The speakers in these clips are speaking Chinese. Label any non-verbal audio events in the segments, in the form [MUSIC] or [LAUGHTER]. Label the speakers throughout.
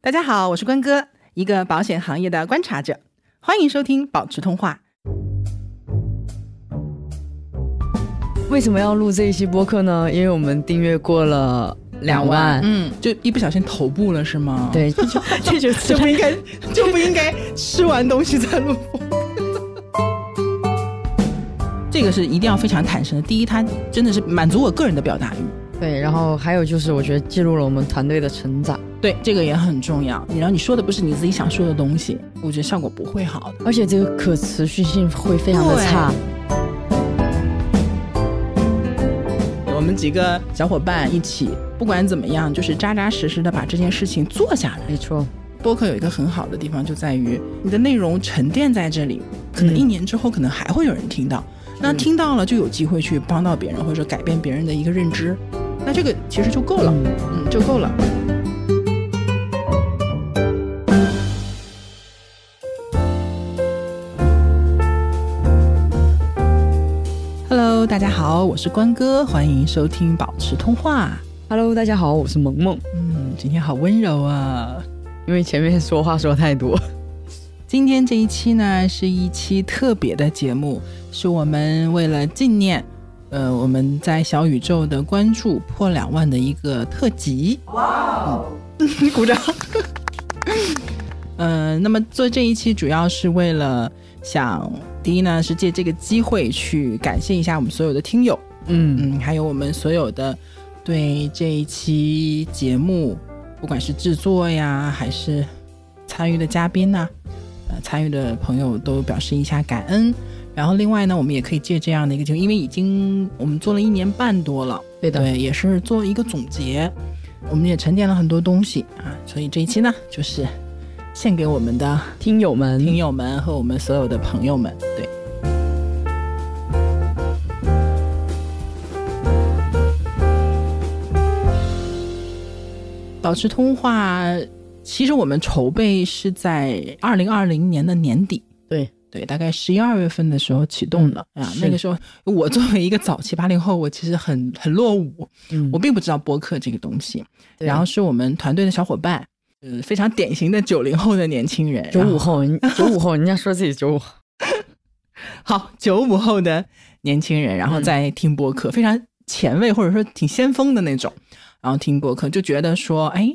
Speaker 1: 大家好，我是关哥，一个保险行业的观察
Speaker 2: [LAUGHS]
Speaker 1: 者，欢迎收听保持通话。
Speaker 2: 为什么要录这一期播客呢？因为我们订阅过了两万，
Speaker 1: 嗯，就一不小心头部了是吗？，
Speaker 2: 对，这就这就
Speaker 1: 就不应该就不应该吃完东西再录播。这个是一定要非常坦诚的。第一，它真的是满足我个人的表达欲，
Speaker 2: 对。然后还有就是，我觉得记录了我们团队的成长，
Speaker 1: 对这个也很重要。你让你说的不是你自己想说的东西，我觉得效果不会好的。
Speaker 2: 而且这个可持续性会非常的
Speaker 1: 对
Speaker 2: 差。
Speaker 1: 我们几个小伙伴一起，不管怎么样，就是扎扎实实的把这件事情做下来。
Speaker 2: 没错，
Speaker 1: 播客有一个很好的地方，就在于你的内容沉淀在这里，可能一年之后，可能还会有人听到。
Speaker 2: 嗯
Speaker 1: 那听到了，就有机会去帮到别人，或者说改变别人的一个认知。那这个其实就够了，
Speaker 2: 嗯
Speaker 1: 嗯，就够了。Hello，大家好，我是关哥，欢迎收听保持通话。
Speaker 2: ，Hello，大家好，我是萌萌。
Speaker 1: 嗯，今天好温柔啊。
Speaker 2: 因为前面说话说太多，
Speaker 1: 今天这一期呢，是一期特别的节目，是我们为了纪念，呃，我们在小宇宙的关注破两万的一个特辑。哇、嗯，鼓掌。嗯、那么做这一期主要是为了想，第一呢是借这个机会去感谢一下我们所有的听友，
Speaker 2: 嗯，
Speaker 1: 嗯，还有我们所有的对这一期节目，不管是制作呀，还是参与的嘉宾呐、呃，参与的朋友都表示一下感恩。然后另外呢，我们也可以借这样的一个机会，因为已经我们做了一年半多了，
Speaker 2: 对的，
Speaker 1: 对，也是做一个总结，我们也沉淀了很多东西啊，所以这一期呢，就是献给我们的
Speaker 2: 听友们，
Speaker 1: 听友们和我们所有的朋友们，对。保持通话，其实我们筹备是在二零二零年的年底，
Speaker 2: 对
Speaker 1: 对，大概十一二月份的时候启动的、
Speaker 2: 嗯
Speaker 1: 啊。
Speaker 2: 是
Speaker 1: 那个时候，我作为一个早期八零后，我其实很很落伍，
Speaker 2: 嗯
Speaker 1: 我并不知道播客这个东西。
Speaker 2: 对
Speaker 1: 然后是我们团队的小伙伴，呃，非常典型的九零后的年轻人，
Speaker 2: 九
Speaker 1: 然后
Speaker 2: 五后，人九五后，人家说自己九五，
Speaker 1: [LAUGHS] 好，九五后的年轻人，然后
Speaker 2: 嗯
Speaker 1: 再听播客，非常前卫或者说挺先锋的那种，然后听播客就觉得说，哎，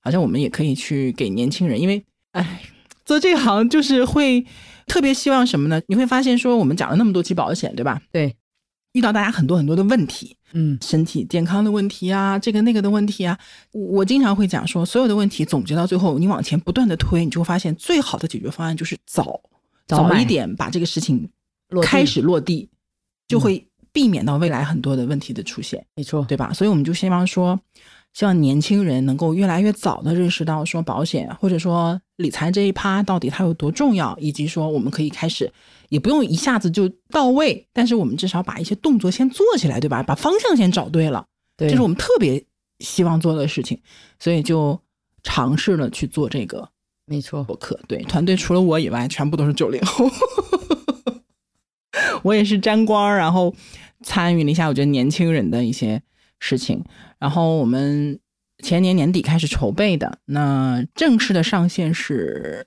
Speaker 1: 好像我们也可以去给年轻人，因为哎，做这行就是会特别希望什么呢？你会发现说，我们讲了那么多期保险，对吧？
Speaker 2: 对，
Speaker 1: 遇到大家很多很多的问题，
Speaker 2: 嗯，
Speaker 1: 身体健康的问题啊，这个那个的问题啊，我我经常会讲说，所有的问题总结到最后，你往前不断的推，你就会发现最好的解决方案就是早
Speaker 2: 早买
Speaker 1: 一点把这个事情
Speaker 2: 落地嗯
Speaker 1: 开始落地，就会避免到未来很多的问题的出现，
Speaker 2: 没错，
Speaker 1: 对吧？所以我们就希望说，希望年轻人能够越来越早的认识到说保险或者说理财这一趴到底它有多重要，以及说我们可以开始，也不用一下子就到位，但是我们至少把一些动作先做起来，对吧？把方向先找对了，
Speaker 2: 对
Speaker 1: 这是我们特别希望做的事情，所以就尝试了去做这个
Speaker 2: 没错，
Speaker 1: 博客。对，团队除了我以外，全部都是九零后。 [LAUGHS] 我也是沾光儿，然后参与了一下我觉得年轻人的一些事情。然后我们前年年底开始筹备的，那正式的上线是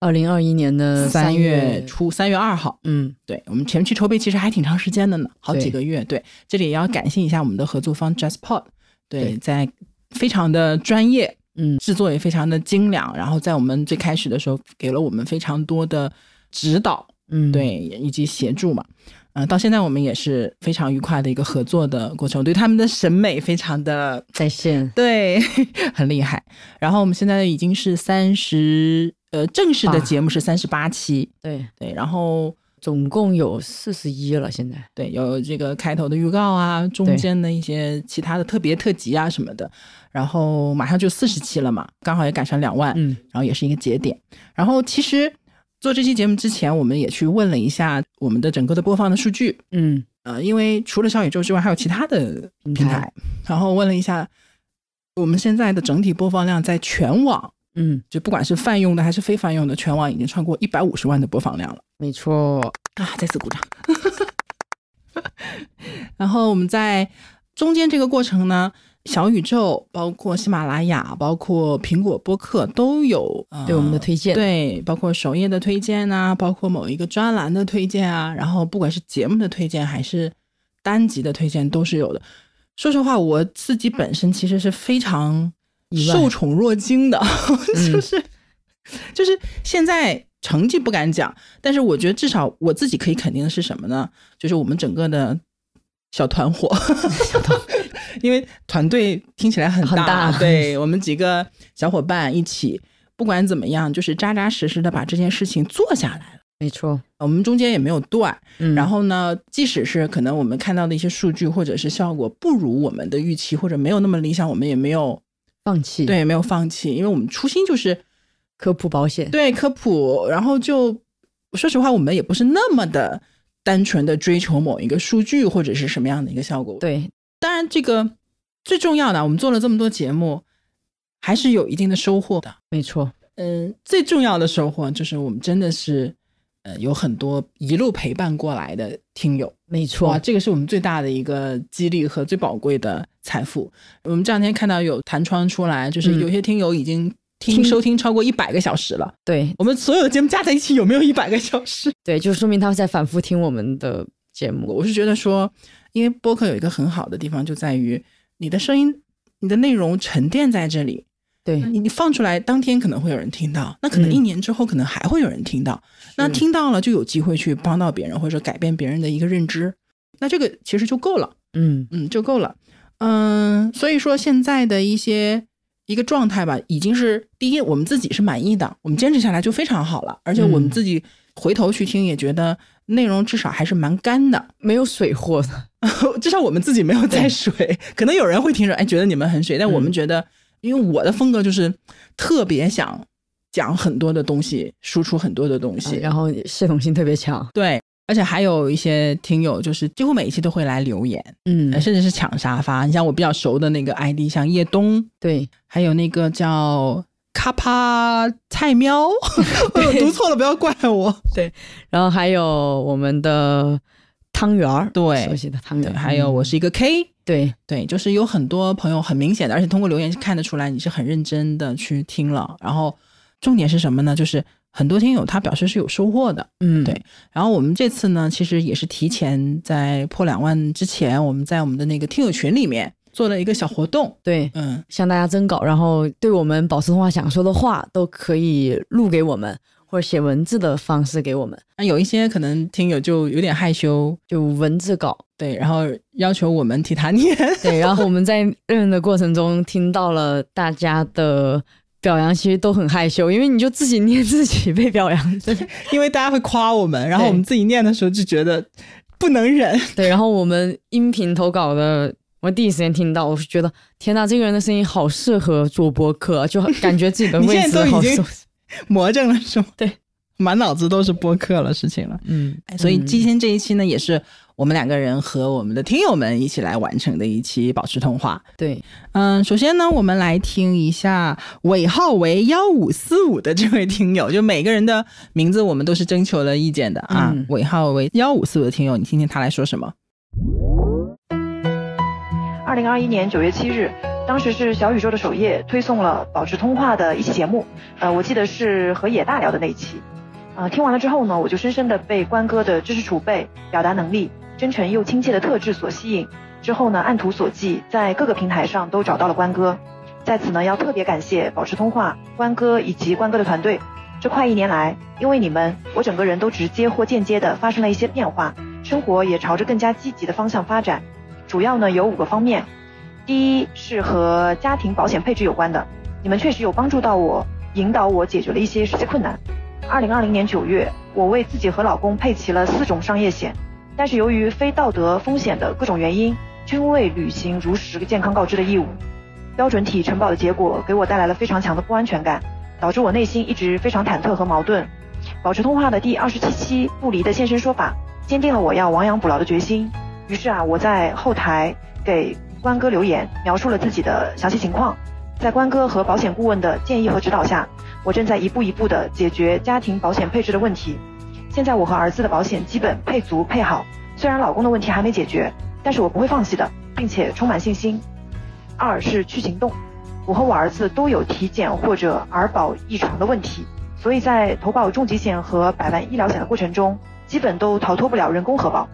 Speaker 2: 二零二一年的
Speaker 1: 三月
Speaker 2: 月，
Speaker 1: 初，三月二号。
Speaker 2: 嗯，
Speaker 1: 对我们前期筹备其实还挺长时间的呢，好几
Speaker 2: 对
Speaker 1: 个月。对，这里也要感谢一下我们的合作方 JustPod，对，
Speaker 2: 对
Speaker 1: 在非常的专业，
Speaker 2: 嗯
Speaker 1: 制作也非常的精良，然后在我们最开始的时候给了我们非常多的指导，
Speaker 2: 嗯，
Speaker 1: 对，以及协助嘛。呃，到现在我们也是非常愉快的一个合作的过程，我对他们的审美非常的
Speaker 2: 在线
Speaker 1: 对， [LAUGHS] 很厉害。然后我们现在已经是三十，呃，正式的
Speaker 2: 八
Speaker 1: 节目是三十八期，
Speaker 2: 对，
Speaker 1: 对，然后
Speaker 2: 总共有四十一了，现在
Speaker 1: 对，有这个开头的预告啊，中
Speaker 2: 对
Speaker 1: 间的一些其他的特别特辑啊什么的，然后马上就四十期了嘛，刚好也赶上两万，
Speaker 2: 嗯，
Speaker 1: 然后也是一个节点。然后其实做这期节目之前，我们也去问了一下我们的整个的播放的数据，
Speaker 2: 嗯，
Speaker 1: 呃，因为除了小宇宙之外，还有其他的
Speaker 2: 平
Speaker 1: 平台，然后问了一下我们现在的整体播放量在全网。
Speaker 2: 嗯，
Speaker 1: 就不管是泛用的还是非泛用的，全网已经超过一百五十万的播放量了。
Speaker 2: 没错，
Speaker 1: 啊，再次鼓掌。然后我们在中间这个过程呢，小宇宙，包括喜马拉雅，包括苹果播客都有、呃、
Speaker 2: 对我们的推荐，
Speaker 1: 对，包括首页的推荐呐、包括某一个专栏的推荐啊，然后不管是节目的推荐还是单集的推荐都是有的。说实话，我自己本身其实是非常
Speaker 2: 意外
Speaker 1: 受宠若惊的，[LAUGHS]
Speaker 2: 嗯
Speaker 1: 就是、就是现在成绩不敢讲，但是我觉得至少我自己可以肯定的是什么呢？就是我们整个的小团伙， [LAUGHS] 因为团队听起来很大，
Speaker 2: 很大
Speaker 1: 对我们几个小伙伴一起，不管怎么样，就是扎扎实实的把这件事情做下来了。
Speaker 2: 没错。
Speaker 1: 我们中间也没有断，
Speaker 2: 嗯，
Speaker 1: 然后呢，即使是可能我们看到的一些数据或者是效果不如我们的预期，或者没有那么理想，我们也没有
Speaker 2: 放弃
Speaker 1: 对没有放弃，因为我们初心就是
Speaker 2: 科普保险，
Speaker 1: 对科普，然后就说实话，我们也不是那么的单纯的追求某一个数据或者是什么样的一个效果。，
Speaker 2: 对
Speaker 1: 当然这个最重要的，我们做了这么多节目，还是有一定的收获的。
Speaker 2: 没错，
Speaker 1: 嗯，最重要的收获就是我们真的是，呃，有很多一路陪伴过来的听友。
Speaker 2: 没
Speaker 1: 哇，
Speaker 2: 错，
Speaker 1: 这个是我们最大的一个激励和最宝贵的财富。我们这两天看到有弹窗出来，就是
Speaker 2: 嗯
Speaker 1: 有些听友已经听、
Speaker 2: 听
Speaker 1: 收听超过一百个小时了。
Speaker 2: 对
Speaker 1: 我们所有的节目加在一起有没有一百个小时？
Speaker 2: [LAUGHS] 对，就说明他们在反复听我们的节
Speaker 1: 我
Speaker 2: 目。
Speaker 1: 我是觉得说，因为播客有一个很好的地方就在于你的声音、你的内容沉淀在这里，
Speaker 2: 对，
Speaker 1: 你你放出来当天可能会有人听到，那可能
Speaker 2: 嗯
Speaker 1: 一年之后可能还会有人听到，那
Speaker 2: 是
Speaker 1: 听到了就有机会去帮到别人或者说改变别人的一个认知，那这个其实就够了。
Speaker 2: 嗯，
Speaker 1: 嗯，就够了。嗯，所以说现在的一些一个状态吧，已经是第一，我们自己是满意的，我们坚持下来就非常好了，而且我们
Speaker 2: 嗯
Speaker 1: 自己回头去听也觉得内容至少还是蛮干的，
Speaker 2: 没有水货的，
Speaker 1: [LAUGHS] 至少我们自己没有在
Speaker 2: 对
Speaker 1: 水。可能有人会听着，哎，觉得你们很水，但我们
Speaker 2: 嗯
Speaker 1: 觉得，因为我的风格就是特别想讲很多的东西，输出很多的东西，
Speaker 2: 啊然后系统性特别强。
Speaker 1: 对。而且还有一些听友，就是几乎每一期都会来留言，
Speaker 2: 嗯
Speaker 1: 呃，甚至是抢沙发。你像我比较熟的那个 ID，像叶东，
Speaker 2: 对，
Speaker 1: 还有那个叫咔啪菜喵， [LAUGHS] 我有读错了不要怪 [LAUGHS] 我。
Speaker 2: 然后还有我们的汤圆儿，
Speaker 1: 对
Speaker 2: 熟悉的汤圆
Speaker 1: 对，
Speaker 2: 儿，
Speaker 1: 还有我是一个 K，
Speaker 2: 对
Speaker 1: 对，就是有很多朋友很明显的，而且通过留言看得出来你是很认真的去听了。然后重点是什么呢？就是很多听友他表示是有收获的。
Speaker 2: 嗯
Speaker 1: 对然后我们这次呢，其实也是提前在破两万之前，我们在我们的那个听友群里面做了一个小活动。
Speaker 2: 对，
Speaker 1: 嗯，
Speaker 2: 向大家征稿，然后对我们保持通话想说的话都可以录给我们，或者写文字的方式给我们，
Speaker 1: 那有一些可能听友就有点害羞，
Speaker 2: 就文字稿。
Speaker 1: 对，然后要求我们替他念。
Speaker 2: 对，然后我们在认的过程中听到了大家的表扬，其实都很害羞，因为你就自己念自己被表扬。
Speaker 1: [LAUGHS] 因为大家会夸我们，然后
Speaker 2: 对
Speaker 1: 我们自己念的时候就觉得不能忍。
Speaker 2: [LAUGHS] 对，然后我们音频投稿的，我第一时间听到，我是觉得天呐，这个人的声音好适合做播客，就感觉自己
Speaker 1: [LAUGHS]
Speaker 2: 的
Speaker 1: 你
Speaker 2: 位
Speaker 1: 现
Speaker 2: 置
Speaker 1: 在都已
Speaker 2: 好
Speaker 1: 经
Speaker 2: 受。
Speaker 1: 魔怔了是吗？
Speaker 2: 对，
Speaker 1: 满脑子都是播客了事情了。
Speaker 2: 嗯
Speaker 1: 哎所以
Speaker 2: 嗯
Speaker 1: 今天这一期呢，也是我们两个人和我们的听友们一起来完成的一期保持通话。
Speaker 2: 对，
Speaker 1: 嗯，首先呢，我们来听一下尾号为幺五四五的这位听友，就每个人的名字我们都是征求了意见的啊。
Speaker 2: 嗯
Speaker 1: 尾号为幺五四五的听友，你听听他来说什么？
Speaker 3: 二零二一年九月七日，当时是小宇宙的首页推送了保持通话的一期节目，呃，我记得是和野大聊的那一期，啊、听完了之后呢，我就深深的被关哥的知识储备、表达能力、真诚又亲切的特质所吸引，之后呢，按图索骥，在各个平台上都找到了关哥，在此呢，要特别感谢保持通话、关哥以及关哥的团队。这快一年来，因为你们，我整个人都直接或间接的发生了一些变化，生活也朝着更加积极的方向发展。主要呢有五个方面，第一是和家庭保险配置有关的，你们确实有帮助到我，引导我解决了一些实际困难。二零二零年九月，我为自己和老公配齐了四种商业险，但是由于非道德风险的各种原因，均未履行如实健康告知的义务。标准体承保的结果给我带来了非常强的不安全感，导致我内心一直非常忐忑和矛盾。保持通话的第二十七期不离的现身说法，坚定了我要亡羊补牢的决心。于是啊，我在后台给关哥留言，描述了自己的详细情况。在关哥和保险顾问的建议和指导下，我正在一步一步地解决家庭保险配置的问题。现在我和儿子的保险基本配足配好，虽然老公的问题还没解决，但是我不会放弃的，并且充满信心。二是去行动。我和我儿子都有体检或者儿保异常的问题，所以在投保重疾险和百万医疗险的过程中，基本都逃脱不了人工核保。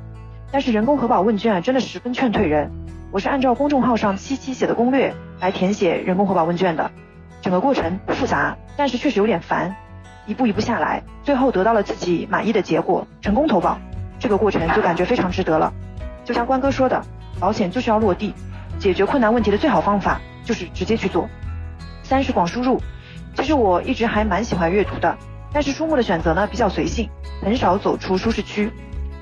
Speaker 3: 但是人工核保问卷啊，真的十分劝退人。我是按照公众号上七七写的攻略来填写人工核保问卷的，整个过程不复杂，但是确实有点烦。一步一步下来，最后得到了自己满意的结果，成功投保，这个过程就感觉非常值得了。就像关哥说的，保险就是要落地，解决困难问题的最好方法就是直接去做。三是广输入，其实我一直还蛮喜欢阅读的，但是书目的选择呢比较随性，很少走出舒适区。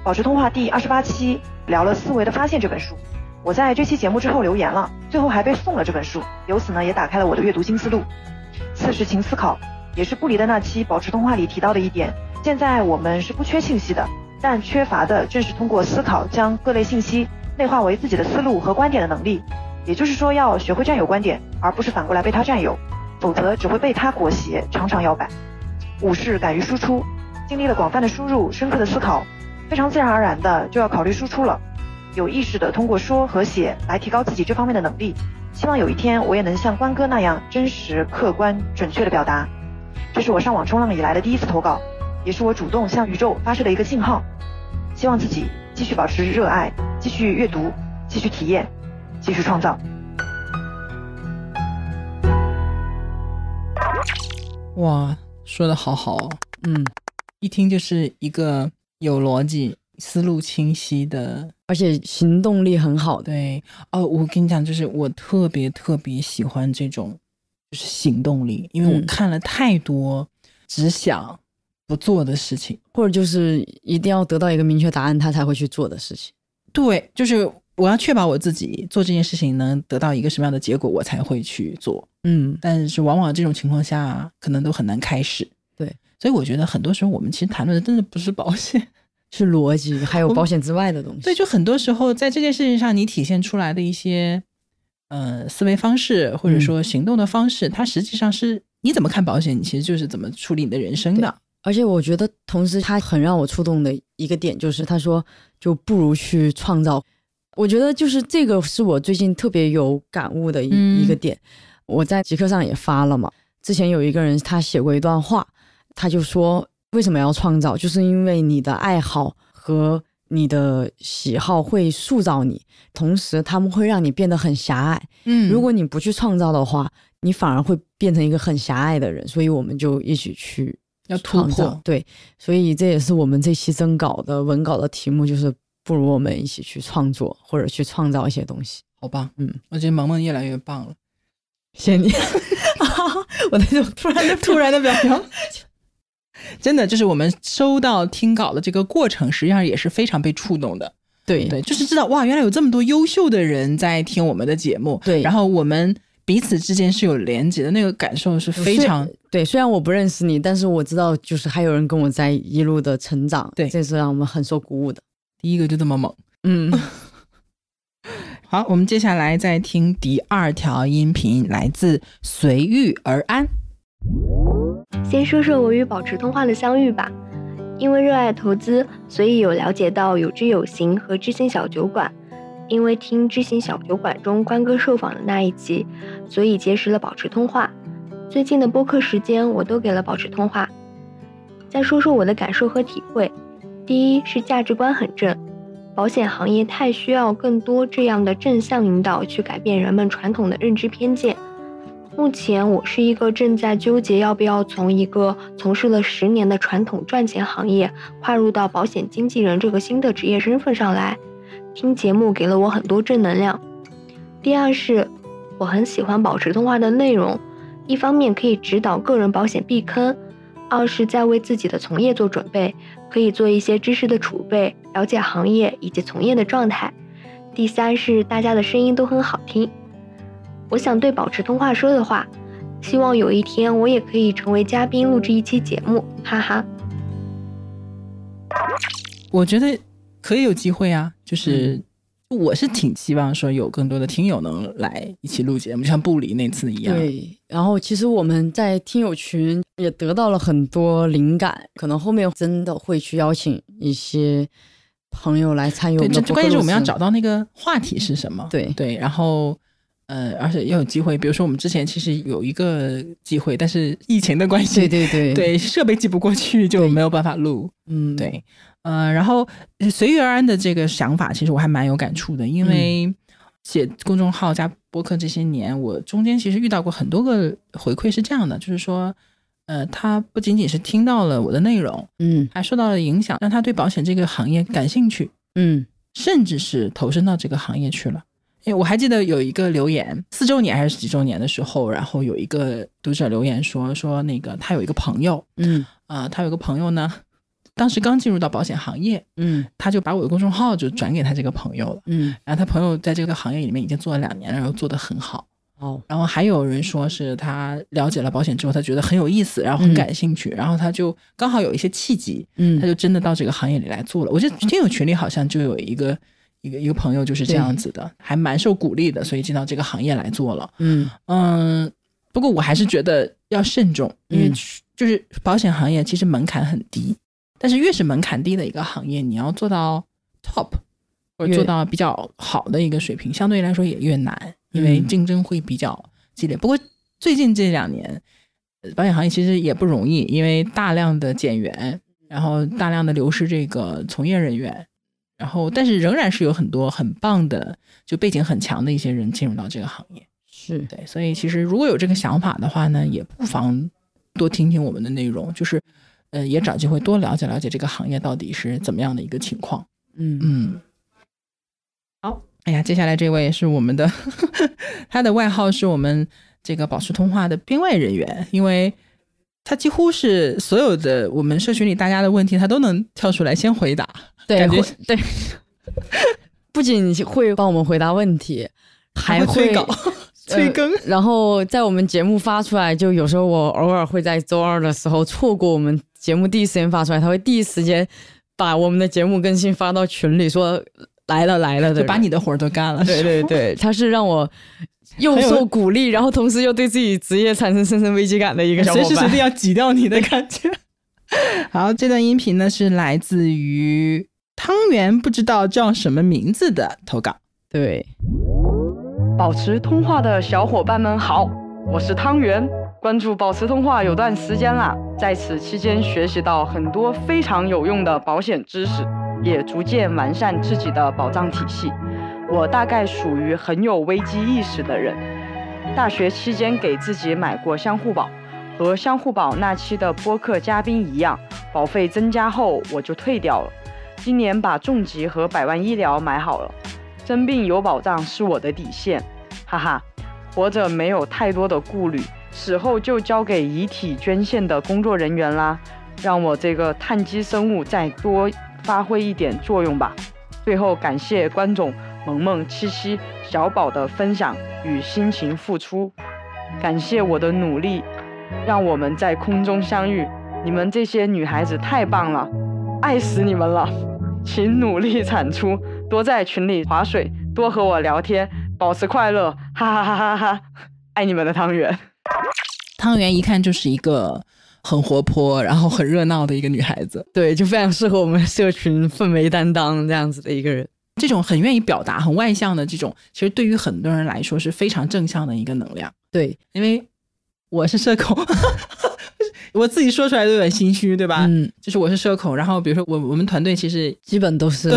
Speaker 3: 保持通话第二十八期聊了《思维的发现》这本书，我在这期节目之后留言了，最后还被送了这本书，由此呢也打开了我的阅读新思路。四是勤思考，也是不离的那期保持通话里提到的一点，现在我们是不缺信息的，但缺乏的正是通过思考将各类信息内化为自己的思路和观点的能力。也就是说，要学会占有观点，而不是反过来被它占有，否则只会被它裹挟，常常摇摆。五是敢于输出，经历了广泛的输入、深刻的思考，非常自然而然的就要考虑输出了，有意识的通过说和写来提高自己这方面的能力。希望有一天我也能像关哥那样真实、客观、准确的表达。这是我上网冲浪以来的第一次投稿，也是我主动向宇宙发射的一个信号。希望自己继续保持热爱，继续阅读，继续体验，继续创造。
Speaker 1: 哇，说的好好哦，
Speaker 2: 嗯，
Speaker 1: 一听就是一个有逻辑、思路清晰的
Speaker 2: 而且行动力很好的，
Speaker 1: 对哦，我跟你讲，就是我特别特别喜欢这种就是行动力，因为我
Speaker 2: 嗯
Speaker 1: 看了太多只想不做的事情。
Speaker 2: 或者就是一定要得到一个明确答案，他才会去做的事情。
Speaker 1: 对，就是我要确保我自己做这件事情能得到一个什么样的结果，我才会去做。
Speaker 2: 嗯，
Speaker 1: 但是往往这种情况下，可能都很难开始。
Speaker 2: 对，
Speaker 1: 所以我觉得很多时候我们其实谈论的真的不是保险，
Speaker 2: 是逻辑，还有保险之外的东西。
Speaker 1: 对，就很多时候在这件事情上，你体现出来的一些，呃，思维方式或者
Speaker 2: 嗯
Speaker 1: 说行动的方式，它实际上是你怎么看保险，你其实就是怎么处理你的人生的。
Speaker 2: 嗯而且我觉得，同时他很让我触动的一个点就是，他说就不如去创造。我觉得就是这个是我最近特别有感悟的一、
Speaker 1: 嗯
Speaker 2: 一个点。我在极客上也发了嘛，之前有一个人他写过一段话，他就说为什么要创造，就是因为你的爱好和你的喜好会塑造你，同时他们会让你变得很狭隘。
Speaker 1: 嗯
Speaker 2: 如果你不去创造的话，你反而会变成一个很狭隘的人。所以我们就一起去
Speaker 1: 要突
Speaker 2: 创造
Speaker 1: 破，
Speaker 2: 对，所以这也是我们这期征稿的文稿的题目，就是不如我们一起去创作或者去创造一些东西。
Speaker 1: 好棒，
Speaker 2: 嗯，
Speaker 1: 我觉得萌萌越来越棒了，
Speaker 2: 谢谢你， [LAUGHS] 我那种突然的
Speaker 1: 突然的表扬。 [LAUGHS] 真的，就是我们收到听稿的这个过程，实际上也是非常被触动的。
Speaker 2: 对
Speaker 1: 对，就是知道哇，原来有这么多优秀的人在听我们的节目。
Speaker 2: 对
Speaker 1: 然后我们彼此之间是有连接的，那个感受是非
Speaker 2: 虽
Speaker 1: 常
Speaker 2: 对，虽然我不认识你，但是我知道就是还有人跟我在一路的成长，
Speaker 1: 对
Speaker 2: 这是让我们很受鼓舞的。
Speaker 1: 第一个就这么猛。
Speaker 2: 嗯，
Speaker 1: [LAUGHS] 好，我们接下来再听第二条音频，来自随遇而安。
Speaker 4: 先说说我与保持通话的相遇吧。因为热爱投资，所以有了解到有知有行和知行小酒馆。因为听知行小酒馆中关哥受访的那一集，所以结识了保持通话。最近的播客时间我都给了保持通话。再说说我的感受和体会，第一是价值观很正，保险行业太需要更多这样的正向引导去改变人们传统的认知偏见。目前我是一个正在纠结要不要从一个从事了十年的传统赚钱行业，跨入到保险经纪人这个新的职业身份上来。听节目给了我很多正能量。第二是，我很喜欢保持通话的内容，一方面可以指导个人保险避坑，二是在为自己的从业做准备，可以做一些知识的储备，了解行业以及从业的状态。第三是大家的声音都很好听，我想对保持通话说的话，希望有一天我也可以成为嘉宾录制一期节目，哈哈。
Speaker 1: 我觉得可以有机会啊，就是、
Speaker 2: 嗯
Speaker 1: 我是挺希望说有更多的听友能来一起录节目，就像布里那次一样。
Speaker 2: 对，然后其实我们在听友群也得到了很多灵感，可能后面真的会去邀请一些朋友来参与我
Speaker 1: 对，
Speaker 2: 们
Speaker 1: 这
Speaker 2: 的
Speaker 1: 这
Speaker 2: 播客
Speaker 1: 关键是我们要
Speaker 2: 录制
Speaker 1: 找到那个话题是什么。
Speaker 2: 对
Speaker 1: 对，然后呃，而且也有机会，比如说我们之前其实有一个机会，但是疫情的关系，
Speaker 2: 对对
Speaker 1: [LAUGHS]
Speaker 2: 对，
Speaker 1: 对设备寄不过去，就没有办法录。
Speaker 2: 嗯，
Speaker 1: 对，呃，然后呃随遇而安的这个想法，其实我还蛮有感触的，因为
Speaker 2: 嗯
Speaker 1: 写公众号加播客这些年，我中间其实遇到过很多个回馈是这样的，就是说，呃，他不仅仅是听到了我的内容，
Speaker 2: 嗯
Speaker 1: 还受到了影响，让他对保险这个行业感兴趣，
Speaker 2: 嗯
Speaker 1: 甚至是投身到这个行业去了。因为我还记得有一个留言，四周年还是几周年的时候，然后有一个读者留言说说那个他有一个朋友，
Speaker 2: 嗯
Speaker 1: 啊，他有个朋友呢，当时刚进入到保险行业，
Speaker 2: 嗯
Speaker 1: 他就把我的公众号就转给他这个朋友了。
Speaker 2: 嗯，
Speaker 1: 然后他朋友在这个行业里面已经做了两年了，然后做得很好。
Speaker 2: 哦，
Speaker 1: 然后还有人说是他了解了保险之后，他觉得很有意思，然后很感兴趣，然后他就刚好有一些契机，
Speaker 2: 嗯，
Speaker 1: 他就真的到这个行业里来做了。我记得听友群里好像就有一个一个一个朋友就是这样子的，还蛮受鼓励的，所以进到这个行业来做了。
Speaker 2: 嗯
Speaker 1: 嗯，不过我还是觉得要慎重，因为
Speaker 2: 嗯
Speaker 1: 去就是保险行业其实门槛很低，但是越是门槛低的一个行业，你要做到 top 或者
Speaker 2: 越
Speaker 1: 做到比较好的一个水平，相对来说也越难，因为
Speaker 2: 嗯
Speaker 1: 竞争会比较激烈。不过最近这两年，呃保险行业其实也不容易，因为大量的减员，然后大量的流失这个从业人员。然后，但是仍然是有很多很棒的，就背景很强的一些人进入到这个行业。
Speaker 2: 是，
Speaker 1: 对，所以其实如果有这个想法的话呢，也不妨多听听我们的内容，就是呃，也找机会多了解了解这个行业到底是怎么样的一个情况。
Speaker 2: 嗯
Speaker 1: 嗯，好，哎呀，接下来这位是我们的， [LAUGHS] 他的外号是我们这个保持通话的编外人员，因为。他几乎是所有的我们社群里大家的问题，他都能跳出来先回答。
Speaker 2: 对
Speaker 1: 感觉
Speaker 2: 会对，不仅会帮我们回答问题，还
Speaker 1: 会催稿、催更
Speaker 2: 呃然后在我们节目发出来，就有时候我偶尔会在周二的时候错过我们节目第一时间发出来，他会第一时间把我们的节目更新发到群里说来了来了的
Speaker 1: 就
Speaker 2: 人，
Speaker 1: 把你的活儿都干了。
Speaker 2: 对对对，他是让我又
Speaker 1: 很有
Speaker 2: 受鼓励，然后同时又对自己职业产生深深危机感的一
Speaker 1: [LAUGHS]
Speaker 2: 个小伙
Speaker 1: 随
Speaker 2: 伴。
Speaker 1: 时随地要挤掉你的感觉。 [LAUGHS] 好，这段音频呢是来自于汤圆不知道叫什么名字的投稿。
Speaker 2: 对，
Speaker 5: 保持通话的小伙伴们好，我是汤圆。关注保持通话有段时间啦，在此期间学习到很多非常有用的保险知识，也逐渐完善自己的保障体系。我大概属于很有危机意识的人。大学期间给自己买过相互保，和相互保那期的播客嘉宾一样，保费增加后我就退掉了。今年把重疾和百万医疗买好了，真病有保障是我的底线。哈哈，活着没有太多的顾虑，死后就交给遗体捐献的工作人员啦。让我这个碳基生物再多发挥一点作用吧。最后感谢关总、萌萌、七七、小宝的分享与辛勤付出，感谢我的努力，让我们在空中相遇。你们这些女孩子太棒了，爱死你们了！请努力产出，多在群里划水，多和我聊天，保持快乐，哈哈哈哈哈！爱你们的汤圆。
Speaker 1: 汤圆一看就是一个很活泼，然后很热闹的一个女孩子，
Speaker 2: [LAUGHS] 对，就非常适合我们社群氛围担当这样子的一个人。
Speaker 1: 这种很愿意表达、很外向的这种，其实对于很多人来说是非常正向的一个能量。
Speaker 2: 对，
Speaker 1: 因为我是社恐，我自己说出来都有点心虚，对吧？
Speaker 2: 嗯，
Speaker 1: 就是我是社恐，然后比如说我我们团队其实
Speaker 2: 基本都 [LAUGHS] 是，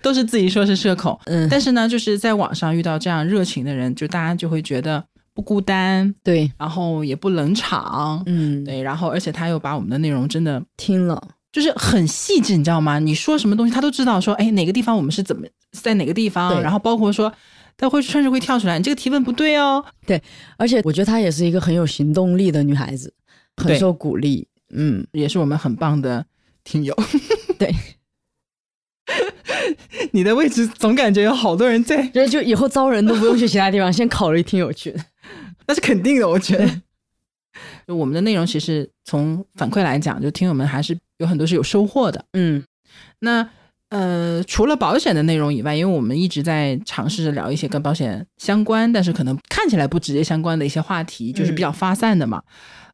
Speaker 1: 都是自己说是社恐，
Speaker 2: 嗯，
Speaker 1: 但是呢，就是在网上遇到这样热情的人，就大家就会觉得不孤单，
Speaker 2: 对，
Speaker 1: 然后也不冷场，
Speaker 2: 嗯，
Speaker 1: 对，然后而且他又把我们的内容真的
Speaker 2: 听了，
Speaker 1: 就是很细致，你知道吗？你说什么东西，他都知道说，哎，哪个地方我们是怎么在哪个地方，
Speaker 2: 对
Speaker 1: 然后包括说他会甚至会跳出来，你这个提问不对哦，
Speaker 2: 而且我觉得她也是一个很有行动力的女孩子，很
Speaker 1: 对
Speaker 2: 受鼓励。嗯，
Speaker 1: 也是我们很棒的听 [LAUGHS] 友。
Speaker 2: 对，
Speaker 1: 你的位置总感觉有好多人在，
Speaker 2: 就就以后招人都不用去其他地方，先考虑听友群。
Speaker 1: 那是肯定的，我觉得。 [LAUGHS] 就我们的内容，其实从反馈来讲，就听友们还是有很多是有收获的。
Speaker 2: 嗯，
Speaker 1: 那呃，除了保险的内容以外，因为我们一直在尝试着聊一些跟保险相关，但是可能看起来嗯不直接相关的一些话题，就是比较发散的嘛。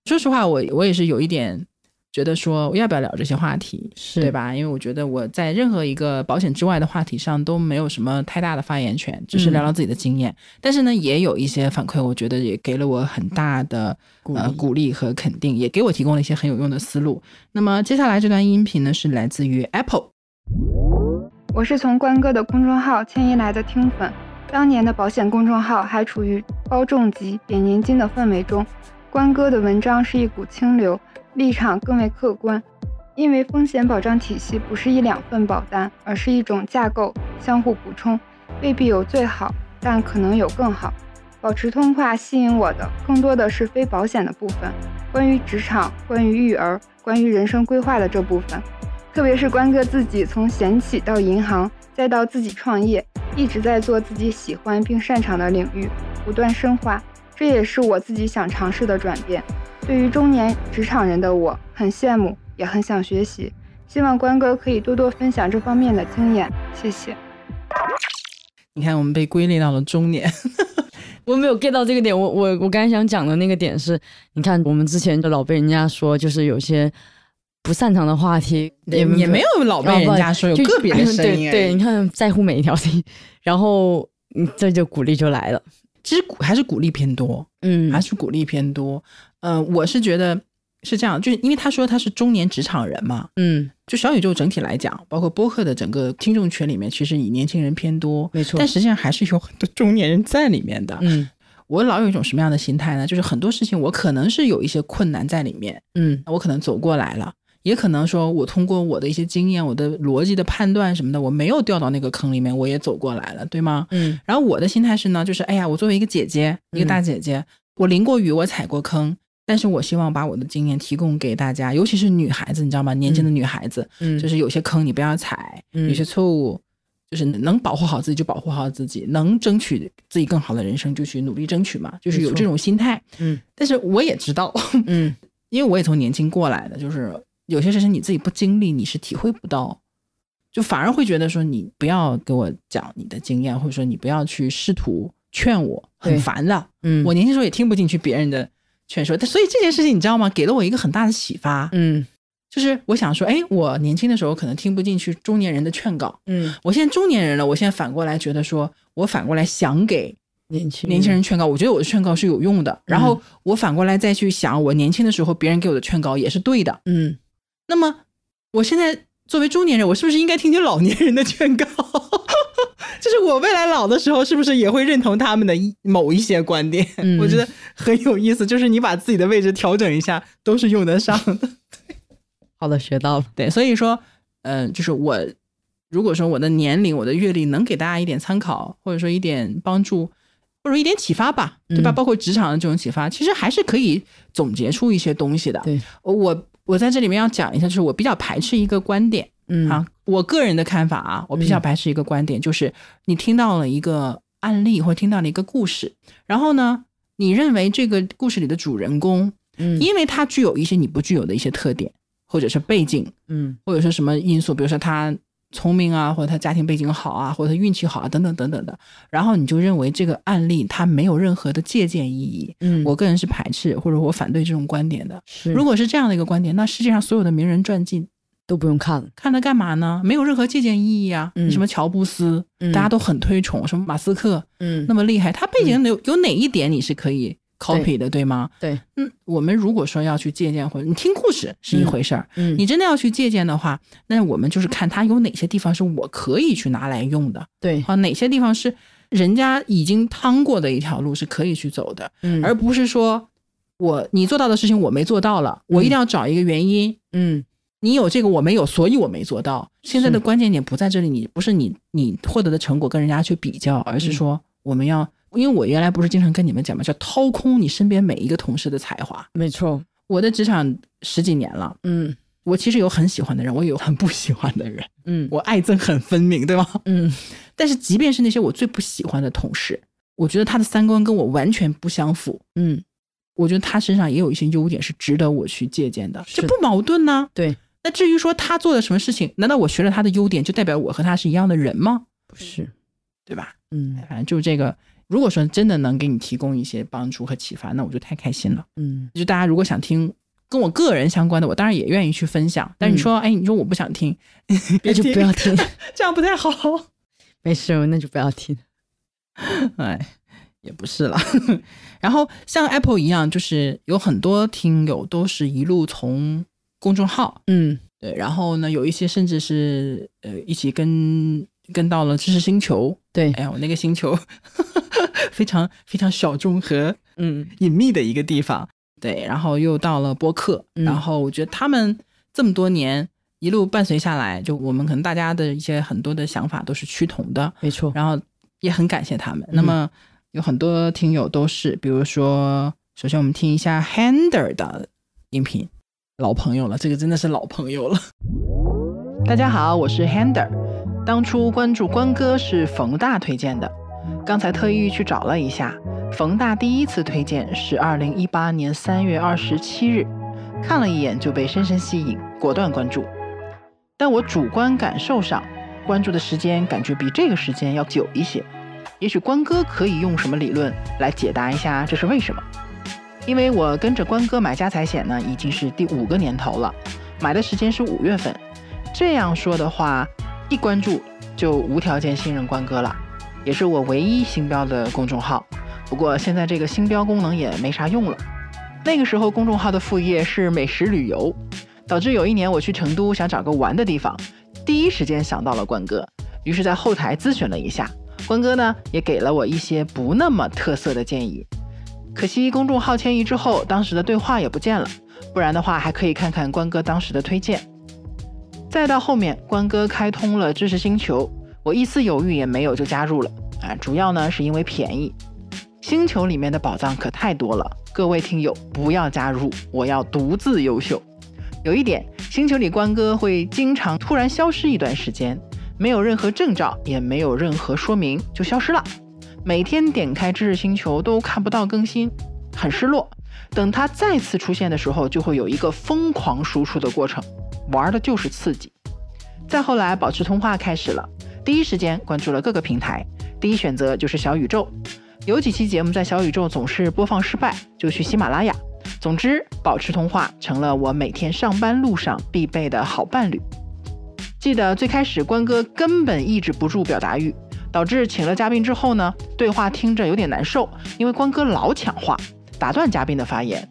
Speaker 1: 说实话，我我也是有一点觉得说要不要聊这些话题，
Speaker 2: 是
Speaker 1: 对？吧？因为我觉得我在任何一个保险之外的话题上都没有什么太大的发言权，只是聊
Speaker 2: 嗯
Speaker 1: 聊自己的经验。但是呢，也有一些反馈，我觉得也给了我很大的
Speaker 2: 鼓
Speaker 1: 呃
Speaker 2: 励
Speaker 1: 鼓励和肯定，也给我提供了一些很有用的思路。那么接下来这段音频呢，是来自于 Apple。
Speaker 6: 我是从关哥的公众号迁移来的听粉。当年的保险公众号还处于包重疾、贬年金的氛围中，关哥的文章是一股清流，立场更为客观。因为风险保障体系不是一两份保单，而是一种架构，相互补充，未必有最好，但可能有更好。保持通话吸引我的更多的是非保险的部分，关于职场、关于育儿、关于人生规划的这部分。特别是关哥自己从闲起到银行，再到自己创业，一直在做自己喜欢并擅长的领域，不断深化。这也是我自己想尝试的转变。对于中年职场人的我，很羡慕，也很想学习。希望关哥可以多多分享这方面的经验，谢谢。
Speaker 1: 你看，我们被归类到了中年，
Speaker 2: 我没有 get 到这个点，我我我刚才想讲的那个点是，你看我们之前就老被人家说，就是有些不擅长的话题，
Speaker 1: 也也没有老被人家说有
Speaker 2: 就
Speaker 1: 个别的声音
Speaker 2: 对
Speaker 1: 而已
Speaker 2: 对，你看在乎每一条声音，然后嗯这就鼓励就来了，
Speaker 1: 其实鼓还是鼓励偏多，
Speaker 2: 嗯
Speaker 1: 还是鼓励偏多。呃，我是觉得是这样，就是因为他说他是中年职场人嘛，
Speaker 2: 嗯，
Speaker 1: 就小宇宙整体来讲，包括播客的整个听众群里面，其实以年轻人偏多，
Speaker 2: 没错
Speaker 1: 但实际上还是有很多中年人在里面的。
Speaker 2: 嗯
Speaker 1: 我老有一种什么样的心态呢？就是很多事情我可能是有一些困难在里面，
Speaker 2: 嗯
Speaker 1: 我可能走过来了。也可能说，我通过我的一些经验、我的逻辑的判断什么的，我没有掉到那个坑里面，我也走过来了，对吗？
Speaker 2: 嗯
Speaker 1: 然后我的心态是呢，就是哎呀，我作为一个姐姐，一个大姐姐，我淋过雨，我踩过坑，但是我希望把我的经验提供给大家，尤其是女孩子，你知道吗？年轻的女孩子，
Speaker 2: 嗯，
Speaker 1: 就是有些坑你不要踩，
Speaker 2: 嗯
Speaker 1: 有些错误。就是能保护好自己就保护好自己，能争取自己更好的人生就去努力争取嘛，就是有
Speaker 2: 没错
Speaker 1: 这种心态。
Speaker 2: 嗯，
Speaker 1: 但是我也知道，
Speaker 2: 嗯
Speaker 1: 因为我也从年轻过来的，就是有些事情你自己不经历，你是体会不到，就反而会觉得说你不要给我讲你的经验，或者说你不要去试图劝我，很
Speaker 2: 对
Speaker 1: 烦的。
Speaker 2: 嗯
Speaker 1: 我年轻时候也听不进去别人的劝说，但所以这件事情你知道吗？给了我一个很大的启发，
Speaker 2: 嗯
Speaker 1: 就是我想说，哎，我年轻的时候可能听不进去中年人的劝告，
Speaker 2: 嗯
Speaker 1: 我现在中年人了，我现在反过来觉得说，我反过来想给
Speaker 2: 年轻嗯
Speaker 1: 年轻人劝告，我觉得我的劝告是有用的。然后我反过来再去想，我年轻的时候别人给我的劝告也是对的。
Speaker 2: 嗯
Speaker 1: 那么我现在作为中年人，我是不是应该听听老年人的劝告？ [LAUGHS] 就是我未来老的时候，是不是也会认同他们的一某一些观点？
Speaker 2: 嗯
Speaker 1: 我觉得很有意思，就是你把自己的位置调整一下，都是用得上的。
Speaker 2: [LAUGHS] 好的学到了，
Speaker 1: 对，所以说，嗯、就是我如果说我的年龄、我的阅历能给大家一点参考，或者说一点帮助，或者一点启发吧，对吧？
Speaker 2: 嗯
Speaker 1: 包括职场的这种启发，其实还是可以总结出一些东西的。
Speaker 2: 对
Speaker 1: 我我在这里面要讲一下，就是我比较排斥一个观点。
Speaker 2: 嗯
Speaker 1: 啊，我个人的看法啊，我比较
Speaker 2: 嗯
Speaker 1: 排斥一个观点，就是你听到了一个案例或听到了一个故事，然后呢，你认为这个故事里的主人公，
Speaker 2: 嗯
Speaker 1: 因为他具有一些你不具有的一些特点，或者是背景，
Speaker 2: 嗯
Speaker 1: 或者是什么因素，比如说他聪明啊，或者他家庭背景好啊，或者他运气好啊，等等等等的，然后你就认为这个案例它没有任何的借鉴意义。
Speaker 2: 嗯
Speaker 1: 我个人是排斥或者我反对这种观点的。
Speaker 2: 是
Speaker 1: 如果是这样的一个观点，那世界上所有的名人传记
Speaker 2: 都不用看了，
Speaker 1: 看它干嘛呢？没有任何借鉴意义啊！
Speaker 2: 嗯
Speaker 1: 什么乔布斯，
Speaker 2: 嗯
Speaker 1: 大家都很推崇，什么马斯克
Speaker 2: 嗯
Speaker 1: 那么厉害，他背景有、有哪一点你是可以 copy 的，对吗？
Speaker 2: 对，
Speaker 1: 嗯，我们如果说要去借鉴或者你听故事是一回事儿，
Speaker 2: 嗯
Speaker 1: 你真的要去借鉴的话，那我们就是看它有哪些地方是我可以去拿来用的，
Speaker 2: 对
Speaker 1: 啊，哪些地方是人家已经趟过的一条路是可以去走的，
Speaker 2: 嗯
Speaker 1: 而不是说我你做到的事情我没做到了，我一定要找一个原因，
Speaker 2: 嗯
Speaker 1: 你有这个我没有，所以我没做到。现在的
Speaker 2: 是
Speaker 1: 关键点不在这里，你不是你你获得的成果跟人家去比较，而
Speaker 2: 嗯
Speaker 1: 是说我们要，因为我原来不是经常跟你们讲嘛，叫掏空你身边每一个同事的才华。
Speaker 2: 没错
Speaker 1: 我的职场十几年了，
Speaker 2: 嗯
Speaker 1: 我其实有很喜欢的人，我也有很不喜欢的人，
Speaker 2: 嗯
Speaker 1: 我爱憎很分明，对吧？
Speaker 2: 嗯
Speaker 1: 但是即便是那些我最不喜欢的同事，我觉得他的三观跟我完全不相符，
Speaker 2: 嗯
Speaker 1: 我觉得他身上也有一些优点是值得我去借鉴的，这
Speaker 2: 是的
Speaker 1: 不矛盾呢、
Speaker 2: 对
Speaker 1: 那至于说他做了什么事情，难道我学了他的优点，就代表我和他是一样的人吗？
Speaker 2: 不是
Speaker 1: 对吧？
Speaker 2: 嗯
Speaker 1: 反正就是这个。如果说真的能给你提供一些帮助和启发，那我就太开心了。
Speaker 2: 嗯
Speaker 1: 就大家如果想听跟我个人相关的，我当然也愿意去分享。但你说，哎，你说我不想 [LAUGHS] 听，
Speaker 2: 那就不要听，
Speaker 1: [LAUGHS] 这样不太好。
Speaker 2: 没事，那就不要听。
Speaker 1: [LAUGHS] 哎，也不是啦。 [LAUGHS] 然后像 Apple 一样，就是有很多听友都是一路从公众号
Speaker 2: 嗯
Speaker 1: 对，然后呢，有一些甚至是呃一起跟跟到了知识星球。
Speaker 2: 对
Speaker 1: 哎呀，我那个星球非常非常小众和
Speaker 2: 嗯
Speaker 1: 隐秘的一个地方。对，然后又到了播客，
Speaker 2: 嗯
Speaker 1: 然后我觉得他们这么多年一路伴随下来，就我们可能大家的一些很多的想法都是趋同的，
Speaker 2: 没错。嗯
Speaker 1: 然后也很感谢他们。那么有很多听友都是，比如说，首先我们听一下 Hander 的音频，老朋友了，这个真的是老朋友了。大家好，我是 Hander，当初关注关哥是冯大推荐的，刚才特意去找了一下，冯大第一次推荐是二零一八年三月二十七日，看了一眼就被深深吸引，果断关注。但我主观感受上，关注的时间感觉比这个时间要久一些。也许关哥可以用什么理论来解答一下这是为什么？因为我跟着关哥买家财险呢，已经是第五个年头了，买的时间是五月份。这样说的话，一关注就无条件信任关哥了，也是我唯一新标的公众号。不过现在这个新标功能也没啥用了。那个时候公众号的副业是美食旅游，导致有一年我去成都想找个玩的地方，第一时间想到了关哥，于是在后台咨询了一下，关哥呢也给了我一些不那么特色的建议。可惜公众号迁移之后，当时的对话也不见了，不然的话还可以看看关哥当时的推荐。再到后面，关哥开通了知识星球，我一丝犹豫也没有就加入了啊，主要呢是因为便宜。星球里面的宝藏可太多了，各位听友不要加入，我要独自优秀。有一点，星球里关哥会经常突然消失一段时间，没有任何征兆，也没有任何说明就消失了。每天点开知识星球都看不到更新，很失落。等它再次出现的时候，就会有一个疯狂输出的过程，玩的就是刺激。再后来，保持通话开始了，第一时间关注了各个平台，第一选择就是小宇宙。有几期节目在小宇宙总是播放失败，就去喜马拉雅。总之，保持通话成了我每天上班路上必备的好伴侣。记得最开始关哥根本抑制不住表达欲，导致请了嘉宾之后呢，对话听着有点难受，因为关哥老抢话，打断嘉宾的发言。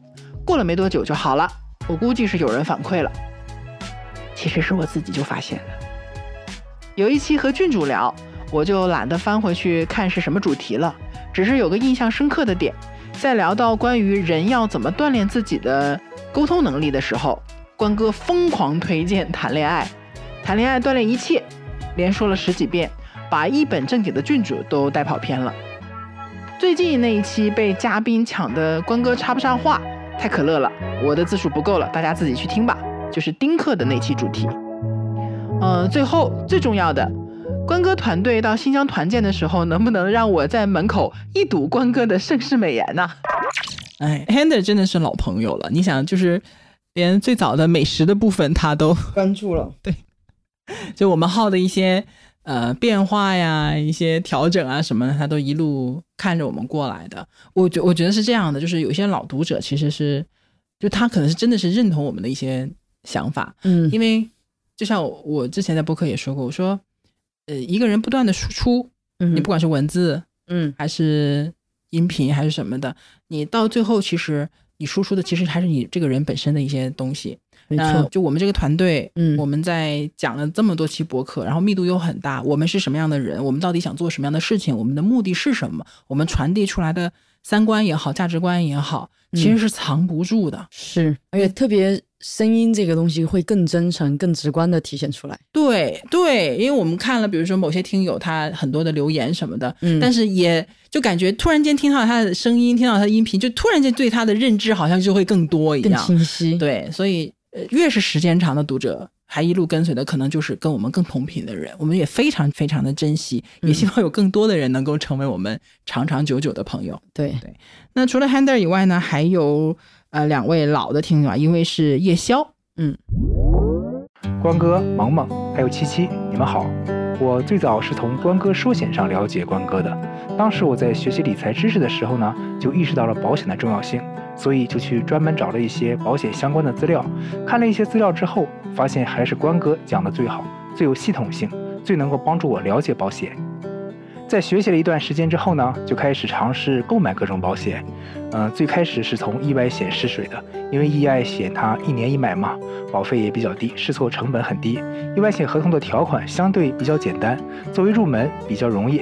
Speaker 1: 过了没多久就好了，我估计是有人反馈了，其实是我自己就发现了。有一期和郡主聊，我就懒得翻回去看是什么主题了，只是有个印象深刻的点，在聊到关于人要怎么锻炼自己的沟通能力的时候，关哥疯狂推荐谈恋爱，谈恋爱锻炼一切，连说了十几遍，把一本正经的郡主都带跑偏了。最近那一期被嘉宾抢的关哥插不上话，太可乐了，我的字数不够了，大家自己去听吧。就是丁克的那期主题。嗯、最后最重要的，关哥团队到新疆团建的时候，能不能让我在门口一睹关哥的盛世美颜呢、哎，Hander 真的是老朋友了，你想，就是连最早的美食的部分他都
Speaker 2: 关
Speaker 1: [LAUGHS]
Speaker 2: 注了，
Speaker 1: 就我们号的一些呃变化呀、一些调整啊什么的，他都一路看着我们过来的。我觉我觉得是这样的，就是有些老读者其实是，就他可能是真的是认同我们的一些想法，
Speaker 2: 嗯
Speaker 1: 因为就像我我之前在播客也说过，我说呃一个人不断的输出，
Speaker 2: 嗯，
Speaker 1: 你不管是文字、
Speaker 2: 嗯
Speaker 1: 还是音频还是什么的，你到最后其实你输出的其实还是你这个人本身的一些东西。
Speaker 2: 没
Speaker 1: 那
Speaker 2: 错，
Speaker 1: 就我们这个团队，
Speaker 2: 嗯
Speaker 1: 我们在讲了这么多期博客，然后密度又很大，我们是什么样的人？我们到底想做什么样的事情？我们的目的是什么？我们传递出来的三观也好，价值观也好，其
Speaker 2: 嗯
Speaker 1: 实是藏不住的。
Speaker 2: 是，而且特别声音这个东西会更真诚、更直观的体现出来。
Speaker 1: 对对，因为我们看了，比如说某些听友他很多的留言什么的，
Speaker 2: 嗯
Speaker 1: 但是也就感觉突然间听到他的声音，听到他的音频，就突然间对他的认知好像就会更多一
Speaker 2: 更
Speaker 1: 样。
Speaker 2: 清晰，，
Speaker 1: 对，所以呃，越是时间长的读者，还一路跟随的，可能就是跟我们更同频的人。我们也非常非常的珍惜，
Speaker 2: 嗯
Speaker 1: 也希望有更多的人能够成为我们长长久久的朋友。
Speaker 2: 对，
Speaker 1: 那除了 Hander 以外呢，还有呃两位老的听友啊，一位是夜宵，
Speaker 2: 嗯
Speaker 7: 关哥、萌萌还有七七，你们好。我最早是从关哥说险上了解关哥的。当时我在学习理财知识的时候呢，就意识到了保险的重要性，所以就去专门找了一些保险相关的资料。看了一些资料之后，发现还是关哥讲的最好，最有系统性，最能够帮助我了解保险。在学习了一段时间之后呢，就开始尝试购买各种保险。嗯、最开始是从意外险试水的，因为意外险它一年一买嘛，保费也比较低，试错成本很低。意外险合同的条款相对比较简单，作为入门比较容易。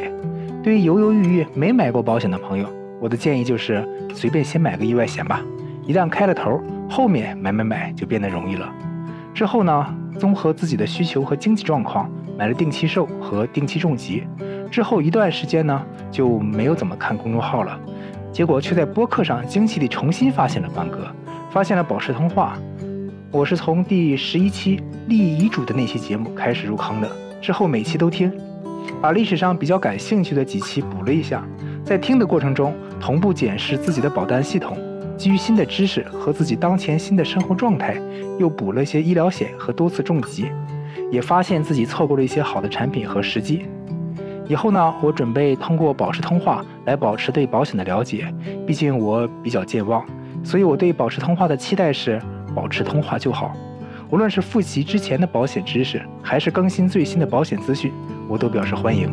Speaker 7: 对于犹犹豫豫没买过保险的朋友，我的建议就是随便先买个意外险吧。一旦开了头，后面买买买就变得容易了。之后呢，综合自己的需求和经济状况，买了定期寿和定期重疾。之后一段时间呢，就没有怎么看公众号了，结果却在播客上惊喜地重新发现了关哥，发现了保持通话。我是从第十一期立遗嘱的那期节目开始入坑的，之后每期都听，把历史上比较感兴趣的几期补了一下，在听的过程中同步检视自己的保单系统，基于新的知识和自己当前新的生活状态，又补了一些医疗险和多次重疾，也发现自己错过了一些好的产品和时机。以后呢，我准备通过保持通话来保持对保险的了解，毕竟我比较健忘，所以我对保持通话的期待是保持通话就好。无论是复习之前的保险知识，还是更新最新的保险资讯，我都表示欢迎。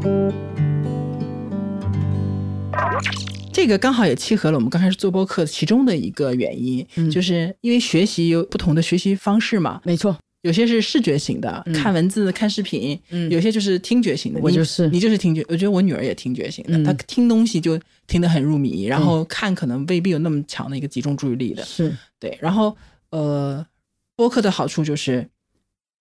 Speaker 1: 这个刚好也契合了我们刚开始做播客其中的一个原因，
Speaker 2: 嗯
Speaker 1: 就是因为学习有不同的学习方式嘛，
Speaker 2: 没错，
Speaker 1: 有些是视觉型的，
Speaker 2: 嗯
Speaker 1: 看文字、看视频；
Speaker 2: 嗯
Speaker 1: 有些就是听觉型的。
Speaker 2: 我
Speaker 1: 你
Speaker 2: 就是
Speaker 1: 你就是听觉，我觉得我女儿也听觉型的，
Speaker 2: 嗯
Speaker 1: 她听东西就听得很入迷，然后看可能未必有那么强的一个集中注意力的。
Speaker 2: 是
Speaker 1: 对，然后呃，播客的好处就是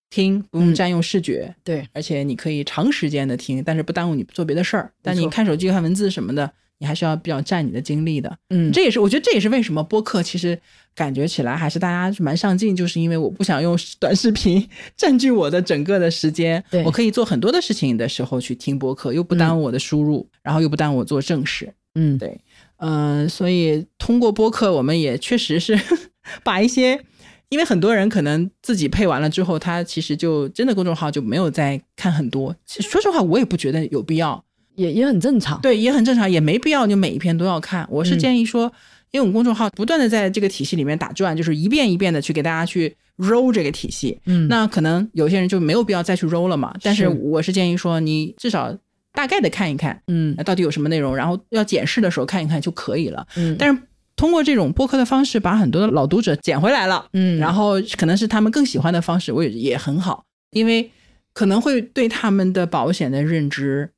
Speaker 1: 听不用
Speaker 2: 嗯
Speaker 1: 占用视觉，
Speaker 2: 对，
Speaker 1: 而且你可以长时间的听，但是不耽误你做别的事儿。但
Speaker 2: 没
Speaker 1: 你
Speaker 2: 错
Speaker 1: 看手机、看文字什么的，你还是要比较占你的精力的。
Speaker 2: 嗯，
Speaker 1: 这也是我觉得这也是为什么播客其实感觉起来还是大家蛮上进，就是因为我不想用短视频占据我的整个的时间
Speaker 2: 对，
Speaker 1: 我可以做很多的事情的时候去听播客，又不耽误我的输入，然后又不耽误我做正事。
Speaker 2: 嗯
Speaker 1: 对嗯、所以通过播客，我们也确实是 [LAUGHS] 把一些。因为很多人可能自己配完了之后，他其实就真的公众号就没有再看很多。其实说实话，我也不觉得有必要。
Speaker 2: 也也很正常，
Speaker 1: 对，也很正常，也没必要就每一篇都要看。我是
Speaker 2: 嗯
Speaker 1: 建议说，因为我们公众号不断的在这个体系里面打转，就是一遍一遍的去给大家去 roll 这个体系。
Speaker 2: 嗯，
Speaker 1: 那可能有些人就没有必要再去 roll 了嘛。但是
Speaker 2: 是
Speaker 1: 我是建议说，你至少大概的看一看，
Speaker 2: 嗯
Speaker 1: 呃到底有什么内容，然后要检视的时候看一看就可以了。
Speaker 2: 嗯，
Speaker 1: 但是通过这种播客的方式，把很多的老读者捡回来了。
Speaker 2: 嗯，
Speaker 1: 然后可能是他们更喜欢的方式，我也也很好，因为可能会对他们的保险的认知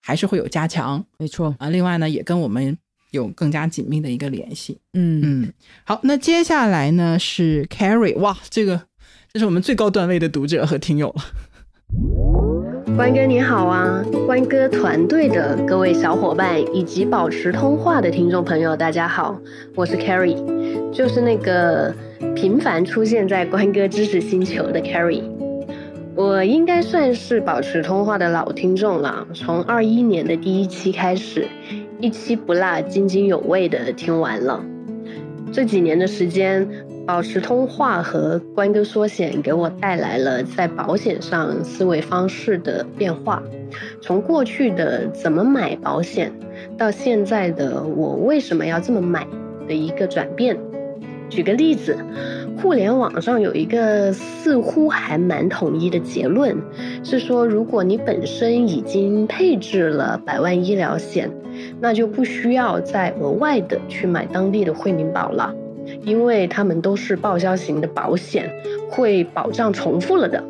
Speaker 1: 还是会有加强
Speaker 2: 没错，
Speaker 1: 啊。另外呢，也跟我们有更加紧密的一个联系。
Speaker 2: 嗯
Speaker 1: 嗯，好，那接下来呢是 Carrie，哇，这个这是我们最高段位的读者和听友了。
Speaker 8: 关哥你好啊，关哥团队的各位小伙伴以及保持通话的听众朋友，大家好，我是 Carrie，就是那个频繁出现在关哥知识星球的 Carrie。我应该算是保持通话的老听众了，从二一年的第一期开始，一期不落、津津有味的听完了。这几年的时间，保持通话和关哥缩险给我带来了在保险上思维方式的变化，从过去的怎么买保险，到现在的我为什么要这么买的一个转变。举个例子，互联网上有一个似乎还蛮统一的结论，是说如果你本身已经配置了百万医疗险，那就不需要再额外的去买当地的惠民保了。因为他们都是报销型的保险，会保障重复了的。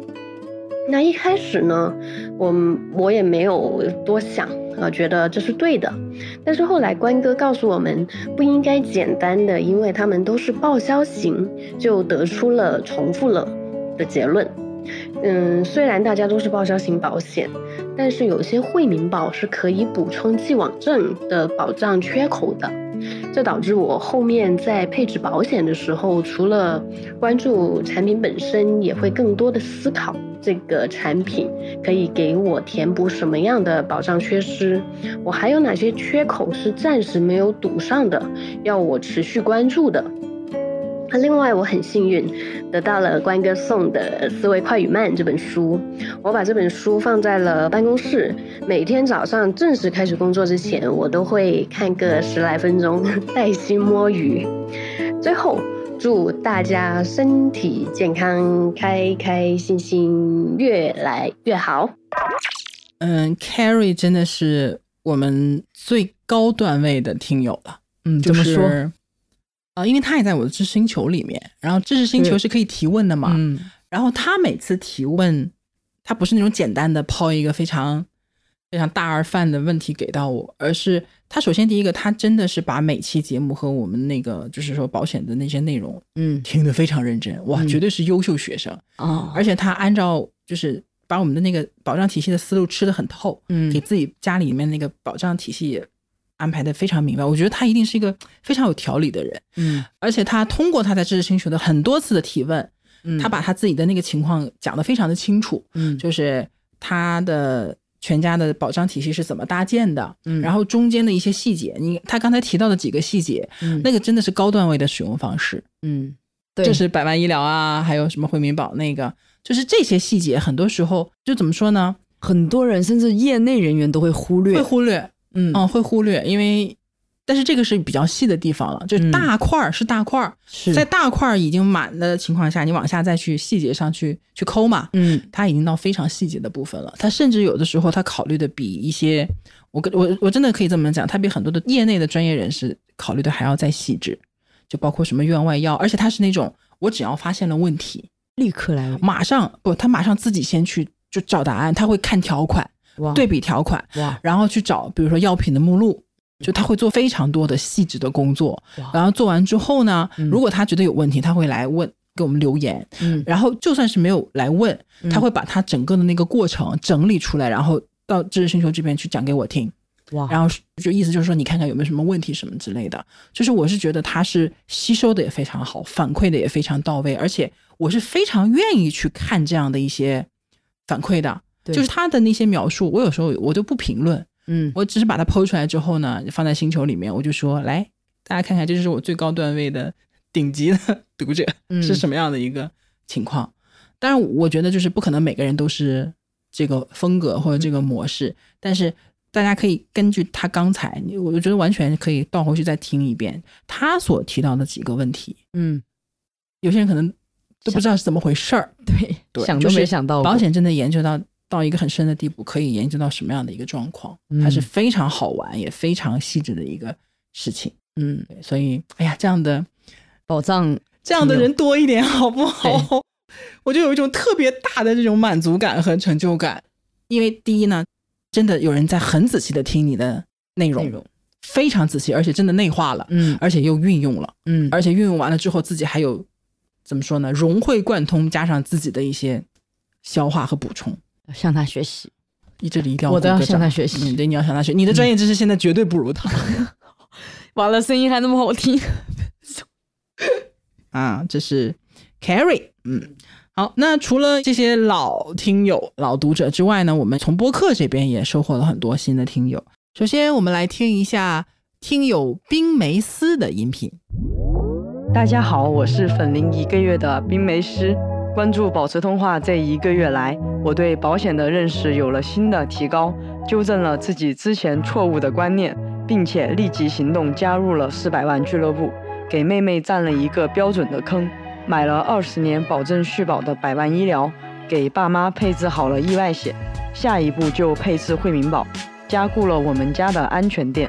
Speaker 8: 那一开始呢，我我也没有多想啊，觉得这是对的。但是后来关哥告诉我们，不应该简单的，因为他们都是报销型，就得出了重复了的结论。嗯，虽然大家都是报销型保险，但是有些惠民保是可以补充既往症的保障缺口的。这导致我后面在配置保险的时候，除了关注产品本身，也会更多的思考这个产品可以给我填补什么样的保障缺失，我还有哪些缺口是暂时没有堵上的，要我持续关注的。那另外，我很幸运得到了关哥送的《思维快与慢》这本书，我把这本书放在了办公室，每天早上正式开始工作之前，我都会看个十来分钟，带薪摸鱼。最后，祝大家身体健康，开开心心，越来越好。
Speaker 1: 嗯，Carrie 真的是我们最高段位的听友了，
Speaker 9: 嗯，
Speaker 1: 就
Speaker 9: 怎么
Speaker 1: 是
Speaker 9: 说？
Speaker 1: 呃，因为他也在我的知识星球里面，然后知识星球
Speaker 9: 对
Speaker 1: 是可以提问的嘛，
Speaker 9: 嗯，
Speaker 1: 然后他每次提问，他不是那种简单的抛一个非常非常大而泛的问题给到我，而是他首先第一个，他真的是把每期节目和我们那个就是说保险的那些内容
Speaker 9: 嗯
Speaker 1: 听得非常认真，哇，
Speaker 9: 嗯
Speaker 1: 绝对是优秀学生，
Speaker 9: 哦，
Speaker 1: 而且他按照就是把我们的那个保障体系的思路吃得很透，
Speaker 9: 嗯
Speaker 1: 给自己家里面那个保障体系也安排的非常明白，我觉得他一定是一个非常有条理的人，
Speaker 9: 嗯
Speaker 1: 而且他通过他在知识星球的很多次的提问，
Speaker 9: 嗯，
Speaker 1: 他把他自己的那个情况讲得非常的清楚，
Speaker 9: 嗯
Speaker 1: 就是他的全家的保障体系是怎么搭建的，
Speaker 9: 嗯
Speaker 1: 然后中间的一些细节，你他刚才提到的几个细节，
Speaker 9: 嗯
Speaker 1: 那个真的是高段位的使用方式，
Speaker 9: 嗯对
Speaker 1: 就是百万医疗啊，还有什么惠民保那个，就是这些细节，很多时候就怎么说呢，
Speaker 9: 很多人甚至业内人员都会忽略
Speaker 1: 会，忽略，
Speaker 9: 嗯
Speaker 1: 嗯，会忽略，因为。但是这个是比较细的地方了，就是
Speaker 9: 嗯
Speaker 1: 大块儿是大块儿，
Speaker 9: 是
Speaker 1: 在大块儿已经满的情况下，你往下再去细节上去去抠嘛，
Speaker 9: 嗯
Speaker 1: 他已经到非常细节的部分了。他甚至有的时候，他考虑的比一些我跟我我真的可以这么讲，他比很多的业内的专业人士考虑的还要再细致，就包括什么院外药，而且他是那种我只要发现了问题，
Speaker 9: 立刻来
Speaker 1: 马上不，他马上自己先去就找答案，他会看条款，
Speaker 9: 哇
Speaker 1: 对比条款，
Speaker 9: 哇
Speaker 1: 然后去找比如说药品的目录。就他会做非常多的细致的工作，
Speaker 9: 哇
Speaker 1: 然后做完之后呢，
Speaker 9: 嗯
Speaker 1: 如果他觉得有问题，他会来问给我们留言，
Speaker 9: 嗯
Speaker 1: 然后就算是没有来问，
Speaker 9: 嗯
Speaker 1: 他会把他整个的那个过程整理出来，然后到知识星球这边去讲给我听。
Speaker 9: 哇
Speaker 1: 然后就意思就是说，你看看有没有什么问题什么之类的。就是我是觉得他是吸收的也非常好，反馈的也非常到位，而且我是非常愿意去看这样的一些反馈的。
Speaker 9: 对
Speaker 1: 就是他的那些描述，我有时候我就不评论，
Speaker 9: 嗯
Speaker 1: 我只是把它剖出来之后呢，放在星球里面，我就说来，大家看看，这就是我最高段位的顶级的读者
Speaker 9: 嗯
Speaker 1: 是什么样的一个情况。当然，我觉得就是不可能每个人都是这个风格或者这个模式，但是大家可以根据他刚才，你我觉得完全可以倒回去再听一遍他所提到的几个问题，
Speaker 9: 嗯
Speaker 1: 有些人可能都不知道是怎么回事儿。
Speaker 9: 对
Speaker 1: 对，
Speaker 9: 想
Speaker 1: 就
Speaker 9: 都
Speaker 1: 是
Speaker 9: 没想到过
Speaker 1: 保险真的研究到到一个很深的地步，可以研究到什么样的一个状况，它是
Speaker 9: 嗯
Speaker 1: 非常好玩也非常细致的一个事情。
Speaker 9: 嗯
Speaker 1: 对，所以哎呀，这样的
Speaker 9: 宝藏
Speaker 1: 这样的人多一点好不好
Speaker 9: 对？
Speaker 1: [LAUGHS] 我就有一种特别大的这种满足感和成就感，因为第一呢，真的有人在很仔细的听你的内容，
Speaker 9: 内容
Speaker 1: 非常仔细，而且真的内化了，
Speaker 9: 嗯
Speaker 1: 而且又运用了。
Speaker 9: 嗯
Speaker 1: 而且运用完了之后，自己还有怎么说呢？融会贯通，加上自己的一些消化和补充。
Speaker 9: 向他学习，
Speaker 1: 你这里一定要
Speaker 9: 我都要
Speaker 1: 鼓个掌
Speaker 9: 向他学习
Speaker 1: 你嗯对，你要向他学，你的专业知识现在绝对不如他、
Speaker 9: 完了声音还那么好听，
Speaker 1: 啊！这是 Carry，嗯，好。那除了这些老听友、老读者之外呢，我们从播客这边也收获了很多新的听友。首先，我们来听一下听友冰梅斯的音频。
Speaker 2: 大家好，我是粉龄一个月的冰梅师。关注保持通话这一个月来，我对保险的认识有了新的提高，纠正了自己之前错误的观念，并且立即行动，加入了四百万俱乐部，给妹妹占了一个标准的坑，买了二十年保证续保的百万医疗，给爸妈配置好了意外险，下一步就配置惠民保，加固了我们家的安全垫。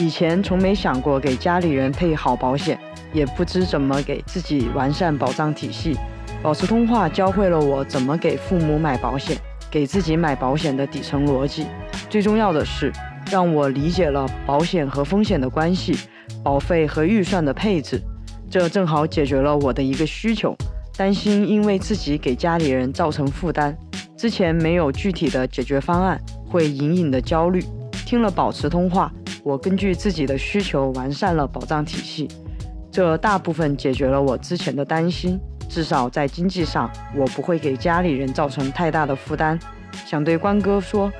Speaker 2: 以前从没想过给家里人配好保险。也不知怎么给自己完善保障体系。保持通话教会了我怎么给父母买保险，给自己买保险的底层逻辑。最重要的是，让我理解了保险和风险的关系，保费和预算的配置。这正好解决了我的一个需求，担心因为自己给家里人造成负担。之前没有具体的解决方案，会隐隐的焦虑。听了保持通话，我根据自己的需求完善了保障体系。这大部分解决了我之前的担心，至少在经济上，我不会给家里人造成太大的负担。想对关哥说，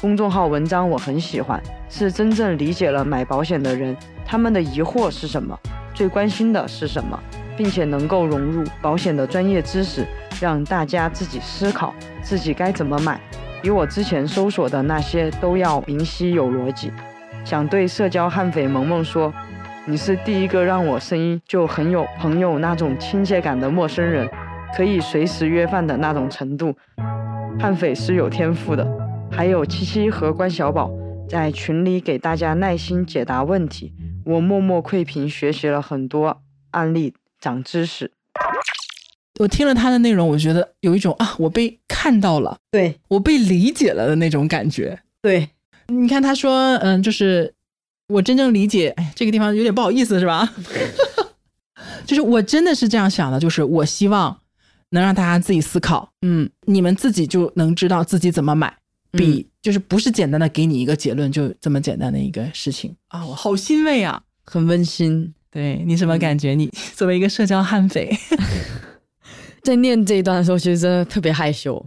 Speaker 2: 公众号文章我很喜欢，是真正理解了买保险的人，他们的疑惑是什么，最关心的是什么，并且能够融入保险的专业知识，让大家自己思考自己该怎么买，比我之前搜索的那些都要明晰有逻辑。想对社交悍匪萌萌说，
Speaker 5: 你是第一个让我声音就很有朋友那种亲切感的陌生人，可以随时约饭的那种程度。悍匪是有天赋的，还有七七和关小宝在群里给大家耐心解答问题，我默默窥屏学习了很多案例，长知识。
Speaker 1: 我听了他的内容，我觉得有一种啊，我被看到了，
Speaker 2: 对
Speaker 1: 我被理解了的那种感觉。
Speaker 2: 对，
Speaker 1: 你看他说，嗯，就是我真正理解，哎，这个地方有点不好意思是吧？ [LAUGHS] 就是我真的是这样想的，就是我希望能让大家自己思考，
Speaker 2: 嗯，
Speaker 1: 你们自己就能知道自己怎么买，比、就是不是简单的给你一个结论就这么简单的一个事情啊，我好欣慰啊！
Speaker 2: 很温馨。
Speaker 1: 对你什么感觉？
Speaker 2: [LAUGHS]
Speaker 1: 你作为一个社交悍 [LAUGHS] 匪，
Speaker 2: 在念这一段的时候，其实真的特别害羞，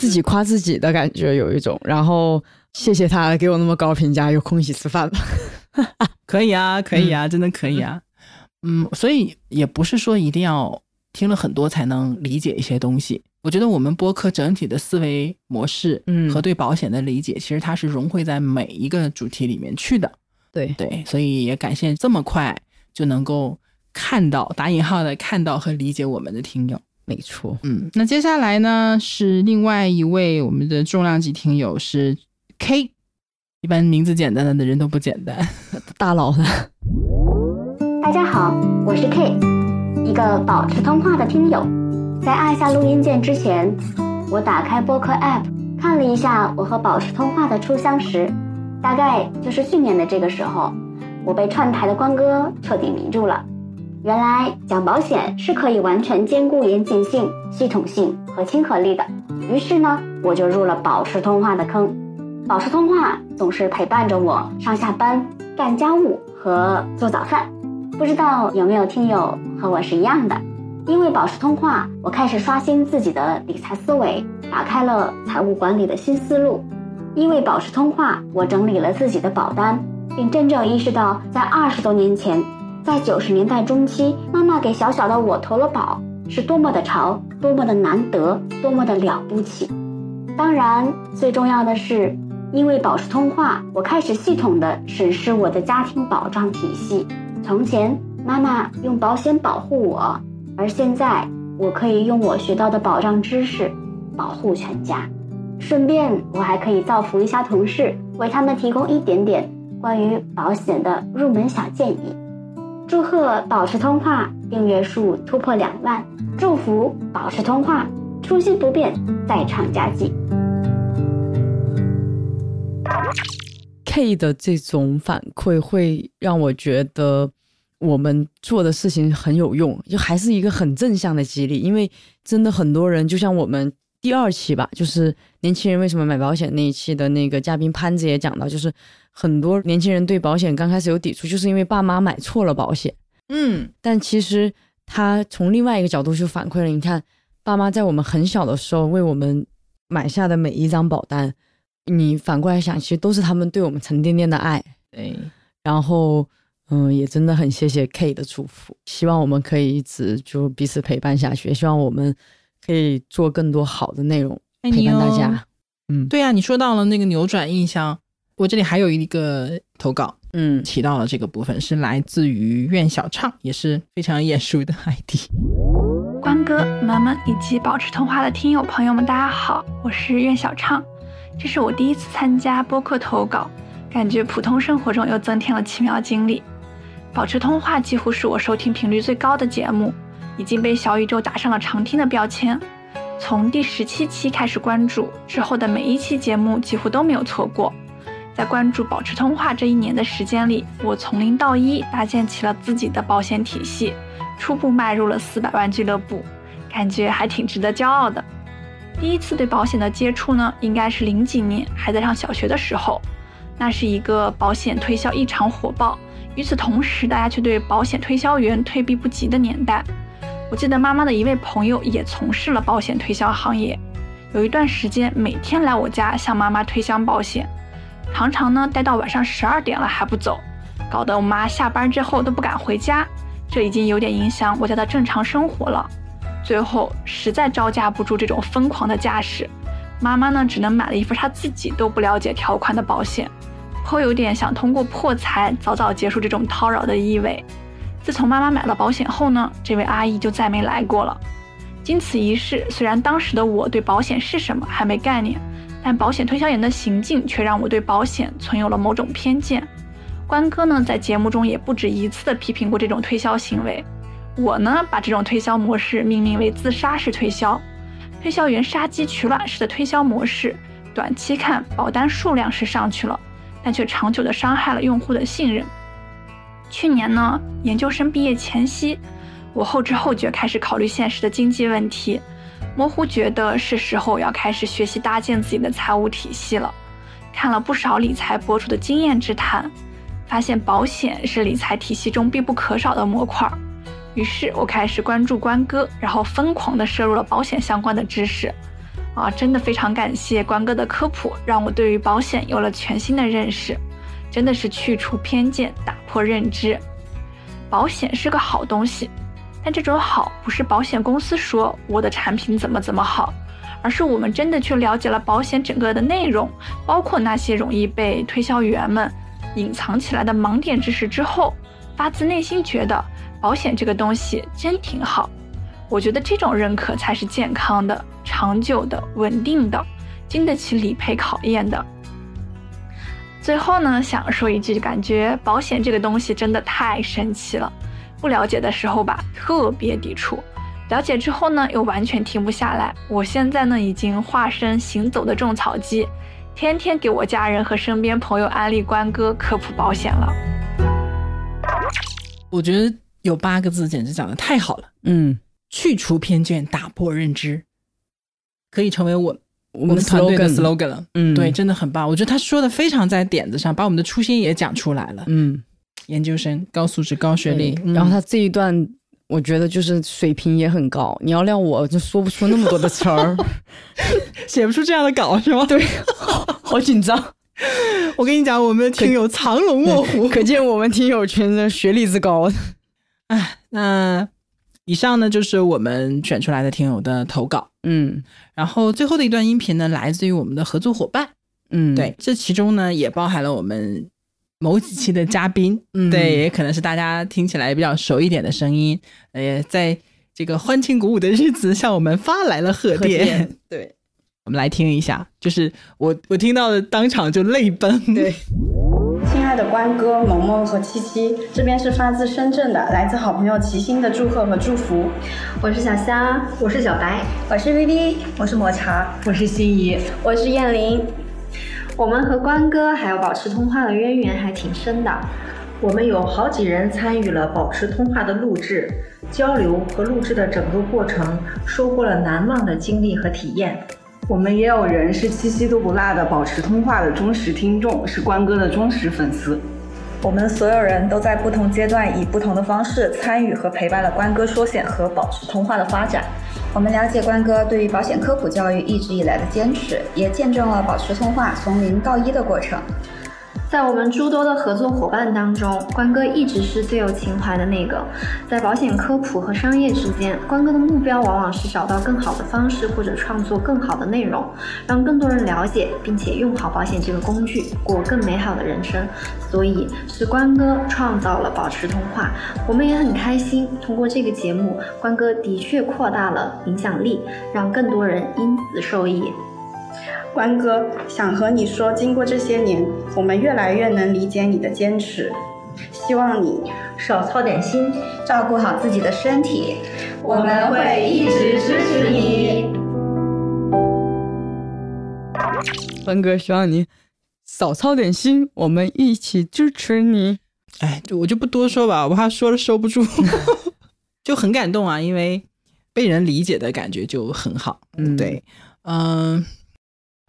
Speaker 2: 自己夸自己的感觉有一种。然后谢谢他给我那么高评价，有空一起吃 [LAUGHS] 饭吧。
Speaker 1: 可以啊，可以 [LAUGHS] 啊，真的可以啊。嗯，所以也不是说一定要听了很多才能理解一些东西。我觉得我们播客整体的思维模式，
Speaker 2: 嗯
Speaker 1: 和对保险的理解，其实它是融汇在每一个主题里面去的。
Speaker 2: 对，
Speaker 1: 对，所以也感谢这么快就能够看到打引号的看到和理解我们的听友。
Speaker 2: 没错，
Speaker 1: 嗯，那接下来呢是另外一位我们的重量级听友是 K，一般名字简单的人都不简单。 [LAUGHS]
Speaker 2: 大佬呢？
Speaker 9: 大家好，我是 K，一个保持通话的听友。在按下录音键之前，我打开播客 App 看了一下我和保持通话的初相识，大概就是去年的这个时候，我被串台的关哥彻底迷住了。原来讲保险是可以完全兼顾严谨性、系统性和亲和力的。于是呢，我就入了保持通话的坑。保持通话总是陪伴着我上下班、干家务和做早饭。不知道有没有听友和我是一样的？因为保持通话，我开始刷新自己的理财思维，打开了财务管理的新思路。因为保持通话，我整理了自己的保单，并真正意识到，在二十多年前，在九十年代中期，妈妈给小小的我投了保，是多么的潮，多么的难得，多么的了不起。当然，最重要的是，因为保持通话，我开始系统的审视我的家庭保障体系。从前，妈妈用保险保护我，而现在我可以用我学到的保障知识保护全家。顺便，我还可以造福一下同事，为他们提供一点点关于保险的入门小建议。祝贺保持通话订阅数突破两万，祝福保持通话初心不变，再创佳绩。
Speaker 2: K 的这种反馈会让我觉得我们做的事情很有用，就还是一个很正向的激励。因为真的很多人，就像我们第二期吧，就是年轻人为什么买保险那一期的那个嘉宾潘子也讲到，就是很多年轻人对保险刚开始有抵触，就是因为爸妈买错了保险。
Speaker 1: 嗯，
Speaker 2: 但其实他从另外一个角度去反馈了，你看，爸妈在我们很小的时候为我们买下的每一张保单，你反过来想，其实都是他们对我们沉甸甸的爱。
Speaker 1: 对，
Speaker 2: 然后，嗯，也真的很谢谢 K 的祝福，希望我们可以一直就彼此陪伴下去，也希望我们可以做更多好的内容
Speaker 1: 爱
Speaker 2: 陪
Speaker 1: 你
Speaker 2: 伴
Speaker 1: 哦
Speaker 2: 大家。嗯，，
Speaker 1: 对啊，你说到了那个扭转印象，我这里还有一个投稿
Speaker 2: 嗯，
Speaker 1: 提到了这个部分，是来自于苑小畅，也是非常眼熟的 [LAUGHS] ID。
Speaker 10: 关哥、萌萌以及保持通话的听友朋友们，大家好，我是苑小畅，这是我第一次参加播客投稿，感觉普通生活中又增添了奇妙经历。保持通话几乎是我收听频率最高的节目，已经被小宇宙打上了常听的标签。从第十七期开始关注之后的每一期节目几乎都没有错过。在关注保持通话这一年的时间里，我从零到一搭建起了自己的保险体系，初步迈入了四百万俱乐部，感觉还挺值得骄傲的。第一次对保险的接触呢，应该是零几年还在上小学的时候，那是一个保险推销异常火爆，与此同时，大家却对保险推销员退避不及的年代。我记得妈妈的一位朋友也从事了保险推销行业，有一段时间每天来我家向妈妈推销保险，常常呢待到晚上十二点了还不走，搞得我妈下班之后都不敢回家，这已经有点影响我家的正常生活了。最后实在招架不住这种疯狂的架势，妈妈呢只能买了一份她自己都不了解条款的保险，颇有点想通过破财早早结束这种叨扰的意味。自从妈妈买了保险后呢，这位阿姨就再没来过了。经此一事，虽然当时的我对保险是什么还没概念，但保险推销员的行径却让我对保险存有了某种偏见。关哥呢，在节目中也不止一次的批评过这种推销行为。我呢，把这种推销模式命名为自杀式推销。推销员杀鸡取卵式的推销模式，短期看保单数量是上去了，但却长久的伤害了用户的信任。去年呢，研究生毕业前夕，我后知后觉开始考虑现实的经济问题，模糊觉得是时候要开始学习搭建自己的财务体系了。看了不少理财博主的经验之谈，发现保险是理财体系中必不可少的模块。于是我开始关注关哥，然后疯狂地摄入了保险相关的知识，啊，真的非常感谢关哥的科普，让我对于保险有了全新的认识，真的是去除偏见，打破认知。保险是个好东西，但这种好不是保险公司说我的产品怎么怎么好，而是我们真的去了解了保险整个的内容，包括那些容易被推销员们隐藏起来的盲点知识之后，发自内心觉得。保险这个东西真挺好，我觉得这种认可才是健康的、长久的、稳定的，经得起理赔考验的。最后呢，想说一句，感觉保险这个东西真的太神奇了。不了解的时候吧，特别抵触；了解之后呢，又完全停不下来。我现在呢，已经化身行走的种草机，天天给我家人和身边朋友安利关哥科普保险了。
Speaker 1: 我觉得有八个字简直讲的太好了，
Speaker 2: 嗯，
Speaker 1: 去除偏见，打破认知，可以成为我
Speaker 2: 我
Speaker 1: 我们团队的
Speaker 2: slogan
Speaker 1: slogan 了。
Speaker 2: 嗯
Speaker 1: 对，真的很棒。我觉得他说的非常在点子上，把我们的初心也讲出来了。
Speaker 2: 嗯，
Speaker 1: 研究生、高素质、高学历
Speaker 2: 对，
Speaker 1: 嗯
Speaker 2: 然后他这一段，我觉得就是水平也很高。你要让我就说不出那么多的词儿，
Speaker 1: [LAUGHS] 写不出这样的稿是 [LAUGHS] 吗？对，
Speaker 2: 好紧张。
Speaker 1: 我跟你讲，我们的听友藏龙卧虎。
Speaker 2: 可见我们听友圈的学历之高。
Speaker 1: 那以上呢，就是我们选出来的听友的投稿。
Speaker 2: 嗯
Speaker 1: 然后最后的一段音频呢，来自于我们的合作伙伴。
Speaker 2: 嗯，
Speaker 1: 对，，这其中呢也包含了我们某几期的嘉宾，
Speaker 2: 嗯
Speaker 1: 对，也可能是大家听起来比较熟一点的声音，呃，在这个欢庆鼓舞的日子向我们发来了贺
Speaker 2: 贺
Speaker 1: 电。
Speaker 2: 电对，
Speaker 1: [LAUGHS] 我们来听一下，就是我我听到的当场就泪奔。
Speaker 11: 对亲爱的关哥、萌萌和七七，这边是发自深圳的，来自好朋友齐心的祝贺和祝福。我是小虾，我是小白，我是 VV，我是抹茶，我是心怡，我是燕玲。
Speaker 12: 我们和关哥还有保持通话的渊源还挺深的，我们有好几人参与了保持通话的录制、交流和录制的整个过程，收获了难忘的经历和体验。
Speaker 11: 我们也有人是七夕都不落的保持通话的忠实听众，是关哥的忠实粉丝。
Speaker 13: 我们所有人都在不同阶段以不同的方式参与和陪伴了关哥说险和保持通话的发展。
Speaker 14: 我们了解关哥对于保险科普教育一直以来的坚持，也见证了保持通话从零到一的过程。
Speaker 12: 在我们诸多的合作伙伴当中，关哥一直是最有情怀的那个。在保险科普和商业之间，关哥的目标往往是找到更好的方式或者创作更好的内容，让更多人了解并且用好保险这个工具，过更美好的人生。所以是关哥创造了保持通话，我们也很开心。通过这个节目，关哥的确扩大了影响力，让更多人因此受益。
Speaker 11: 关哥，想和你说，经过这些年，我们越来越能理解你的坚持。希望你
Speaker 12: 少操点心，
Speaker 14: 照顾好自己的身体。
Speaker 11: 我们会一直支持你。
Speaker 2: 欢哥希望你少操点心，我们一起支持你。
Speaker 1: 哎，就我就不多说吧，我怕说了收
Speaker 2: [LAUGHS]
Speaker 1: 不住，就很感动啊，因为被人理解的感觉就很好。
Speaker 2: 嗯
Speaker 1: 对，嗯，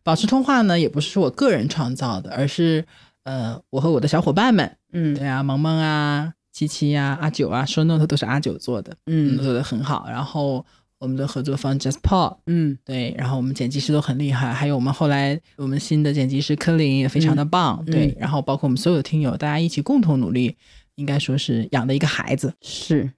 Speaker 1: 保持通话呢，也不是我个人创造的，而是呃，我和我的小伙伴们，
Speaker 2: 嗯，
Speaker 1: 对啊，萌萌啊、七七啊、阿九啊，说 note 都是阿九做的，
Speaker 2: 嗯
Speaker 1: 做的很好。然后我们的合作方 Just Paul，
Speaker 2: 嗯，
Speaker 1: 对，然后我们剪辑师都很厉害，还有我们后来我们新的剪辑师柯林也非常的
Speaker 2: 嗯
Speaker 1: 棒，对
Speaker 2: 嗯，
Speaker 1: 然后包括我们所有的听友，大家一起共同努力，应该说是养的一个孩子。
Speaker 2: 是，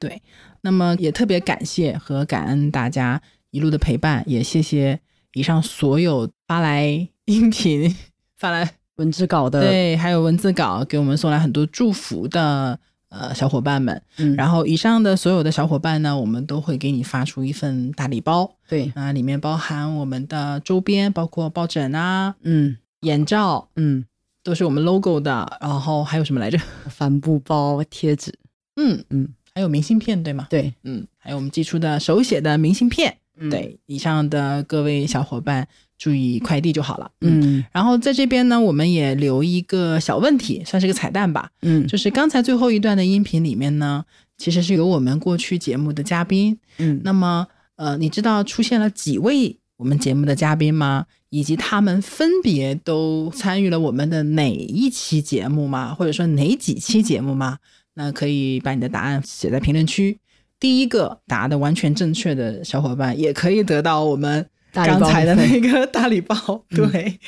Speaker 1: 对，那么也特别感谢和感恩大家一路的陪伴，也谢谢以上所有发来音频、发来
Speaker 2: 文字稿的
Speaker 1: 对，还有文字稿给我们送来很多祝福的呃小伙伴们。
Speaker 2: 嗯
Speaker 1: 然后以上的所有的小伙伴呢，我们都会给你发出一份大礼包。
Speaker 2: 对，
Speaker 1: 啊、里面包含我们的周边，包括抱枕啊，
Speaker 2: 嗯，
Speaker 1: 眼罩，
Speaker 2: 嗯，
Speaker 1: 都是我们 logo 的。然后还有什么来着？
Speaker 2: 帆布包、贴纸，
Speaker 1: 嗯
Speaker 2: 嗯，
Speaker 1: 还有明信片，对吗？
Speaker 2: 对，
Speaker 1: 嗯，还有我们寄出的手写的明信片。
Speaker 2: 嗯
Speaker 1: 对，以上的各位小伙伴注意快递就好了。
Speaker 2: 嗯
Speaker 1: 然后在这边呢，我们也留一个小问题，算是个彩蛋吧。
Speaker 2: 嗯
Speaker 1: 就是刚才最后一段的音频里面呢，其实是有我们过去节目的嘉宾。
Speaker 2: 嗯
Speaker 1: 那么呃，你知道出现了几位我们节目的嘉宾吗？以及他们分别都参与了我们的哪一期节目吗？或者说哪几期节目吗？那可以把你的答案写在评论区。第一个答的完全正确的小伙伴，也可以得到我们
Speaker 2: 大礼包
Speaker 1: 刚才的
Speaker 2: 一份
Speaker 1: 那个大礼包。对，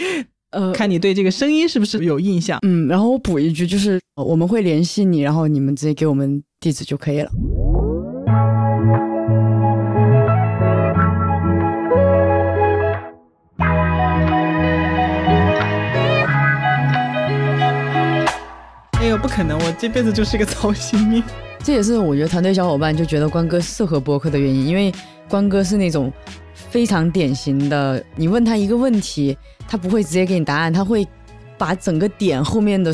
Speaker 2: 呃，
Speaker 1: 看你对这个声音是不是有印象？
Speaker 2: 嗯，然后我补一句，就是呃我们会联系你，然后你们直接给我们地址就可以了。
Speaker 1: 哎呦，不可能，我这辈子就是个操心命。
Speaker 2: 这也是我觉得团队小伙伴就觉得关哥适合播客的原因，因为关哥是那种非常典型的，你问他一个问题，他不会直接给你答案，他会把整个点后面的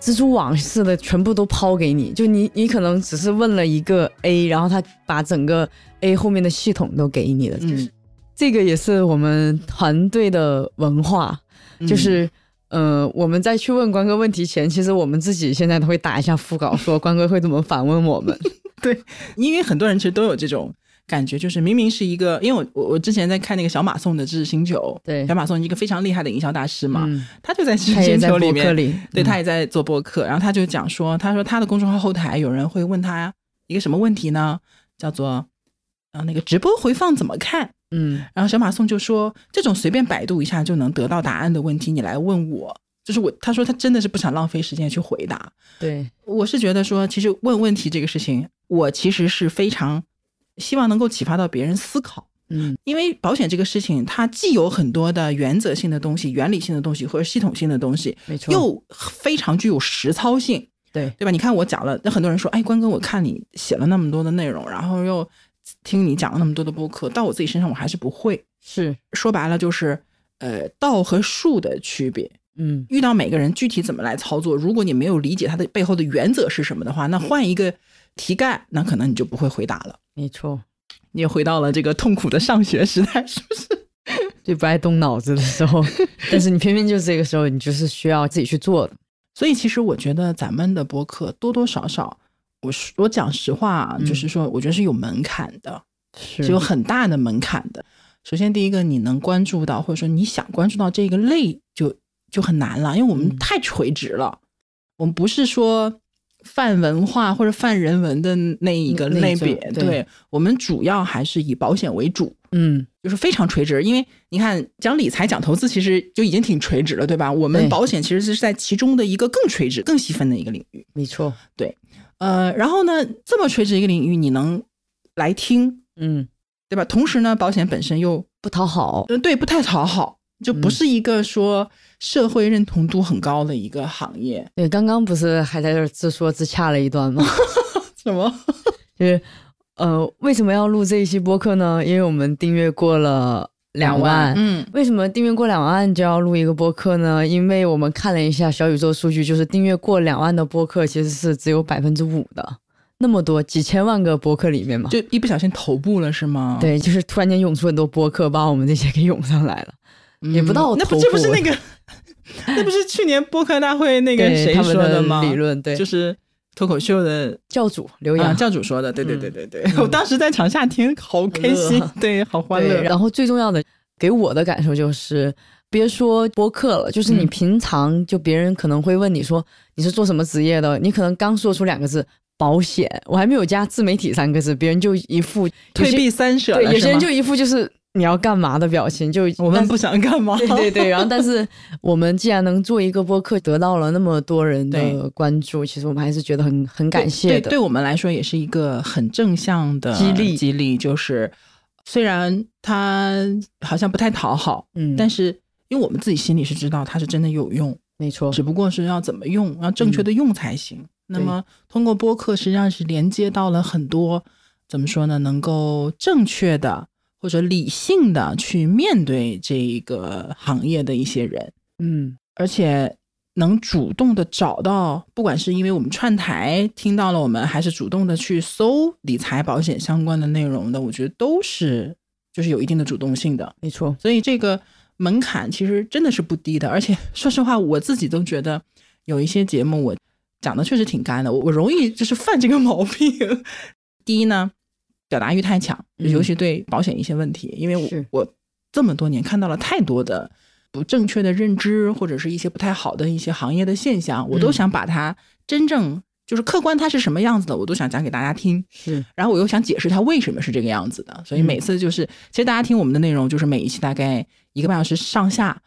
Speaker 2: 蜘蛛网似的全部都抛给你，就你你可能只是问了一个 A，然后他把整个 A 后面的系统都给你了，就是、这个也是我们团队的文化，就是。呃，我们在去问关哥问题前，其实我们自己现在都会打一下副稿，说关哥会怎么反问我们。
Speaker 1: [LAUGHS] 对，因为很多人其实都有这种感觉，就是明明是一个，因为我我我之前在看那个小马送的《知识星球》，
Speaker 2: 对
Speaker 1: 小马送一个非常厉害的营销大师嘛，
Speaker 2: 嗯
Speaker 1: 他就在《知
Speaker 2: 他
Speaker 1: 识
Speaker 2: 也
Speaker 1: 星
Speaker 2: 在
Speaker 1: 球》里
Speaker 2: 播客
Speaker 1: 面，
Speaker 2: 里
Speaker 1: 对
Speaker 2: 嗯
Speaker 1: 他也在做播客，然后他就讲说，他说他的公众号后台有人会问他一个什么问题呢？叫做呃那个直播回放怎么看？
Speaker 2: 嗯，
Speaker 1: 然后小马送就说：“这种随便百度一下就能得到答案的问题，你来问我，就是我。”他说他真的是不想浪费时间去回答。
Speaker 2: 对，
Speaker 1: 我是觉得说，其实问问题这个事情，我其实是非常希望能够启发到别人思考，
Speaker 2: 嗯
Speaker 1: 因为保险这个事情，它既有很多的原则性的东西、原理性的东西或者系统性的东西，
Speaker 2: 没错
Speaker 1: 又非常具有实操性。
Speaker 2: 对
Speaker 1: 对吧？你看我讲了，那很多人说，哎，关哥，我看你写了那么多的内容，然后又听你讲了那么多的播客，到我自己身上我还是不会。
Speaker 2: 是，
Speaker 1: 说白了就是，呃，道和术的区别。
Speaker 2: 嗯
Speaker 1: 遇到每个人具体怎么来操作，如果你没有理解它的背后的原则是什么的话，那换一个题干，那可能你就不会回答了。
Speaker 2: 没错，
Speaker 1: 你也回到了这个痛苦的上学时代，是不
Speaker 2: [LAUGHS]
Speaker 1: 是？
Speaker 2: 最不爱动脑子的
Speaker 1: [LAUGHS]
Speaker 2: 时候，但是你偏偏就是这个时候，你就是需要自己去做的。
Speaker 1: 所以其实我觉得咱们的播客多多少少，我是我讲实话啊，
Speaker 2: 嗯
Speaker 1: 就是说，我觉得是有门槛的，
Speaker 2: 是
Speaker 1: 有很大的门槛的。首先，第一个你能关注到，或者说你想关注到这个类就就很难了，因为我们太垂直了，我们不是说泛文化或者泛人文的那一个
Speaker 2: 那
Speaker 1: 类
Speaker 2: 一种
Speaker 1: 别，
Speaker 2: 对
Speaker 1: 我们主要还是以保险为主。
Speaker 2: 嗯，
Speaker 1: 就是非常垂直，因为你看讲理财、讲投资，其实就已经挺垂直了，对吧？我们
Speaker 2: 对
Speaker 1: 保险其实是在其中的一个更垂直、更细分的一个领域。
Speaker 2: 没错，
Speaker 1: 对，呃，然后呢，这么垂直一个领域，你能来听，
Speaker 2: 嗯，
Speaker 1: 对吧？同时呢，保险本身又
Speaker 2: 不讨好，
Speaker 1: 呃对不太讨好，就不
Speaker 2: 嗯
Speaker 1: 是一个说社会认同度很高的一个行业。
Speaker 2: 对，刚刚不是还在这儿自说自洽了一段吗？
Speaker 1: 什么？
Speaker 2: 就是，呃，为什么要录这一期播客呢？因为我们订阅过了两万，
Speaker 1: 嗯，
Speaker 2: 为什么订阅过两万就要录一个播客呢？因为我们看了一下小宇宙数据，就是订阅过两万的播客其实是只有百分之五的，那么多几千万个播客里面嘛，
Speaker 1: 就一不小心头部了是吗？，
Speaker 2: 对，就是突然间涌出很多播客，把我们这些给涌上来了，也不到
Speaker 1: 嗯那不
Speaker 2: 头
Speaker 1: 这不
Speaker 2: 部
Speaker 1: 是那
Speaker 2: [LAUGHS]
Speaker 1: 个，那不是去年播客大会那个
Speaker 2: 对
Speaker 1: 谁
Speaker 2: 他
Speaker 1: 说
Speaker 2: 们的
Speaker 1: 吗？
Speaker 2: 理论对
Speaker 1: 就是脱口秀的
Speaker 2: 教主刘洋、嗯
Speaker 1: 啊教主说的，对对对对
Speaker 2: [LAUGHS]
Speaker 1: 对，我当时在场下听，好开心 [LAUGHS]
Speaker 2: 很乐，
Speaker 1: 对，好欢
Speaker 2: 对，
Speaker 1: 乐。
Speaker 2: 然后最重要的，给我的感受就是，别说播客了，就是你
Speaker 1: 嗯
Speaker 2: 平常就别人可能会问你说你是做什么职业的，你可能刚说出两个字保险，我还没有加自媒体三个字，别人就一副有
Speaker 1: 退
Speaker 2: 些
Speaker 1: 避三舍
Speaker 2: 对，
Speaker 1: 了
Speaker 2: 有些人
Speaker 1: 是
Speaker 2: 就
Speaker 1: 吗
Speaker 2: 一副就是你要干嘛的表情，就
Speaker 1: 我
Speaker 2: 但
Speaker 1: 们
Speaker 2: 是
Speaker 1: 不想干嘛？
Speaker 2: 对对
Speaker 1: [LAUGHS]
Speaker 2: 对，然后但是我们既然能做一个播客，得到了那么多人的
Speaker 1: 对
Speaker 2: 关注，其实我们还是觉得很很感谢
Speaker 1: 对
Speaker 2: 的。
Speaker 1: 对我们来说也是一个很正向的
Speaker 2: 激励
Speaker 1: 激励就是虽然他好像不太讨好，
Speaker 2: 嗯
Speaker 1: 但是因为我们自己心里是知道他是真的有用，
Speaker 2: 没错，嗯
Speaker 1: 只不过是要怎么用，要正确的用才行。那么通过播客，实际上是连接到了很多怎么说呢，能够正确的或者理性的去面对这一个行业的一些人，
Speaker 2: 嗯，
Speaker 1: 而且能主动的找到，不管是因为我们串台听到了我们，还是主动的去搜理财保险相关的内容的，我觉得都是就是有一定的主动性的，
Speaker 2: 没错。
Speaker 1: 所以这个门槛其实真的是不低的，而且说实话，我自己都觉得有一些节目我讲的确实挺干的，我我容易就是犯这个毛病。 [LAUGHS] 第一呢，表达欲太强，
Speaker 2: 嗯
Speaker 1: 尤其对保险一些问题，因为我我这么多年看到了太多的不正确的认知，或者是一些不太好的一些行业的现象，我都
Speaker 2: 嗯
Speaker 1: 想把它真正就是客观它是什么样子的，我都想讲给大家听。
Speaker 2: 是，
Speaker 1: 然后我又想解释它为什么是这个样子的，所以
Speaker 2: 嗯
Speaker 1: 每次就是，其实大家听我们的内容，就是每一期大概一个半小时上下，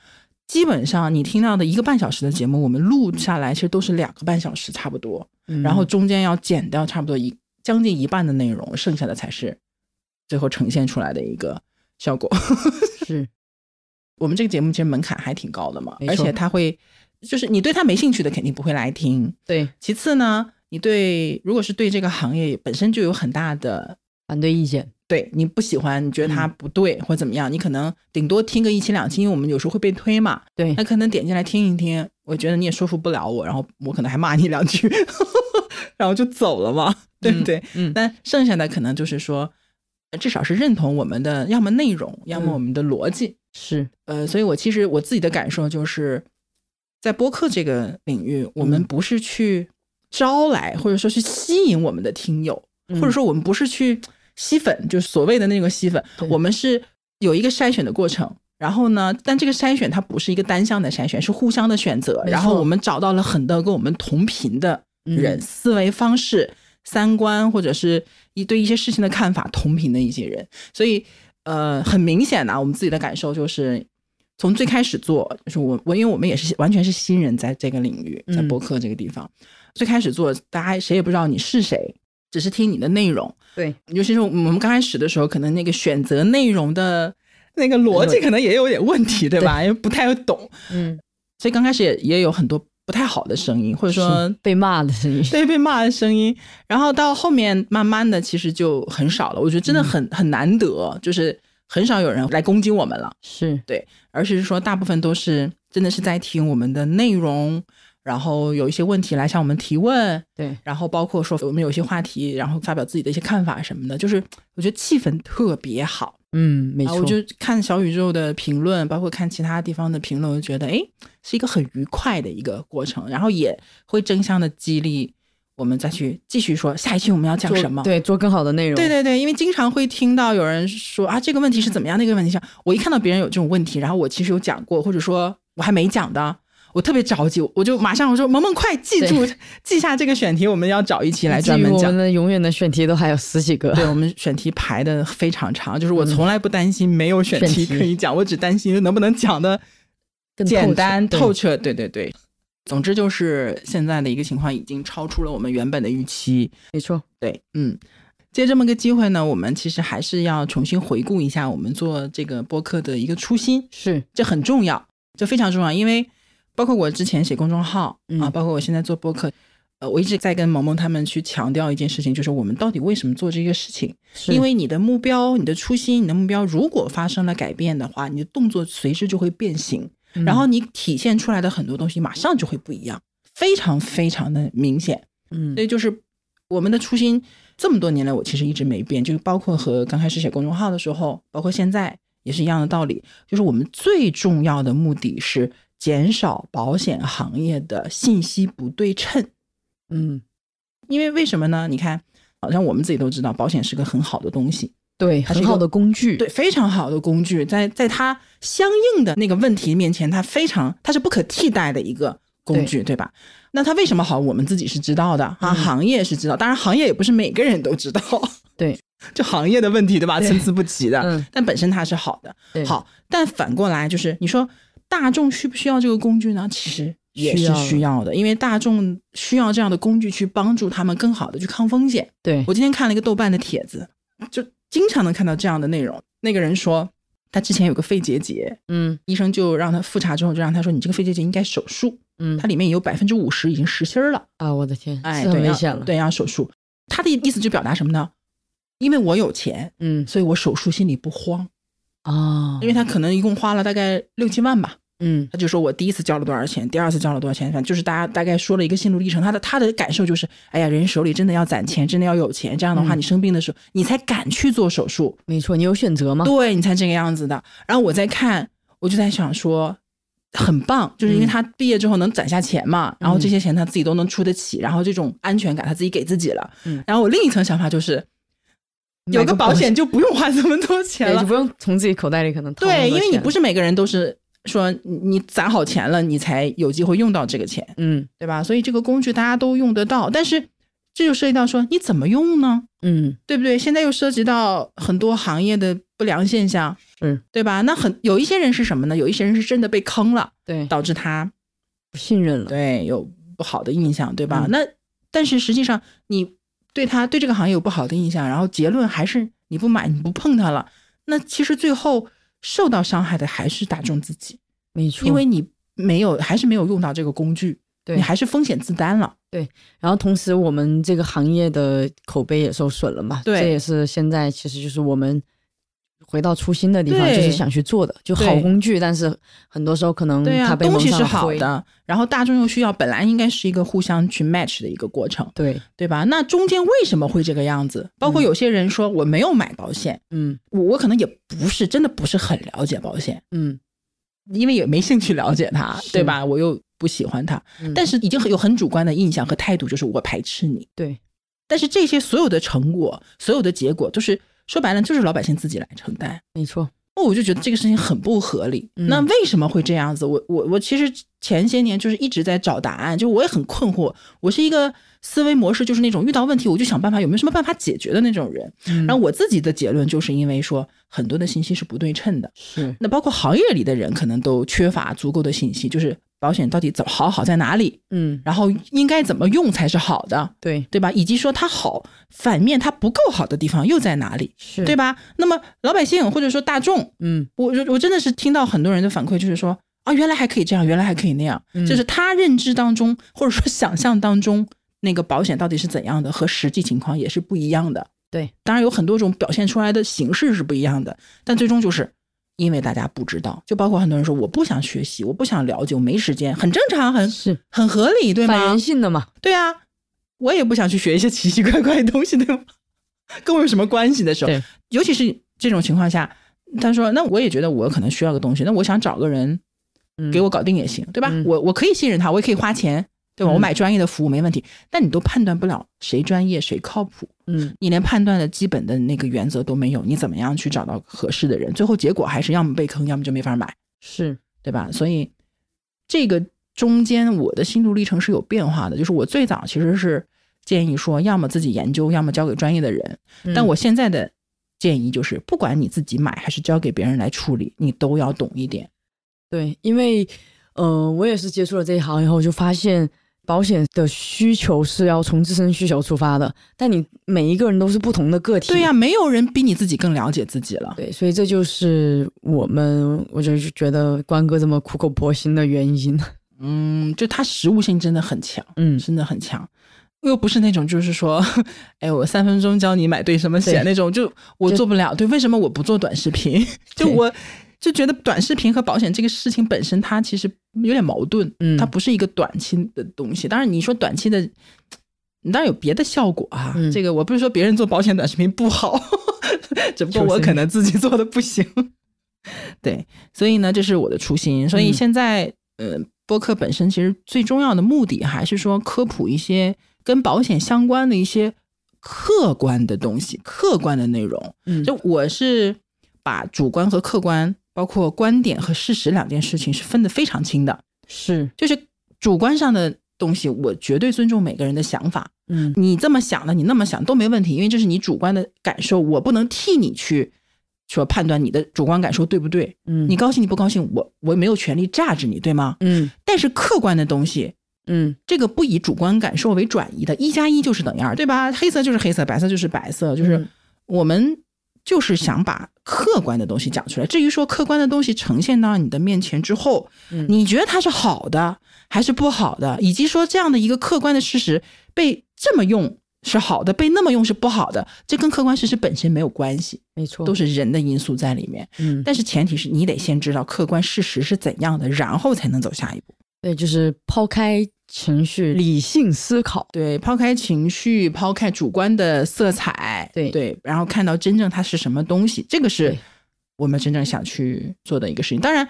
Speaker 1: 基本上你听到的一个半小时的节目，我们录下来其实都是两个半小时差不多，
Speaker 2: 嗯
Speaker 1: 然后中间要剪掉差不多一将近一半的内容，剩下的才是最后呈现出来的一个效果。 [LAUGHS]
Speaker 2: 是
Speaker 1: 我们这个节目其实门槛还挺高的嘛
Speaker 2: 没，错
Speaker 1: 而且它会，就是你对它没兴趣的肯定不会来听。
Speaker 2: 对，
Speaker 1: 其次呢，你对如果是对这个行业本身就有很大的
Speaker 2: 反对意见，嗯
Speaker 1: 对你不喜欢，你觉得它不对、或怎么样，你可能顶多听个一期两期，因为我们有时候会被推嘛。
Speaker 2: 对，
Speaker 1: 那可能点进来听一听，我觉得你也说服不了我，然后我可能还骂你两句，然后就走了嘛， [LAUGHS] 对不对？
Speaker 2: 嗯，
Speaker 1: 那剩下的可能就是说，呃至少是认同我们的，要么内容，要么我们的逻辑。
Speaker 2: 嗯是，
Speaker 1: 呃，所以我其实我自己的感受就是，在播客这个领域，我
Speaker 2: 嗯
Speaker 1: 们不是去招来或者说去吸引我们的听友，
Speaker 2: 嗯
Speaker 1: 或者说我们不是去吸粉，就是所谓的那个吸粉，我们是有一个筛选的过程。然后呢？但这个筛选它不是一个单向的筛选，是互相的选择。
Speaker 2: 没
Speaker 1: 然后
Speaker 2: 错
Speaker 1: 我们找到了很多跟我们同频的人，
Speaker 2: 嗯
Speaker 1: 思维方式、三观，或者是一对一些事情的看法同频的一些人。所以，呃，很明显呐、我们自己的感受就是，从最开始做，就是我我因为我们也是完全是新人，在这个领域，在
Speaker 2: 嗯
Speaker 1: 播客这个地方，最开始做，大家谁也不知道你是谁，只是听你的内容。
Speaker 2: 对，
Speaker 1: 尤其是我们刚开始的时候，可能那个选择内容的那个逻辑可能也有点问题，对吧？因为不太懂，
Speaker 2: 嗯，
Speaker 1: 所以刚开始也也有很多不太好的声音，或者说
Speaker 2: [LAUGHS] 被骂的声音，
Speaker 1: 对，被骂的声音。然后到后面慢慢的，其实就很少了。我觉得真
Speaker 2: 嗯
Speaker 1: 的很、很难得，就是很少有人来攻击我们了。
Speaker 2: 是
Speaker 1: 对，而是说大部分都是真的是在听我们的内容，然后有一些问题来向我们提问，
Speaker 2: 对，
Speaker 1: 然后包括说我们有一些话题，然后发表自己的一些看法什么的，就是我觉得气氛特别好。
Speaker 2: 嗯，没
Speaker 1: 啊
Speaker 2: 错，
Speaker 1: 我就看小宇宙的评论，包括看其他地方的评论，我就觉得哎，是一个很愉快的一个过程，然后也会争相的激励我们再去继续说下一期我们要讲
Speaker 2: 做
Speaker 1: 什么。
Speaker 2: 对，做更好的内容，
Speaker 1: 对对对，因为经常会听到有人说啊，这个问题是怎么样，那个问题是怎么样。我一看到别人有这种问题，然后我其实有讲过，或者说我还没讲的，我特别着急，我就马上我说萌萌快记住
Speaker 2: 对
Speaker 1: 记下这个选题，我们要找一期来
Speaker 2: 以至
Speaker 1: 专
Speaker 2: 于
Speaker 1: 门
Speaker 2: 我
Speaker 1: 讲
Speaker 2: 们。的永远的选题都还有十几个，
Speaker 1: 对我们选题排的非常长，就是我从来不担心没有选题可以讲，我只担心能不能讲的
Speaker 2: 更透彻
Speaker 1: 简单
Speaker 2: 对
Speaker 1: 透彻。对对对，总之就是现在的一个情况已经超出了我们原本的预期。
Speaker 2: 没错，
Speaker 1: 对，嗯。借这么个机会呢，我们其实还是要重新回顾一下我们做这个播客的一个初心，
Speaker 2: 是
Speaker 1: 这很重要，这非常重要，因为包括我之前写公众号、
Speaker 2: 嗯
Speaker 1: 啊，包括我现在做播客，呃，我一直在跟萌萌他们去强调一件事情，就是我们到底为什么做这个事情？
Speaker 2: 是
Speaker 1: 因为你的目标、你的初心、你的目标如果发生了改变的话，你的动作随之就会变形，
Speaker 2: 嗯
Speaker 1: 然后你体现出来的很多东西马上就会不一样，非常非常的明显。
Speaker 2: 嗯
Speaker 1: 所以就是我们的初心，这么多年来我其实一直没变，就是包括和刚开始写公众号的时候，包括现在也是一样的道理，就是我们最重要的目的是减少保险行业的信息不对称。
Speaker 2: 嗯，
Speaker 1: 因为为什么呢？你看，好像我们自己都知道，保险是个很好的东西，
Speaker 2: 对，
Speaker 1: 它是一
Speaker 2: 很
Speaker 1: 个
Speaker 2: 好的工具，
Speaker 1: 对，非常好的工具，在在它相应的那个问题面前，它非常它是不可替代的一个工具，对吧？那它为什么好，我们自己是知道的啊，
Speaker 2: 嗯
Speaker 1: 行业是知道，当然行业也不是每个人都知道，
Speaker 2: 对，
Speaker 1: [LAUGHS] 就行业的问题，对吧？
Speaker 2: 对
Speaker 1: 参差不齐的，
Speaker 2: 嗯
Speaker 1: 但本身它是好
Speaker 2: 对
Speaker 1: 的，好，但反过来就是你说大众需不需要这个工具呢？其实。也
Speaker 2: 需
Speaker 1: 是
Speaker 2: 要
Speaker 1: 需要的，因为大众需要这样的工具去帮助他们更好的去抗风险。
Speaker 2: 对
Speaker 1: 我今天看了一个豆瓣的帖子，就经常能看到这样的内容。那个人说，他之前有个肺结节，
Speaker 2: 嗯，
Speaker 1: 医生就让他复查之后就让他说你这个肺结节应该手术，
Speaker 2: 嗯，
Speaker 1: 它里面有百分之五十已经实心儿了，
Speaker 2: 啊，我的天，
Speaker 1: 哎，
Speaker 2: 是很
Speaker 1: 对，
Speaker 2: 危
Speaker 1: 要
Speaker 2: 险了，
Speaker 1: 对，要手术。他的意思就表达什么呢？因为我有钱，
Speaker 2: 嗯，
Speaker 1: 所以我手术心里不慌，
Speaker 2: 啊，
Speaker 1: 因为他可能一共花了大概六七万吧，
Speaker 2: 嗯，
Speaker 1: 他就说我第一次交了多少钱，第二次交了多少钱，反正就是大家大概说了一个心路历程。他的他的感受就是，哎呀，人手里真的要攒钱，真的要有钱，这样的话
Speaker 2: 嗯
Speaker 1: 你生病的时候你才敢去做手术，
Speaker 2: 没错，你有选择吗？
Speaker 1: 对你才这个样子的。然后我在看，我就在想说，很棒，就是
Speaker 2: 嗯
Speaker 1: 因为他毕业之后能攒下钱嘛，然后这些钱他自己都能出得起，然后这种安全感他自己给自己了。
Speaker 2: 嗯
Speaker 1: 然后我另一层想法就是，有
Speaker 2: 买
Speaker 1: 个
Speaker 2: 个
Speaker 1: 保
Speaker 2: 保
Speaker 1: 险
Speaker 2: 险
Speaker 1: 就不用花这么多钱
Speaker 2: 对，
Speaker 1: 了
Speaker 2: 就，不用从自己口袋里可能掏那么
Speaker 1: 对，
Speaker 2: 多
Speaker 1: 因为你
Speaker 2: 钱
Speaker 1: 不是每个人都是说你你攒好钱了，你才有机会用到这个钱，
Speaker 2: 嗯，
Speaker 1: 对吧？所以这个工具大家都用得到，但是这就涉及到说你怎么用呢？
Speaker 2: 嗯，
Speaker 1: 对不对？现在又涉及到很多行业的不良现象，
Speaker 2: 是
Speaker 1: 对吧？那很有一些人是什么呢？有一些人是真的被坑了，
Speaker 2: 对，
Speaker 1: 导致他
Speaker 2: 不信任了，
Speaker 1: 对有不好的印象，对吧？
Speaker 2: 嗯
Speaker 1: 那但是实际上你对他对这个行业有不好的印象，然后结论还是你不买你不碰它了，那其实最后受到伤害的还是大众自己，
Speaker 2: 没错，
Speaker 1: 因为你没有还是没有用到这个工具，
Speaker 2: 对
Speaker 1: 你还是风险自担了。
Speaker 2: 对，然后同时我们这个行业的口碑也受损了嘛，
Speaker 1: 对
Speaker 2: 这也是现在其实就是我们回到初心的地方，就是
Speaker 1: 对
Speaker 2: 想去做的，就好
Speaker 1: 对
Speaker 2: 工具，但是很多时候可能
Speaker 1: 对啊，
Speaker 2: 它被
Speaker 1: 东
Speaker 2: 蒙
Speaker 1: 西
Speaker 2: 上
Speaker 1: 是
Speaker 2: 了
Speaker 1: 好
Speaker 2: 灰，
Speaker 1: 的，然后大众又需要，本来应该是一个互相去 match 的一个过程，
Speaker 2: 对
Speaker 1: 对吧？那中间为什么会这个样子？包括有些人说我没有买保险，
Speaker 2: 嗯
Speaker 1: 我我可能也不是真的不是很了解保险，
Speaker 2: 嗯，
Speaker 1: 因为也没兴趣了解它，
Speaker 2: 是
Speaker 1: 对吧？我又不喜欢它，
Speaker 2: 嗯
Speaker 1: 但是已经很有很主观的印象和态度，就是我排斥你。
Speaker 2: 对，
Speaker 1: 但是这些所有的成果、所有的结果，就是说白了，就是老百姓自己来承担。
Speaker 2: 没错，嗯
Speaker 1: 那我就觉得这个事情很不合理。那为什么会这样子？我我我其实前些年就是一直在找答案，就我也很困惑。我是一个思维模式就是那种遇到问题我就想办法，有没有什么办法解决的那种人。
Speaker 2: 嗯
Speaker 1: 然后我自己的结论就是因为说很多的信息是不对称的，
Speaker 2: 是
Speaker 1: 那包括行业里的人可能都缺乏足够的信息，就是保险到底怎么好好在哪里，
Speaker 2: 嗯
Speaker 1: 然后应该怎么用才是好的。
Speaker 2: 对
Speaker 1: 对吧？以及说它好，反面它不够好的地方又在哪里，
Speaker 2: 是
Speaker 1: 对吧？那么老百姓或者说大众，
Speaker 2: 嗯
Speaker 1: 我我真的是听到很多人的反馈，就是说啊，原来还可以这样，原来还可以那样，
Speaker 2: 嗯
Speaker 1: 就是他认知当中或者说想象当中那个保险到底是怎样的，和实际情况也是不一样的。
Speaker 2: 对，
Speaker 1: 当然有很多种表现出来的形式是不一样的，但最终就是因为大家不知道，就包括很多人说我不想学习，我不想了解，我没时间，很正常，很
Speaker 2: 是
Speaker 1: 很合理，对
Speaker 2: 反
Speaker 1: 吗
Speaker 2: 人？性的嘛，
Speaker 1: 对啊，我也不想去学一些奇奇怪怪的东西，对吗？ [LAUGHS] 跟我有什么关系的时候
Speaker 2: 对，
Speaker 1: 尤其是这种情况下，他说：“那我也觉得我可能需要个东西，那我想找个人
Speaker 2: 嗯
Speaker 1: 给我搞定也行，对吧？
Speaker 2: 嗯
Speaker 1: 我我可以信任他，我也可以花钱，对吧？
Speaker 2: 嗯
Speaker 1: 我买专业的服务没问题。但你都判断不了谁专业谁靠谱，
Speaker 2: 嗯
Speaker 1: 你连判断的基本的那个原则都没有，你怎么样去找到合适的人？最后结果还是要么被坑，要么就没法买。”
Speaker 2: 是
Speaker 1: 对吧？所以这个中间我的心路历程是有变化的，就是我最早其实是建议说，要么自己研究，要么交给专业的人。但
Speaker 2: 嗯
Speaker 1: 我现在的建议就是，不管你自己买还是交给别人来处理，你都要懂一点。
Speaker 2: 对，因为呃，我也是接触了这一行以后，就发现保险的需求是要从自身需求出发的，但你每一个人都是不同的个体，
Speaker 1: 对呀、没有人比你自己更了解自己了。
Speaker 2: 对，所以这就是我们，我就是觉得关哥这么苦口婆心的原因。 [LAUGHS]
Speaker 1: 嗯，就他实务性真的很强，
Speaker 2: 嗯
Speaker 1: 真的很强。又不是那种，就是说，哎，我三分钟教你买对什么
Speaker 2: 对
Speaker 1: 险那种，就我
Speaker 2: 就
Speaker 1: 做不了。对，为什么我不做短视频？ [LAUGHS] 就
Speaker 2: 对
Speaker 1: 我就觉得短视频和保险这个事情本身，它其实有点矛盾。
Speaker 2: 嗯
Speaker 1: 它不是一个短期的东西。当然，你说短期的，你当然有别的效果啊。
Speaker 2: 嗯
Speaker 1: 这个我不是说别人做保险短视频不好， [LAUGHS] 只不过
Speaker 2: 求
Speaker 1: 我
Speaker 2: 生
Speaker 1: 可能自己做的不行。 [LAUGHS] 对，所以呢，这是我的初心。所以
Speaker 2: 嗯
Speaker 1: 现在，呃，播客本身其实最重要的目的还是说科普一些跟保险相关的一些客观的东西、客观的内容。
Speaker 2: 嗯
Speaker 1: 就我是把主观和客观，包括观点和事实两件事情是分得非常清的。
Speaker 2: 是，
Speaker 1: 就是主观上的东西，我绝对尊重每个人的想法。
Speaker 2: 嗯
Speaker 1: 你这么想的，你那么想都没问题，因为这是你主观的感受，我不能替你去说判断你的主观感受对不对。
Speaker 2: 嗯
Speaker 1: 你高兴你不高兴，我我没有权利榨制你，对吗？
Speaker 2: 嗯
Speaker 1: 但是客观的东西，
Speaker 2: 嗯，
Speaker 1: 这个不以主观感受为转移的，一加一就是等于二，对吧？黑色就是黑色，白色就是白色，就是
Speaker 2: 嗯
Speaker 1: 我们就是想把客观的东西讲出来。至于说客观的东西呈现到你的面前之后，
Speaker 2: 嗯
Speaker 1: 你觉得它是好的还是不好的，以及说这样的一个客观的事实被这么用是好的，被那么用是不好的，这跟客观事实本身没有关系，
Speaker 2: 没错，
Speaker 1: 都是人的因素在里面。
Speaker 2: 嗯
Speaker 1: 但是前提是你得先知道客观事实是怎样的，然后才能走下一步。
Speaker 2: 对，就是抛开情绪，理性思考，
Speaker 1: 对，抛开情绪，抛开主观的色彩，
Speaker 2: 对
Speaker 1: 对，然后看到真正它是什么东西，这个是我们真正想去做的一个事情。当然，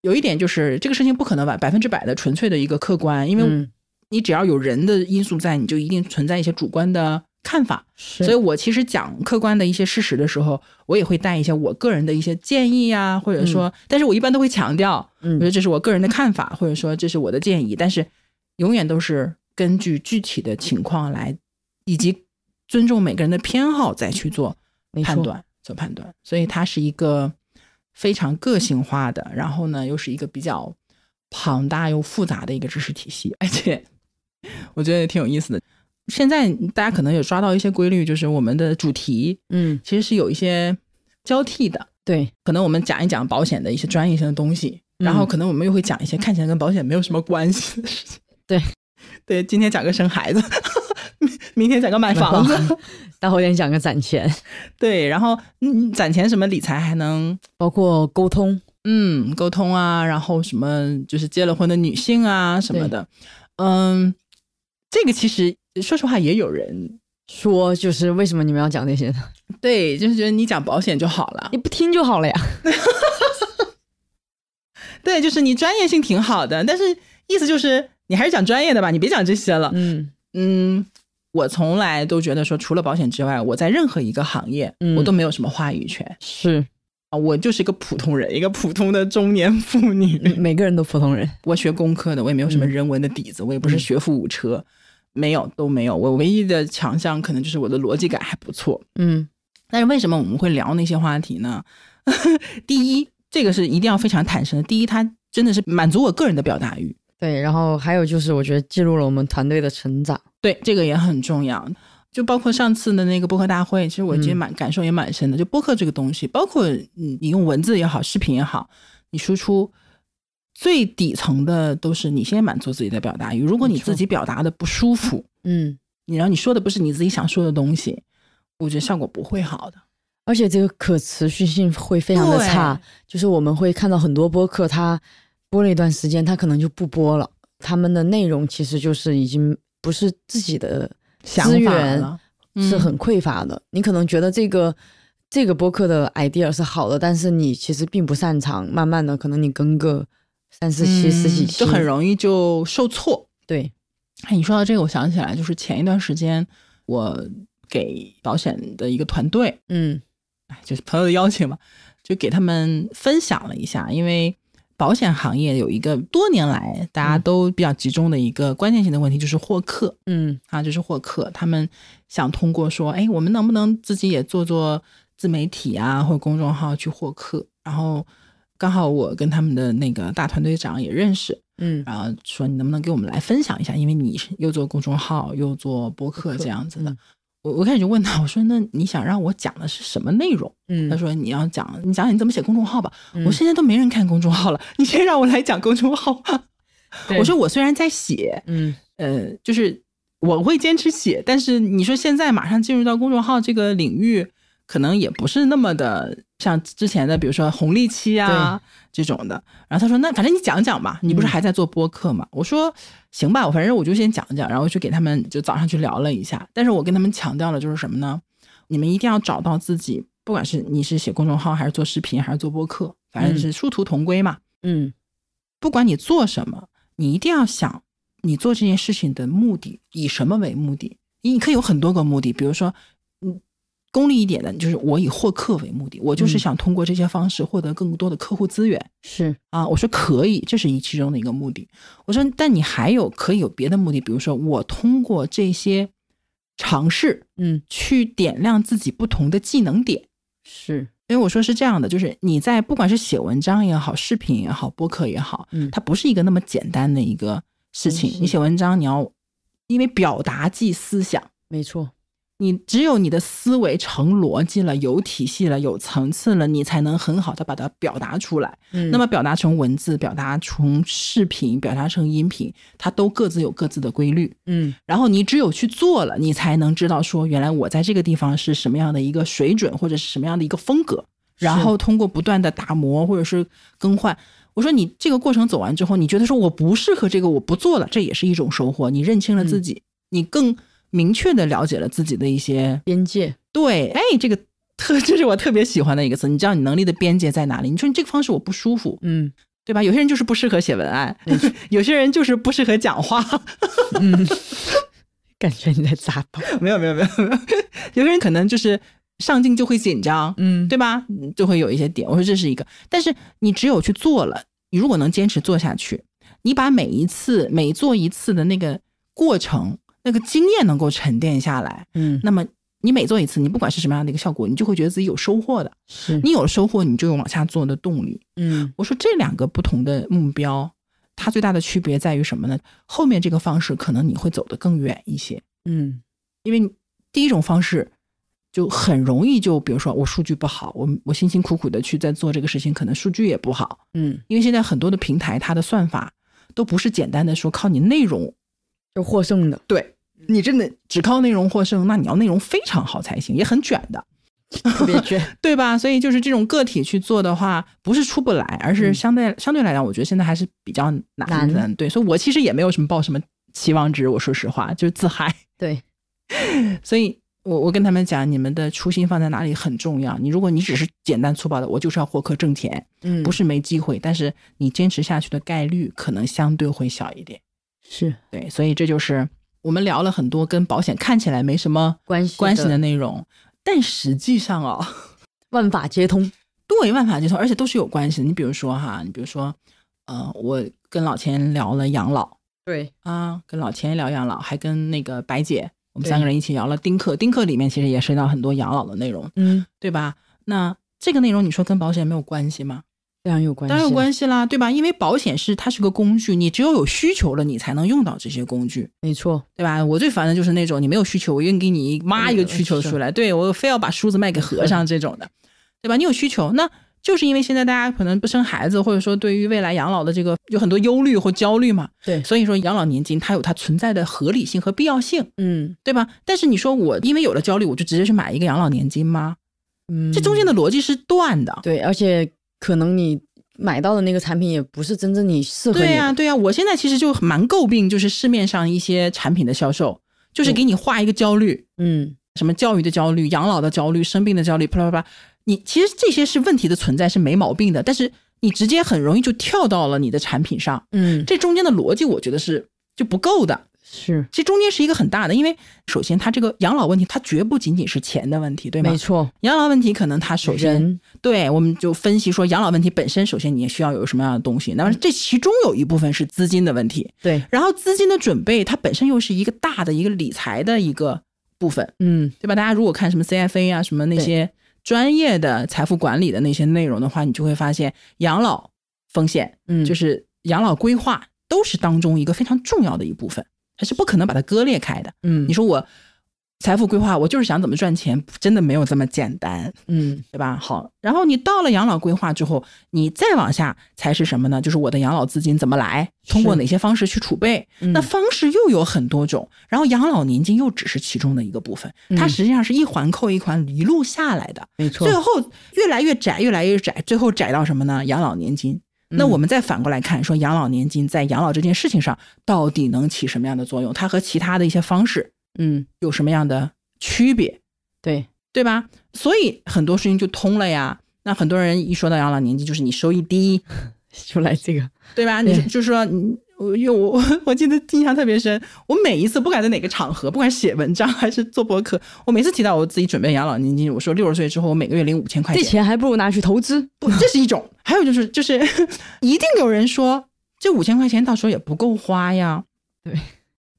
Speaker 1: 有一点就是这个事情不可能百百分之百的纯粹的一个客观，因为
Speaker 2: 嗯
Speaker 1: 你只要有人的因素在，你就一定存在一些主观的看法。
Speaker 2: 是
Speaker 1: 所以我其实讲客观的一些事实的时候，我也会带一些我个人的一些建议呀、或者说，
Speaker 2: 嗯
Speaker 1: 但是我一般都会强调，
Speaker 2: 嗯
Speaker 1: 我觉得这是我个人的看法，或者说这是我的建议，但是永远都是根据具体的情况来，以及尊重每个人的偏好再去做
Speaker 2: 嗯没错
Speaker 1: 判断、做判断。所以它是一个非常个性化的，然后呢又是一个比较庞大又复杂的一个知识体系， [LAUGHS] 而且我觉得也挺有意思的。现在大家可能有抓到一些规律，就是我们的主题，
Speaker 2: 嗯，
Speaker 1: 其实是有一些交替的。
Speaker 2: 对，
Speaker 1: 可能我们讲一讲保险的一些专业性的东西，然后
Speaker 2: 嗯
Speaker 1: 可能我们又会讲一些看起来跟保险没有什么关系的事情。
Speaker 2: 对，
Speaker 1: [LAUGHS] 对，今天讲个生孩子，明明天讲个买房子，
Speaker 2: [LAUGHS] 大后天讲个攒钱，
Speaker 1: [LAUGHS] 对，然后嗯，攒钱什么理财还能
Speaker 2: [LAUGHS] 包括沟通，
Speaker 1: 嗯，沟通啊，然后什么就是结了婚的女性啊什么的，嗯，这个其实说实话也有人
Speaker 2: 说，就是为什么你们要讲这些呢？
Speaker 1: [LAUGHS] 对，就是觉得你讲保险就好了，
Speaker 2: 你不听就好了呀。
Speaker 1: [LAUGHS] 对，就是你专业性挺好的，但是意思就是你还是讲专业的吧，你别讲这些了。
Speaker 2: 嗯
Speaker 1: 嗯，我从来都觉得说，除了保险之外，我在任何一个行业，
Speaker 2: 嗯
Speaker 1: 我都没有什么话语权
Speaker 2: 是，
Speaker 1: 啊，我就是一个普通人，一个普通的中年妇女。
Speaker 2: 嗯每个人都普通人。嗯
Speaker 1: 我学工科的，我也没有什么人文的底子，我也不是学富五车，没有都没有。我唯一的强项可能就是我的逻辑感还不错，
Speaker 2: 嗯，
Speaker 1: 但是为什么我们会聊那些话题呢？ [LAUGHS] 第一，这个是一定要非常坦诚的。第一，它真的是满足我个人的表达欲，
Speaker 2: 对，然后还有就是，我觉得记录了我们团队的成长。
Speaker 1: 对这个也很重要。就包括上次的那个播客大会，其实我觉得
Speaker 2: 嗯
Speaker 1: 蛮、感受也蛮深的。就播客这个东西，包括你你用文字也好，视频也好，你输出最底层的都是你先满足自己的表达欲。如果你自己表达的不舒服，
Speaker 2: 嗯，
Speaker 1: 你然后你说的不是你自己想说的东西，我觉得效果不会好的。
Speaker 2: 而且这个可持续性会非常的差，就是我们会看到很多播客，它播了一段时间，它可能就不播了。他们的内容其实就是已经不是自己的
Speaker 1: 想法
Speaker 2: 资源
Speaker 1: 了嗯
Speaker 2: 是很匮乏的。你可能觉得这个这个播客的 idea 是好的，但是你其实并不擅长。慢慢的，可能你跟个三四期、十几
Speaker 1: 嗯
Speaker 2: 期
Speaker 1: 就很容易就受挫。
Speaker 2: 对，
Speaker 1: 哎，你说到这个，我想起来，就是前一段时间我给保险的一个团队，
Speaker 2: 嗯，
Speaker 1: 哎，就是朋友的邀请嘛，就给他们分享了一下，因为保险行业有一个多年来大家都比较集中的一个关键性的问题，就是获客。
Speaker 2: 嗯，
Speaker 1: 啊，就是获客，他们想通过说，哎，我们能不能自己也做做自媒体啊，或者公众号去获客？然后刚好我跟他们的那个大团队长也认识，
Speaker 2: 嗯
Speaker 1: 然后说你能不能给我们来分享一下？因为你是又做公众号又做播客这样
Speaker 2: 嗯
Speaker 1: 子的。我我开始就问他，我说那你想让我讲的是什么内容？
Speaker 2: 嗯
Speaker 1: 他说你要讲，你讲讲你怎么写公众号吧。我
Speaker 2: 嗯
Speaker 1: 说现在都没人看公众号了，你先让我来讲公众号吧。
Speaker 2: 对
Speaker 1: 我说我虽然在写，
Speaker 2: 嗯，
Speaker 1: 呃，就是我会坚持写，但是你说现在马上进入到公众号这个领域，可能也不是那么的像之前的，比如说红利期啊这种的。然后他说：“那反正你讲讲吧，你不是还在做播客嘛？”我说：“行吧，我反正我就先讲讲。”然后就给他们就早上去聊了一下，但是我跟他们强调了就是什么呢？你们一定要找到自己，不管是你是写公众号还是做视频还是做播客，反正
Speaker 2: 嗯
Speaker 1: 是殊途同归嘛。
Speaker 2: 嗯，
Speaker 1: 不管你做什么，你一定要想你做这件事情的目的，以什么为目的？你可以有很多个目的，比如说，嗯，功利一点的，就是我以获客为目的，我就是
Speaker 2: 嗯
Speaker 1: 想通过这些方式获得更多的客户资源。
Speaker 2: 是，
Speaker 1: 啊，我说可以，这是一其中的一个目的。我说，但你还有可以有别的目的，比如说我通过这些尝试，
Speaker 2: 嗯，
Speaker 1: 去点亮自己不同的技能点。
Speaker 2: 是，
Speaker 1: 因为我说是这样的，就是你在不管是写文章也好，视频也好，播客也好，
Speaker 2: 嗯
Speaker 1: 它不是一个那么简单的一个事情。
Speaker 2: 是
Speaker 1: 你写文章，你要因为表达即思想，
Speaker 2: 没错，
Speaker 1: 你只有你的思维成逻辑了，有体系了，有层次了，你才能很好的把它表达出来。
Speaker 2: 嗯
Speaker 1: 那么表达成文字，表达成视频，表达成音频，它都各自有各自的规律。
Speaker 2: 嗯
Speaker 1: 然后你只有去做了，你才能知道说，原来我在这个地方是什么样的一个水准，或者是什么样的一个风格。然后通过不断的打磨或者是更换，我说你这个过程走完之后，你觉得说我不适合这个，我不做了，这也是一种收获。你认清了自
Speaker 2: 嗯
Speaker 1: 己，你更明确的了解了自己的一些
Speaker 2: 边界。
Speaker 1: 对，哎，这个特 [LAUGHS] 这是我特别喜欢的一个词，你知道你能力的边界在哪里？你说你这个方式我不舒服，
Speaker 2: 嗯，
Speaker 1: [LAUGHS] 对吧？有些人就是不适合写文案， [LAUGHS] 有些人就是不适合讲话， [LAUGHS]
Speaker 2: 嗯，感觉你在砸刀。
Speaker 1: 没有没有没有没有，有些人可能就是上镜就会紧张，
Speaker 2: 嗯，
Speaker 1: 对吧？嗯就会有一些点。我说这是一个，但是你只有去做了，你如果能坚持做下去，你把每一次每做一次的那个过程、那个经验能够沉淀下来，
Speaker 2: 嗯，
Speaker 1: 那么你每做一次，你不管是什么样的一个效果，你就会觉得自己有收获的。
Speaker 2: 是
Speaker 1: 你有收获，你就有往下做的动力。
Speaker 2: 嗯
Speaker 1: 我说这两个不同的目标，它最大的区别在于什么呢？后面这个方式可能你会走得更远一些，
Speaker 2: 嗯
Speaker 1: 因为你第一种方式就很容易就，比如说我数据不好，我我辛辛苦苦的去在做这个事情，可能数据也不好，
Speaker 2: 嗯，
Speaker 1: 因为现在很多的平台它的算法都不是简单的说靠你内容
Speaker 2: 就获胜的，嗯
Speaker 1: 对你真的只靠内容获胜，那你要内容非常好才嗯行，也很卷的。[LAUGHS]
Speaker 2: 特别卷，
Speaker 1: 对吧？所以就是这种个体去做的话，不是出不来，而是相对、相对来讲，我觉得现在还是比较难的。
Speaker 2: 嗯难
Speaker 1: 对，所以我其实也没有什么抱什么期望值，我说实话，就是自嗨。 [LAUGHS]
Speaker 2: 对，
Speaker 1: 所以我我跟他们讲，你们的初心放在哪里很重要。你如果你只是简单粗暴的，我就是要获客挣钱，
Speaker 2: 嗯
Speaker 1: 不是没机会，但是你坚持下去的概率可能相对会小一点。
Speaker 2: 是
Speaker 1: 对，所以这就是我们聊了很多跟保险看起来没什么
Speaker 2: 关系
Speaker 1: 关系
Speaker 2: 的
Speaker 1: 的内容，但实际上哦，
Speaker 2: [LAUGHS] 万法皆通。
Speaker 1: [LAUGHS] 对，万法皆通，而且都是有关系的。你比如说哈，你比如说，呃，我跟老钱聊了养老
Speaker 2: 对，
Speaker 1: 啊，跟老钱聊养老，还跟那个白姐，我们
Speaker 2: 对
Speaker 1: 三个人一起聊了丁克。丁克里面其实也涉及到很多养老的内容，
Speaker 2: 嗯，
Speaker 1: 对吧？那这个内容你说跟保险没有关系吗？
Speaker 2: 当然有关系，
Speaker 1: 当然有关
Speaker 2: 系，
Speaker 1: 系啦，对吧？因为保险是它是个工具，你只有有需求了，你才能用到这些工具。
Speaker 2: 没错，哎
Speaker 1: 对吧？我最烦的就是那种你没有需求，我硬给你妈一个需求出来，对我非要把梳子卖给和尚这种的，对吧？你有需求，那就是因为现在大家可能不生孩子，或者说对于未来养老的这个有很多忧虑或焦虑嘛，
Speaker 2: 对，
Speaker 1: 所以说养老年金它有它存在的合理性和必要性，
Speaker 2: 嗯
Speaker 1: 对吧？但是你说我因为有了焦虑，我就直接去买一个养老年金吗？
Speaker 2: 嗯，
Speaker 1: 这中间的逻辑是断的。
Speaker 2: 对，而且可能你买到的那个产品也不是真正你适合你的，
Speaker 1: 对呀、啊对呀、我现在其实就蛮诟病，就是市面上一些产品的销售，就是给你画一个焦虑。
Speaker 2: 嗯，
Speaker 1: 什么教育的焦虑、养老的焦虑、生病的焦虑，啪啦啪啦啪啦。你其实这些是问题的存在，是没毛病的，但是你直接很容易就跳到了你的产品上，
Speaker 2: 嗯，
Speaker 1: 这中间的逻辑我觉得是就不够的。
Speaker 2: 是
Speaker 1: 这中间是一个很大的，因为首先它这个养老问题，它绝不仅仅是钱的问题，对吗？
Speaker 2: 没。错，
Speaker 1: 养老问题可能它首先
Speaker 2: 人
Speaker 1: 对，我们就分析说养老问题本身，首先你也需要有什么样的东西，那么这其中有一部分是资金的问题，
Speaker 2: 嗯对，
Speaker 1: 然后资金的准备它本身又是一个大的一个理财的一个部分，
Speaker 2: 嗯，
Speaker 1: 对吧？大家如果看什么 CFA 啊，什么那些专业的财富管理的那些内容的话，你就会发现养老风险，
Speaker 2: 嗯
Speaker 1: 就是养老规划都是当中一个非常重要的一部分，它是不可能把它割裂开的。
Speaker 2: 嗯，
Speaker 1: 你，说我财富规划，我就是想怎么赚钱，真的没有这么简单，
Speaker 2: 嗯，
Speaker 1: 对吧？好，然后你到了养老规划之后，你再往下才是什么呢？就是我的养老资金怎么来，通过
Speaker 2: 是
Speaker 1: 哪些方式去储备？
Speaker 2: 嗯
Speaker 1: 那方式又有很多种，然后养老年金又只是其中的一个部分，它
Speaker 2: 嗯
Speaker 1: 实际上是一环扣一环一路下来的，
Speaker 2: 没错
Speaker 1: 最，后越来越窄，越来越窄，最后窄到什么呢？养老年金。那
Speaker 2: 嗯
Speaker 1: 我们再反过来看，说养老年金在养老这件事情上到底能起什么样的作用？它和其他的一些方式
Speaker 2: 嗯，
Speaker 1: 有什么样的区别？
Speaker 2: 对，
Speaker 1: 对吧？所以很多事情就通了呀。那很多人一说到养老年金，就是你收益
Speaker 2: [LAUGHS]
Speaker 1: 低，
Speaker 2: 就来这个，
Speaker 1: 对吧？你
Speaker 2: 对
Speaker 1: 就就说你。我因为我 [LAUGHS] 我我记得印象特别深，我每一次不管在哪个场合，不管写文章还是做博客，我每次提到我自己准备养老年金，我说六十岁之后我每个月领五千块
Speaker 2: 这
Speaker 1: 钱，
Speaker 2: 钱还不如拿去投资，
Speaker 1: 不，这是一种。还有就是就是， [LAUGHS] 一定有人说这五千块钱到时候也不够花呀。
Speaker 2: 对，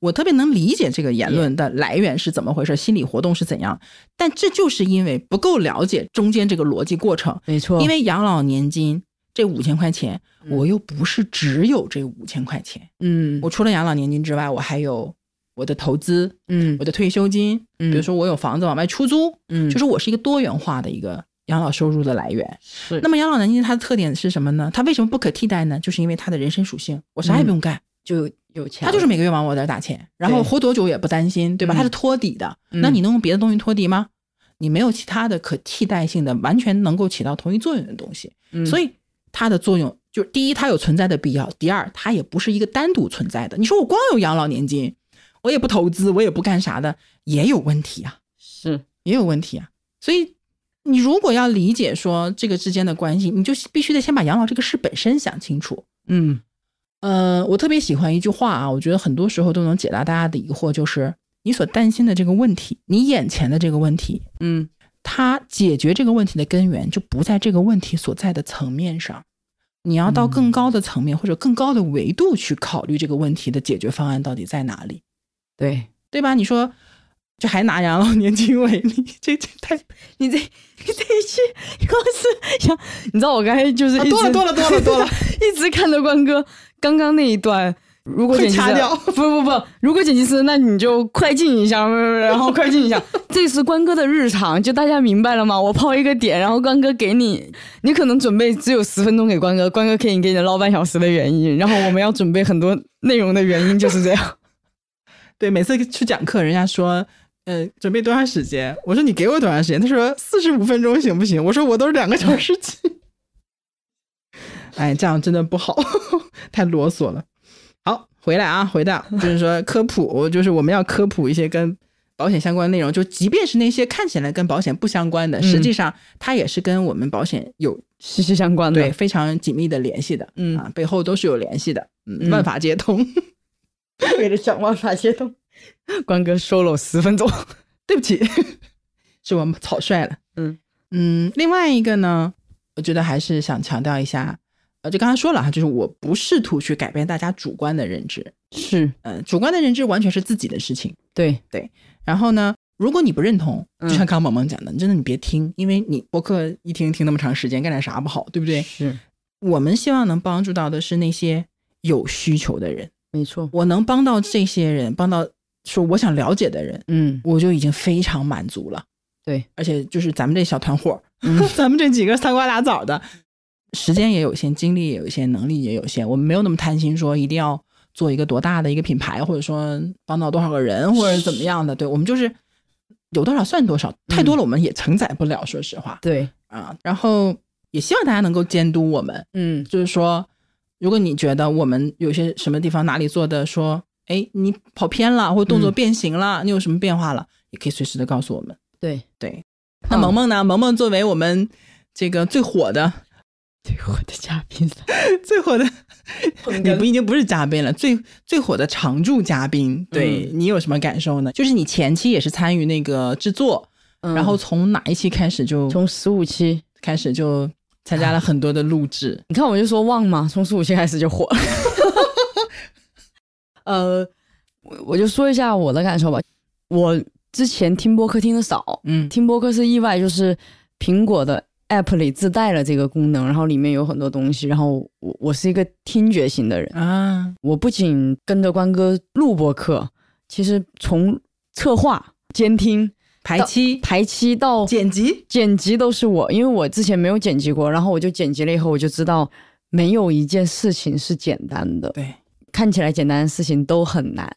Speaker 1: 我特别能理解这个言论的来源是怎么回事，心理活动是怎样，但这就是因为不够了解中间这个逻辑过程，
Speaker 2: 没错，
Speaker 1: 因为养老年金这五千块钱，
Speaker 2: 嗯
Speaker 1: 我又不是只有这五千块钱，
Speaker 2: 嗯，
Speaker 1: 我除了养老年金之外，我还有我的投资，
Speaker 2: 嗯，
Speaker 1: 我的退休金，
Speaker 2: 嗯
Speaker 1: 比如说我有房子往外出租，
Speaker 2: 嗯
Speaker 1: 就是我是一个多元化的一个养老收入的来源。
Speaker 2: 是
Speaker 1: 那么养老年金它的特点是什么呢？它为什么不可替代呢？就是因为它的人生属性，我啥
Speaker 2: 嗯
Speaker 1: 也不用干，
Speaker 2: 就有钱
Speaker 1: 他就是每个月往我这儿打钱，然后活多久也不担心，对吧？
Speaker 2: 嗯
Speaker 1: 它是托底的，
Speaker 2: 嗯
Speaker 1: 那你能用别的东西托底吗？你没有其他的可替代性的，完全能够起到同一作用的东西，
Speaker 2: 嗯
Speaker 1: 所以它的作用就是第一，它有存在的必要；第二，它也不是一个单独存在的。你说我光有养老年金，我也不投资，我也不干啥的，也有问题啊，
Speaker 2: 是
Speaker 1: 也有问题啊。所以你如果要理解说这个之间的关系，你就必须得先把养老这个事本身想清楚。
Speaker 2: 嗯
Speaker 1: 呃，我特别喜欢一句话啊，我觉得很多时候都能解答大家的疑惑，就是你所担心的这个问题，你眼前的这个问题，
Speaker 2: 嗯，
Speaker 1: 它解决这个问题的根源就不在这个问题所在的层面上，你要到更高的层
Speaker 2: 嗯
Speaker 1: 面、或者更高的维度去考虑这个问题的解决方案到底在哪里，
Speaker 2: 对
Speaker 1: 对吧？你说，就还拿养老 [LAUGHS] 年金为例，这这太
Speaker 2: 你这你这一期 [LAUGHS] 又是想，你知道我刚才就是
Speaker 1: 啊
Speaker 2: 一直、
Speaker 1: 多了多了多了多了
Speaker 2: [LAUGHS] 一直看着关哥刚刚那一段。如果
Speaker 1: 会
Speaker 2: 剪辑师
Speaker 1: 掐掉
Speaker 2: [LAUGHS] 不不不，如果剪辑师，那你就快进一下， [LAUGHS] 然后快进一下。这是关哥的日常，就大家明白了吗？我抛一个点，然后关哥给你，你可能准备只有十分钟给关哥，关哥可以给你唠半小时的原因，然后我们要准备很多内容的原因就是这样。 [LAUGHS]
Speaker 1: 对，每次去讲课，人家说，呃，准备多长时间？我说你给我多长时间？他说四十五分钟行不行？我说我都是两个小时起。 [LAUGHS] 哎，这样真的不好， [LAUGHS] 太啰嗦了。好，回来啊，回到就是说科普，就是我们要科普一些跟保险相关的内容，就即便是那些看起来跟保险不相关的，实际
Speaker 2: 嗯
Speaker 1: 上它也是跟我们保险有
Speaker 2: 息息相关的
Speaker 1: 对非常紧密的联系的，
Speaker 2: 嗯
Speaker 1: 啊，背后都是有联系的，嗯，
Speaker 2: 嗯
Speaker 1: 万法皆通。
Speaker 2: [LAUGHS] 为了想办法接通，关哥 solo 十分钟，
Speaker 1: [LAUGHS] 对不起，是我们草率了。
Speaker 2: 嗯
Speaker 1: 嗯，另外一个呢，我觉得还是想强调一下，呃，就刚才说了哈，就是我不试图去改变大家主观的认知，
Speaker 2: 是，
Speaker 1: 嗯、主观的认知完全是自己的事情。
Speaker 2: 对
Speaker 1: 对，然后呢，如果你不认同，就
Speaker 2: 嗯
Speaker 1: 像刚刚萌萌讲的，你真的你别听，因为你播客一听听那么长时间，干点啥不好，对不对？
Speaker 2: 是，
Speaker 1: 我们希望能帮助到的是那些有需求的人，
Speaker 2: 没错，
Speaker 1: 我能帮到这些人，帮到说我想了解的人，
Speaker 2: 嗯，
Speaker 1: 我就已经非常满足了。
Speaker 2: 对，嗯
Speaker 1: 而且就是咱们这小团伙儿， [LAUGHS] 咱们这几个三瓜俩枣的，时间也有限，精力也有限，能力也有限，我们没有那么贪心，说一定要做一个多大的一个品牌，或者说帮到多少个人，或者怎么样的。对我们就是有多少算多少，太多了我们也承载不了，说实话。
Speaker 2: 嗯对
Speaker 1: 啊，然后也希望大家能够监督我们，
Speaker 2: 嗯，
Speaker 1: 就是说，如果你觉得我们有些什么地方哪里做的说，哎，你跑偏了，或者动作
Speaker 2: 嗯
Speaker 1: 变形了，你有什么变化了，也可以随时的告诉我们。
Speaker 2: 对
Speaker 1: 对，那萌萌呢？萌萌作为我们这个最火的、
Speaker 2: 最火的嘉宾，
Speaker 1: [LAUGHS] 最火的，
Speaker 2: 捧
Speaker 1: 你
Speaker 2: 哏
Speaker 1: 不已经不是嘉宾了，最最火的常驻嘉宾，对、
Speaker 2: 嗯
Speaker 1: 你有什么感受呢？就是你前期也是参与那个制作，
Speaker 2: 嗯
Speaker 1: 然后从哪一期开始就
Speaker 2: 从十五期
Speaker 1: 开始就参加了很多的录制。
Speaker 2: 你看我就说忘嘛，从十五期开始就火 [LAUGHS] 了。呃，我我就说一下我的感受吧。我之前听播客听的少，
Speaker 1: 嗯，
Speaker 2: 听播客是意外，就是苹果的 App 里自带了这个功能，然后里面有很多东西。然后我我是一个听觉型的人
Speaker 1: 啊，
Speaker 2: 嗯我不仅跟着关哥录播客，其实从策划、监听、
Speaker 1: 排期、
Speaker 2: 排期到
Speaker 1: 剪辑、
Speaker 2: 剪辑都是我，因为我之前没有剪辑过，然后我就剪辑了以后，我就知道没有一件事情是简单的。
Speaker 1: 对，
Speaker 2: 看起来简单的事情都很难。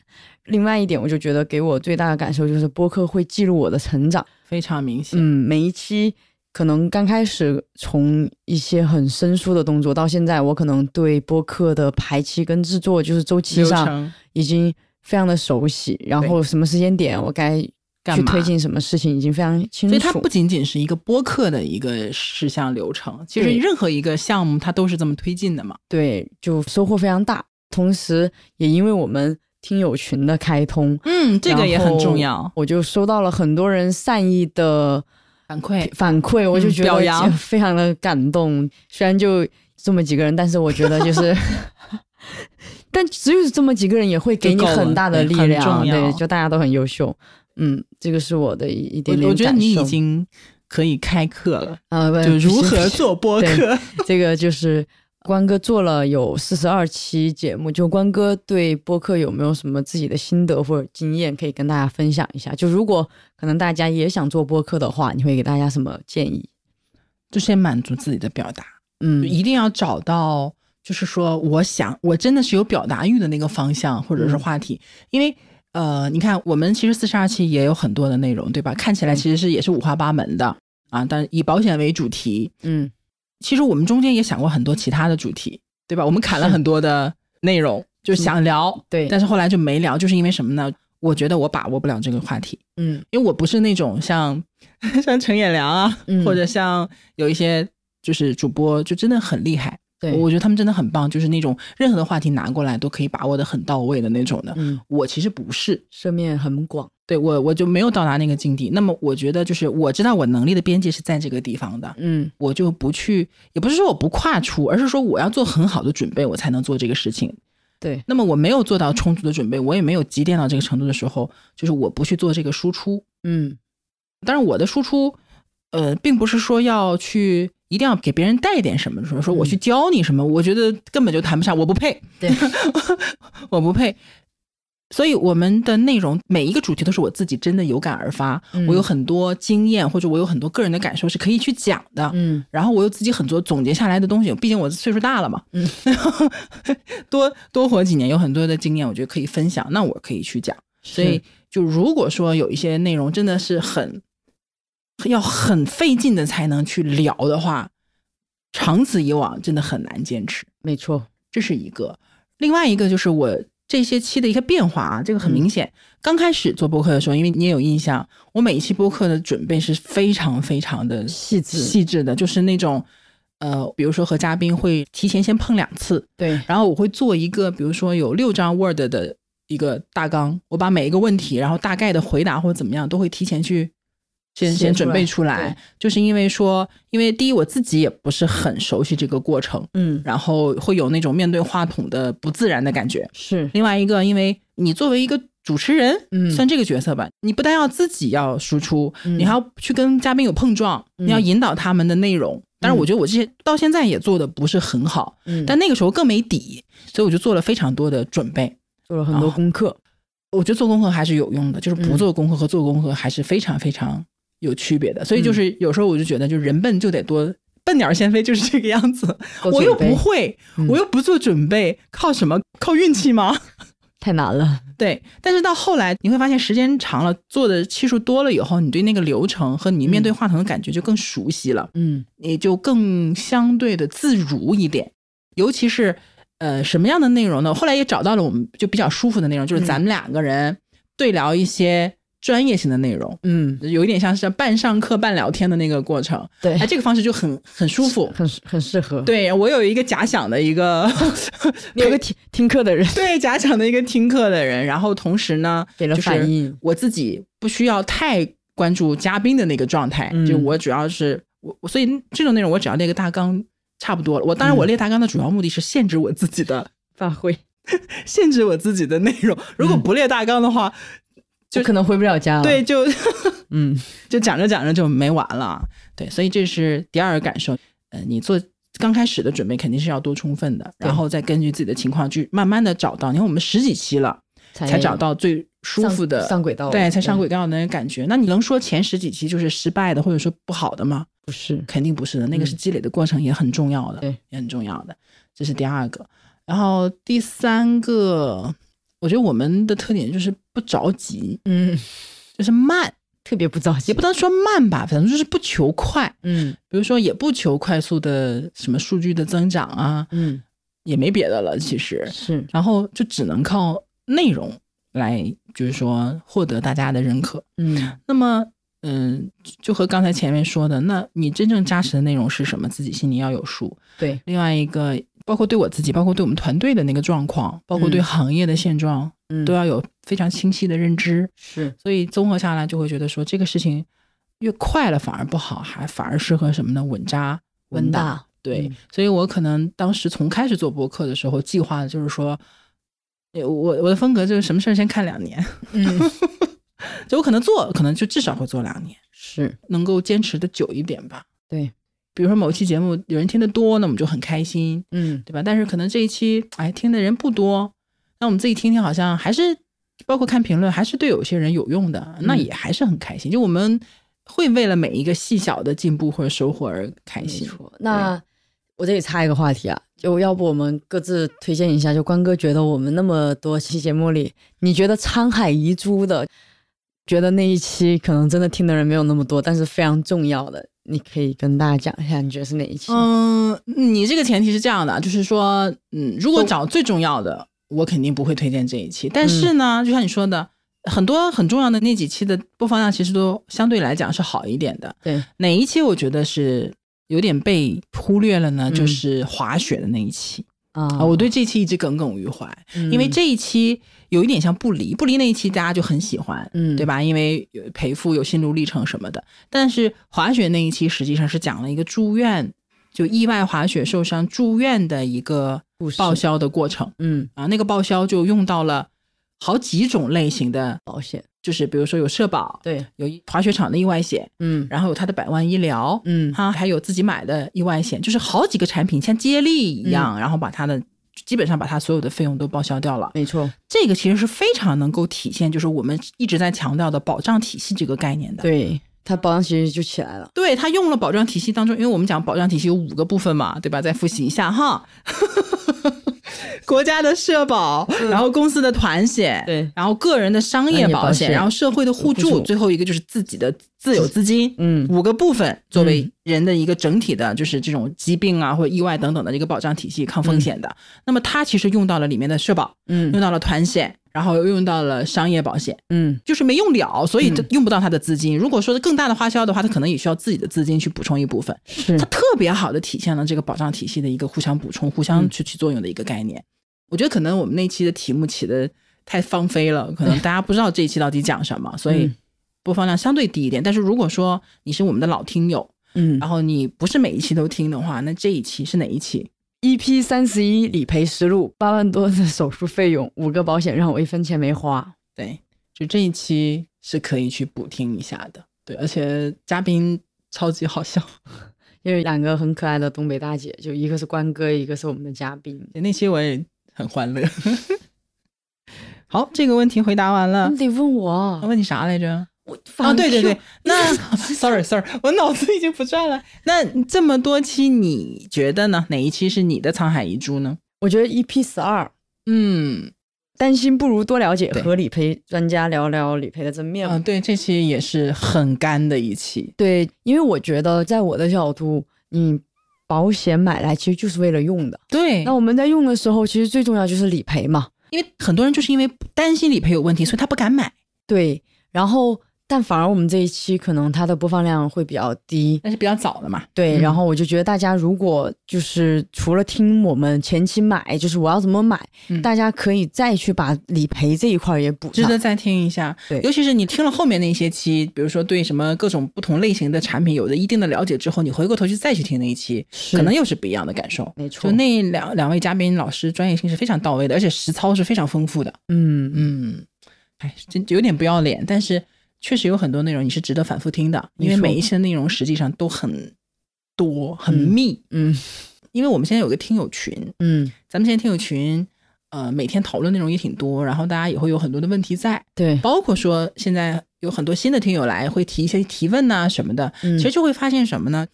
Speaker 2: 另外一点，我就觉得给我最大的感受就是播客会记录我的成长，
Speaker 1: 非常明显。
Speaker 2: 嗯，每一期可能刚开始从一些很生疏的动作，到现在我可能对播客的排期跟制作就是周期
Speaker 1: 流
Speaker 2: 上
Speaker 1: 程
Speaker 2: 已经非常的熟悉，然后什么时间点我该
Speaker 1: 干
Speaker 2: 去
Speaker 1: 嘛
Speaker 2: 推进什么事情已经非常清
Speaker 1: 所
Speaker 2: 楚。
Speaker 1: 以它不仅仅是一个播客的一个事项流程，其实
Speaker 2: 对
Speaker 1: 任何一个项目它都是这么推进的嘛。
Speaker 2: 对，就收获非常大。同时，也因为我们听友群的开通，
Speaker 1: 嗯这个也很重要。
Speaker 2: 我就收到了很多人善意的
Speaker 1: 反馈，
Speaker 2: 反馈，我就
Speaker 1: 嗯
Speaker 2: 觉得
Speaker 1: 表扬
Speaker 2: 非常的感动。虽然就这么几个人，但是我觉得
Speaker 1: [LAUGHS]
Speaker 2: 就是，但只有这么几个人也会给你
Speaker 1: 就够了
Speaker 2: 很大的
Speaker 1: 对
Speaker 2: 力
Speaker 1: 很
Speaker 2: 量，
Speaker 1: 重要
Speaker 2: 对，就大家都很优秀。嗯，这个是我的一一点点
Speaker 1: 我我觉得
Speaker 2: 感
Speaker 1: 你已
Speaker 2: 受
Speaker 1: 经可以开课了，
Speaker 2: 啊，不
Speaker 1: 就如
Speaker 2: 不行
Speaker 1: 何做播
Speaker 2: 对
Speaker 1: 客
Speaker 2: 这个就是关哥做了有四十二期节目，就关哥对播客有没有什么自己的心得或者经验可以跟大家分享一下？就如果可能大家也想做播客的话，你会给大家什么建议？
Speaker 1: 就先满足自己的表达，
Speaker 2: 嗯，
Speaker 1: 一定要找到，就是说，我想我真的是有表达欲的那个方向或
Speaker 2: 嗯
Speaker 1: 者是话题，因为呃，你看我们其实四十二期也有很多的内容，对吧？看起来
Speaker 2: 嗯
Speaker 1: 其实是也是五花八门的啊，但以保险为主题，
Speaker 2: 嗯，
Speaker 1: 其实我们中间也想过很多其他的主题，对吧？我们砍了很多的内容，就想聊，
Speaker 2: 嗯对，
Speaker 1: 但是后来就没聊，就是因为什么呢？我觉得我把握不了这个话题，
Speaker 2: 嗯，
Speaker 1: 因为我不是那种像 [LAUGHS] 像陈也良啊，
Speaker 2: 嗯
Speaker 1: 或者像有一些就是主播就真的很厉害，
Speaker 2: 对
Speaker 1: 我觉得他们真的很棒，就是那种任何的话题拿过来都可以把握的很到位的那种的。
Speaker 2: 嗯，
Speaker 1: 我其实不是，
Speaker 2: 涉面很广，
Speaker 1: 对我我就没有到达那个境地。那么我觉得就是我知道我能力的边界是在这个地方的，
Speaker 2: 嗯，
Speaker 1: 我就不去，也不是说我不跨出，而是说我要做很好的准备，我才能做这个事情。
Speaker 2: 对，
Speaker 1: 那么我没有做到充足的准备，我也没有积淀到这个程度的时候，就是我不去做这个输出。
Speaker 2: 嗯，
Speaker 1: 但是我的输出，呃，并不是说要去一定要给别人带一点什么，说说我去教你什么，我觉得根本就谈不上，我不配，
Speaker 2: 嗯对，
Speaker 1: [LAUGHS] 我不配。所以我们的内容每一个主题都是我自己真的有感而发，
Speaker 2: 嗯
Speaker 1: 我有很多经验或者我有很多个人的感受是可以去讲的，
Speaker 2: 嗯，
Speaker 1: 然后我有自己很多总结下来的东西，毕竟我岁数大了嘛，
Speaker 2: 嗯，
Speaker 1: [LAUGHS] 多多活几年有很多的经验，我觉得可以分享，那我可以去讲。所以就如果说有一些内容真的是很要很费劲的才能去聊的话，长此以往真的很难坚持。
Speaker 2: 没错，
Speaker 1: 这是一个。另外一个就是我这些期的一个变化啊，这
Speaker 2: 嗯
Speaker 1: 个很明显。刚开始做播客的时候，因为你也有印象，我每一期播客的准备是非常非常的
Speaker 2: 细致
Speaker 1: 细致的，就是那种。呃，比如说和嘉宾会提前先碰两次，
Speaker 2: 对，
Speaker 1: 然后我会做一个，比如说有六张 Word 的一个大纲，我把每一个问题，然后大概的回答或者怎么样，都会提前去先
Speaker 2: 写
Speaker 1: 先
Speaker 2: 出
Speaker 1: 准备
Speaker 2: 来
Speaker 1: 出来，就是因为说，因为第一我自己也不是很熟悉这个过程，
Speaker 2: 嗯，
Speaker 1: 然后会有那种面对话筒的不自然的感觉。
Speaker 2: 是
Speaker 1: 另外一个，因为你作为一个主持人，
Speaker 2: 嗯
Speaker 1: 算这个角色吧，你不但要自己要输出，
Speaker 2: 嗯
Speaker 1: 你还要去跟嘉宾有碰撞，
Speaker 2: 嗯
Speaker 1: 你要引导他们的内容。但是我觉得我这些到现在也做的不是很好，
Speaker 2: 嗯
Speaker 1: 但那个时候更没底，所以我就做了非常多的准备，啊
Speaker 2: 做了很多功课。
Speaker 1: 我觉得做功课还是有用的，就是不
Speaker 2: 嗯
Speaker 1: 做功课和做功课还是非常非常有区别的。所以
Speaker 2: 嗯
Speaker 1: 就是有时候我就觉得，就是人笨就得多笨鸟先飞，就是这个样子。
Speaker 2: 多
Speaker 1: 我又
Speaker 2: 准备
Speaker 1: 不会，
Speaker 2: 嗯
Speaker 1: 我又不做准备，靠什么？靠运气吗？ [LAUGHS]
Speaker 2: 太难了，
Speaker 1: 对，但是到后来你会发现，时间长了，做的期数多了以后，你对那个流程和你面对话筒的感觉就更熟悉了，
Speaker 2: 嗯，
Speaker 1: 你就更相对的自如一点。尤其是呃，什么样的内容呢？后来也找到了我们就比较舒服的内
Speaker 2: 嗯
Speaker 1: 容，就是咱们两个人对聊一些专业性的内容，
Speaker 2: 嗯，
Speaker 1: 有一点像是半上课半聊天的那个过程。
Speaker 2: 对
Speaker 1: 哎，这个方式就很很舒服。
Speaker 2: 很很适合。，
Speaker 1: 对我有一个假想的一个
Speaker 2: [LAUGHS] 你有个听听课的人，
Speaker 1: [LAUGHS] 对假想的一个听课的人，然后同时呢，
Speaker 2: 给了
Speaker 1: 就是
Speaker 2: 反应
Speaker 1: 我自己不需要太关注嘉宾的那个状态，
Speaker 2: 嗯
Speaker 1: 就我主要是我，我所以这种内容我只要列个大纲差不多了。我当然我列大纲的主要目的是限制我自己的，
Speaker 2: 嗯发挥，
Speaker 1: 限制我自己的内容。如果不列大纲的话，
Speaker 2: 就可能回不了家了。
Speaker 1: 对，，就
Speaker 2: 嗯，
Speaker 1: [LAUGHS] 就讲着讲着就没完了。对，所以这是第二个感受。呃，你做刚开始的准备肯定是要多充分的，
Speaker 2: 对
Speaker 1: 然后再根据自己的情况去慢慢的找到。你看我们十几期了，
Speaker 2: 才
Speaker 1: 才找到最舒服的
Speaker 2: 上上轨道了嗯
Speaker 1: 对，才上
Speaker 2: 对
Speaker 1: 轨道的那个感觉。那你能说前十几期就是失败的或者说不好的吗？
Speaker 2: 不是，
Speaker 1: 肯定不是的，那个是
Speaker 2: 嗯
Speaker 1: 积累的过程也很重要的，
Speaker 2: 对，
Speaker 1: 也很重要的。这是第二个，然后第三个，我觉得我们的特点就是不着急，
Speaker 2: 嗯，
Speaker 1: 就是慢，
Speaker 2: 特别不着急，
Speaker 1: 也不能说慢吧，反正就是不求快。
Speaker 2: 嗯
Speaker 1: 比如说，也不求快速的什么数据的增长啊，
Speaker 2: 嗯，
Speaker 1: 也没别的了，其实
Speaker 2: 是
Speaker 1: 然后就只能靠内容来，就是说获得大家的认可。
Speaker 2: 嗯
Speaker 1: 那么，嗯，就和刚才前面说的，那你真正扎实的内容是什么，自己心里要有数。
Speaker 2: 对，
Speaker 1: 另外一个，包括对我自己，包括对我们团队的那个状况，包括对
Speaker 2: 嗯
Speaker 1: 行业的现状，
Speaker 2: 嗯
Speaker 1: 都要有非常清晰的认知。
Speaker 2: 是
Speaker 1: 所以综合下来，就会觉得说这个事情越快了反而不好，还反而适合什么呢？稳扎
Speaker 2: 文
Speaker 1: 打。
Speaker 2: 大，
Speaker 1: 对
Speaker 2: 嗯，
Speaker 1: 所以我可能当时从开始做博客的时候，计划的就是说，呃我我的风格就是什么事儿先看两年， [LAUGHS]
Speaker 2: 嗯
Speaker 1: 就我可能做，可能就至少会做两年，
Speaker 2: 是
Speaker 1: 能够坚持的久一点吧。
Speaker 2: 对，
Speaker 1: 比如说某一期节目有人听得多，那我们就很开心，
Speaker 2: 嗯，
Speaker 1: 对吧？但是可能这一期哎听的人不多，那我们自己听听，好像还是包括看评论，还是对有些人有用的，那也还是很开心。就我们会为了每一个细小的进步或者收获而开心。
Speaker 2: 那我这里插一个话题啊，就要不我们各自推荐一下？就关哥觉得我们那么多期节目里，你觉得沧海遗珠的，觉得那一期可能真的听的人没有那么多，但是非常重要的，你可以跟大家讲一下，你觉得是哪一期？
Speaker 1: 嗯，你这个前提是这样的，就是说，嗯，如果找最重要的，我肯定不会推荐这一
Speaker 2: 嗯
Speaker 1: 期。但是呢，就像你说的，很多很重要的那几期的播放量其实都相对来讲是好一点的。
Speaker 2: 对，
Speaker 1: 哪一期我觉得是有点被忽略了呢？
Speaker 2: 嗯
Speaker 1: 就是滑雪的那一期。
Speaker 2: 啊、
Speaker 1: 我对这期一直耿耿于怀，
Speaker 2: 嗯
Speaker 1: 因为这一期有一点像不离，不离那一期大家就很喜欢，
Speaker 2: 嗯
Speaker 1: 对吧？因为有赔付有心路历程什么的。但是滑雪那一期实际上是讲了一个住院，就意外滑雪受伤住院的一个报销的过程，
Speaker 2: 嗯
Speaker 1: 啊，那个报销就用到了好几种类型的
Speaker 2: 保险，
Speaker 1: 就是比如说有社保，
Speaker 2: 对，
Speaker 1: 有滑雪场的意外险，
Speaker 2: 嗯
Speaker 1: 然后有他的百万医疗，
Speaker 2: 嗯，
Speaker 1: 他还有自己买的意外险，就是好几个产品像接力一样，
Speaker 2: 嗯
Speaker 1: 然后把他的基本上把他所有的费用都报销掉了。
Speaker 2: 没错，
Speaker 1: 这个其实是非常能够体现，就是我们一直在强调的保障体系这个概念的。
Speaker 2: 对，它保障其实就起来了。
Speaker 1: 对他用了保障体系当中，因为我们讲保障体系有五个部分嘛，对吧？再复习一下哈。 [LAUGHS] 国家的社保，然后公司的团险，
Speaker 2: 嗯对，
Speaker 1: 然后个人的商业
Speaker 2: 商业
Speaker 1: 保
Speaker 2: 保险
Speaker 1: 然后社会的互助，
Speaker 2: 互助
Speaker 1: 最后一个就是自己的自有资金，嗯，五个部分作为人的一个整体的，就是这种疾病啊或者意外等等的一个保障体系，抗风险的。那么它其实用到了里面的社保，
Speaker 2: 嗯
Speaker 1: 用到了团险，然后又用到了商业保险，
Speaker 2: 嗯，
Speaker 1: 就是没用了，所以就用不到他的资金。如果说是更大的花销的话，他可能也需要自己的资金去补充一部分。
Speaker 2: 是，
Speaker 1: 它特别好的体现了这个保障体系的一个互相补充、互相去起作用的一个概念。我觉得可能我们那期的题目起的太放飞了，可能大家不知道这一期到底讲什么，所以
Speaker 2: 哎嗯
Speaker 1: 播放量相对低一点。但是如果说你是我们的老听友，
Speaker 2: 嗯
Speaker 1: 然后你不是每一期都听的话，那这一期是哪一期？
Speaker 2: EP ，E 三十一理赔实录，八万多的手术费用，五个保险让我一分钱没花。
Speaker 1: 对，就这一期是可以去补听一下的。对，而且嘉宾超级好笑。
Speaker 2: [LAUGHS] 因为两个很可爱的东北大姐，就一个是关哥，一个是我们的嘉宾。
Speaker 1: 那期我也很欢乐。 [LAUGHS] 好，这个问题回答完了。
Speaker 2: 你得问我，
Speaker 1: 问你啥来着？
Speaker 2: 我
Speaker 1: 啊，对对
Speaker 2: [LAUGHS]
Speaker 1: 对，那 sorry sorry，我脑子已经不转了。那这么多期，你觉得呢？哪一期是你的沧海遗珠呢？
Speaker 2: 我觉得 EP 十二，
Speaker 1: 嗯，
Speaker 2: 担心不如多了解，和理赔专家聊聊理赔的真面目。
Speaker 1: 啊，对，这期也是很干的一期。
Speaker 2: 对，因为我觉得在我的角度，你保险买来其实就是为了用的。
Speaker 1: 对，
Speaker 2: 那我们在用的时候，其实最重要就是理赔嘛。
Speaker 1: 因为很多人就是因为担心理赔有问题，所以他不敢买。
Speaker 2: 对，然后但反而我们这一期可能它的播放量会比较低，
Speaker 1: 那是比较早的嘛。
Speaker 2: 对，
Speaker 1: 嗯
Speaker 2: 然后我就觉得大家如果就是除了听我们前期买，就是我要怎么买，大家可以再去把理赔这一块儿也补
Speaker 1: 嗯值
Speaker 2: 上。
Speaker 1: 得再听一下。
Speaker 2: 对
Speaker 1: 尤其是你听了后面那些期，比如说对什么各种不同类型的产品有了一定的了解之后，你回过头去再去听那一期，可能又是不一样的感受。
Speaker 2: 没错
Speaker 1: 就那两两位嘉宾老师专业性是非常到位的，而且实操是非常丰富的。
Speaker 2: 嗯
Speaker 1: 嗯，哎，真有点不要脸，但是确实有很多内容你是值得反复听的，因为
Speaker 2: 没错
Speaker 1: 每一期的内容实际上都很多、很密。
Speaker 2: 嗯，
Speaker 1: 因为我们现在有个听友群，
Speaker 2: 嗯，
Speaker 1: 咱们现在听友群，呃，每天讨论内容也挺多，然后大家也会有很多的问题在，
Speaker 2: 对
Speaker 1: 包括说现在有很多新的听友来会提一些提问呐、什么的，
Speaker 2: 嗯
Speaker 1: 其实就会发现什么呢？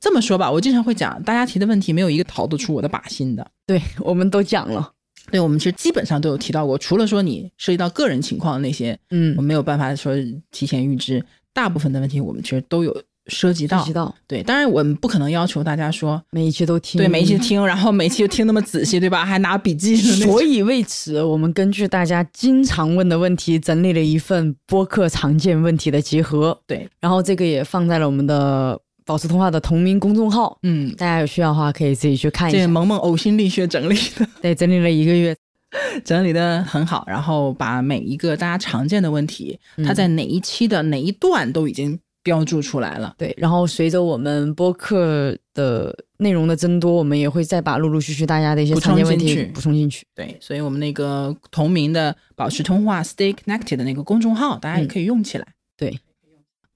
Speaker 1: 这么说吧，我经常会讲，大家提的问题没有一个逃得出我的靶心的。
Speaker 2: 对，
Speaker 1: [LAUGHS]
Speaker 2: 我们都讲了。
Speaker 1: 对，我们其实基本上都有提到过，除了说你涉及到个人情况的那些，
Speaker 2: 嗯
Speaker 1: 我没有办法说提前预知，大部分的问题我们其实都有涉及到。
Speaker 2: 涉及到
Speaker 1: 对，当然我们不可能要求大家说
Speaker 2: 每一期都听，
Speaker 1: 对，每一期
Speaker 2: [LAUGHS]
Speaker 1: 听，然后每一期就听那么仔细，对吧？还拿笔记的那种。
Speaker 2: 所以为此，我们根据大家经常问的问题，整理了一份播客常见问题的集合。
Speaker 1: 对，
Speaker 2: 然后这个也放在了我们的保持通话的同名公众号。
Speaker 1: 嗯，
Speaker 2: 大家有需要的话可以自己去看一
Speaker 1: 这
Speaker 2: 下。
Speaker 1: 萌萌呕心沥血整理的， [LAUGHS]
Speaker 2: 对，整理了一个月，
Speaker 1: 整理的很好，然后把每一个大家常见的问题，
Speaker 2: 嗯
Speaker 1: 它在哪一期的哪一段都已经标注出来了。
Speaker 2: 对，然后随着我们播客的内容的增多，我们也会再把陆陆续续大家的一些
Speaker 1: 补
Speaker 2: 常
Speaker 1: 充
Speaker 2: 见问
Speaker 1: 进
Speaker 2: 题
Speaker 1: 去
Speaker 2: 补充进去。
Speaker 1: 对，所以我们那个同名的保持通话 Stay Connected 的那个公众号，大家也可以用起来。
Speaker 2: 对，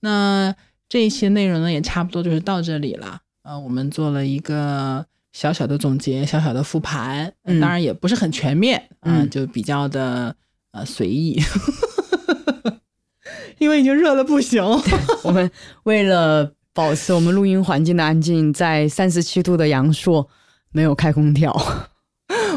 Speaker 1: 那这一期内容呢，也差不多就是到这里了。呃，我们做了一个小小的总结，小小的复盘，呃
Speaker 2: 嗯
Speaker 1: 当然也不是很全面啊、
Speaker 2: 嗯
Speaker 1: 就比较的呃随意， [LAUGHS] 因为已经热的不行。 [LAUGHS]
Speaker 2: 我们为了保持我们录音环境的安静，在三十七度的阳朔没有开空调。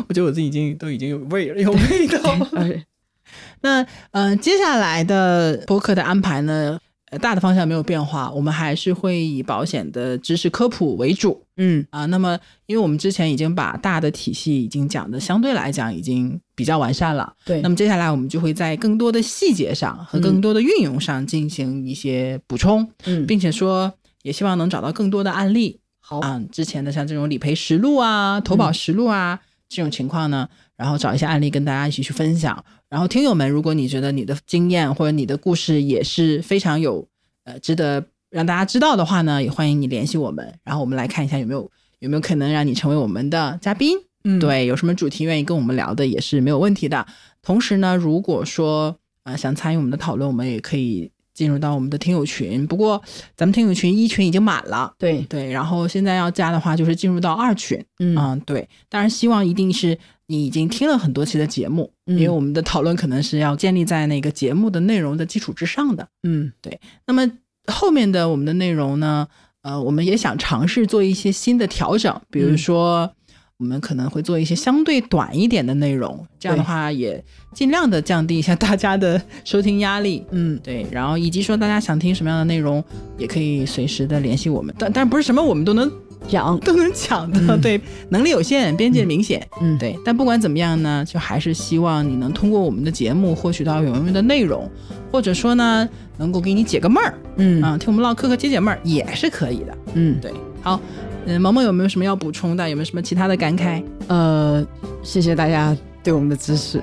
Speaker 1: 我觉得我自己已经都已经有味了，有味道。
Speaker 2: [LAUGHS] 哎
Speaker 1: [LAUGHS] 那呃，接下来的播客的安排呢，呃大的方向没有变化，我们还是会以保险的知识科普为主。
Speaker 2: 嗯
Speaker 1: 啊，那么因为我们之前已经把大的体系已经讲的相对来讲已经比较完善了，
Speaker 2: 对
Speaker 1: 那么接下来我们就会在更多的细节上和更多的运用上进行一些补充，
Speaker 2: 嗯，
Speaker 1: 并且说也希望能找到更多的案例。
Speaker 2: 好嗯
Speaker 1: 啊，之前的像这种理赔实录啊、投保实录啊、这种情况呢，然后找一些案例跟大家一起去分享。然后听友们，如果你觉得你的经验或者你的故事也是非常有呃值得让大家知道的话呢，也欢迎你联系我们，然后我们来看一下有没有有没有可能让你成为我们的嘉宾。
Speaker 2: 嗯
Speaker 1: 对，有什么主题愿意跟我们聊的也是没有问题的。同时呢，如果说呃想参与我们的讨论，我们也可以进入到我们的听友群。不过咱们听友群一群已经满了，
Speaker 2: 对
Speaker 1: 对，然后现在要加的话就是进入到二群，啊
Speaker 2: 嗯
Speaker 1: 对。当然希望一定是你已经听了很多期的节目，
Speaker 2: 嗯
Speaker 1: 因为我们的讨论可能是要建立在那个节目的内容的基础之上的。
Speaker 2: 嗯，
Speaker 1: 对，那么后面的我们的内容呢，呃，我们也想尝试做一些新的调整，比如
Speaker 2: 嗯
Speaker 1: 说我们可能会做一些相对短一点的内容，这样的
Speaker 2: 对
Speaker 1: 话也尽量的降低一下大家的收听压力。
Speaker 2: 嗯，
Speaker 1: 对，然后以及说大家想听什么样的内容，也可以随时的联系我们，但但不是什么我们都能
Speaker 2: [LAUGHS] 讲
Speaker 1: 都能讲的，对，能力有限，边界明显，
Speaker 2: 嗯，
Speaker 1: 对。但不管怎么样呢，就还是希望你能通过我们的节目获取到有用的内容，或者说呢，能够给你解个闷儿，
Speaker 2: 嗯
Speaker 1: 啊，听我们唠嗑嗑解解闷儿也是可以的，
Speaker 2: 嗯，
Speaker 1: 对。好，嗯，萌萌有没有什么要补充的？有没有什么其他的感慨？
Speaker 2: 呃，谢谢大家对我们的
Speaker 1: [LAUGHS]
Speaker 2: 支持。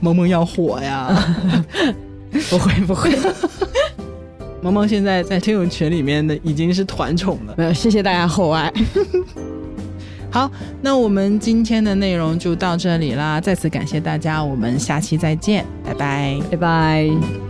Speaker 1: 萌萌要火呀！ [LAUGHS]
Speaker 2: 不会不会，
Speaker 1: 萌萌现在在听友群里面的已经是团宠了。
Speaker 2: 没有，谢谢大家厚爱。
Speaker 1: [LAUGHS] 好，那我们今天的内容就到这里啦，再次感谢大家，我们下期再见，拜拜，
Speaker 2: 拜拜。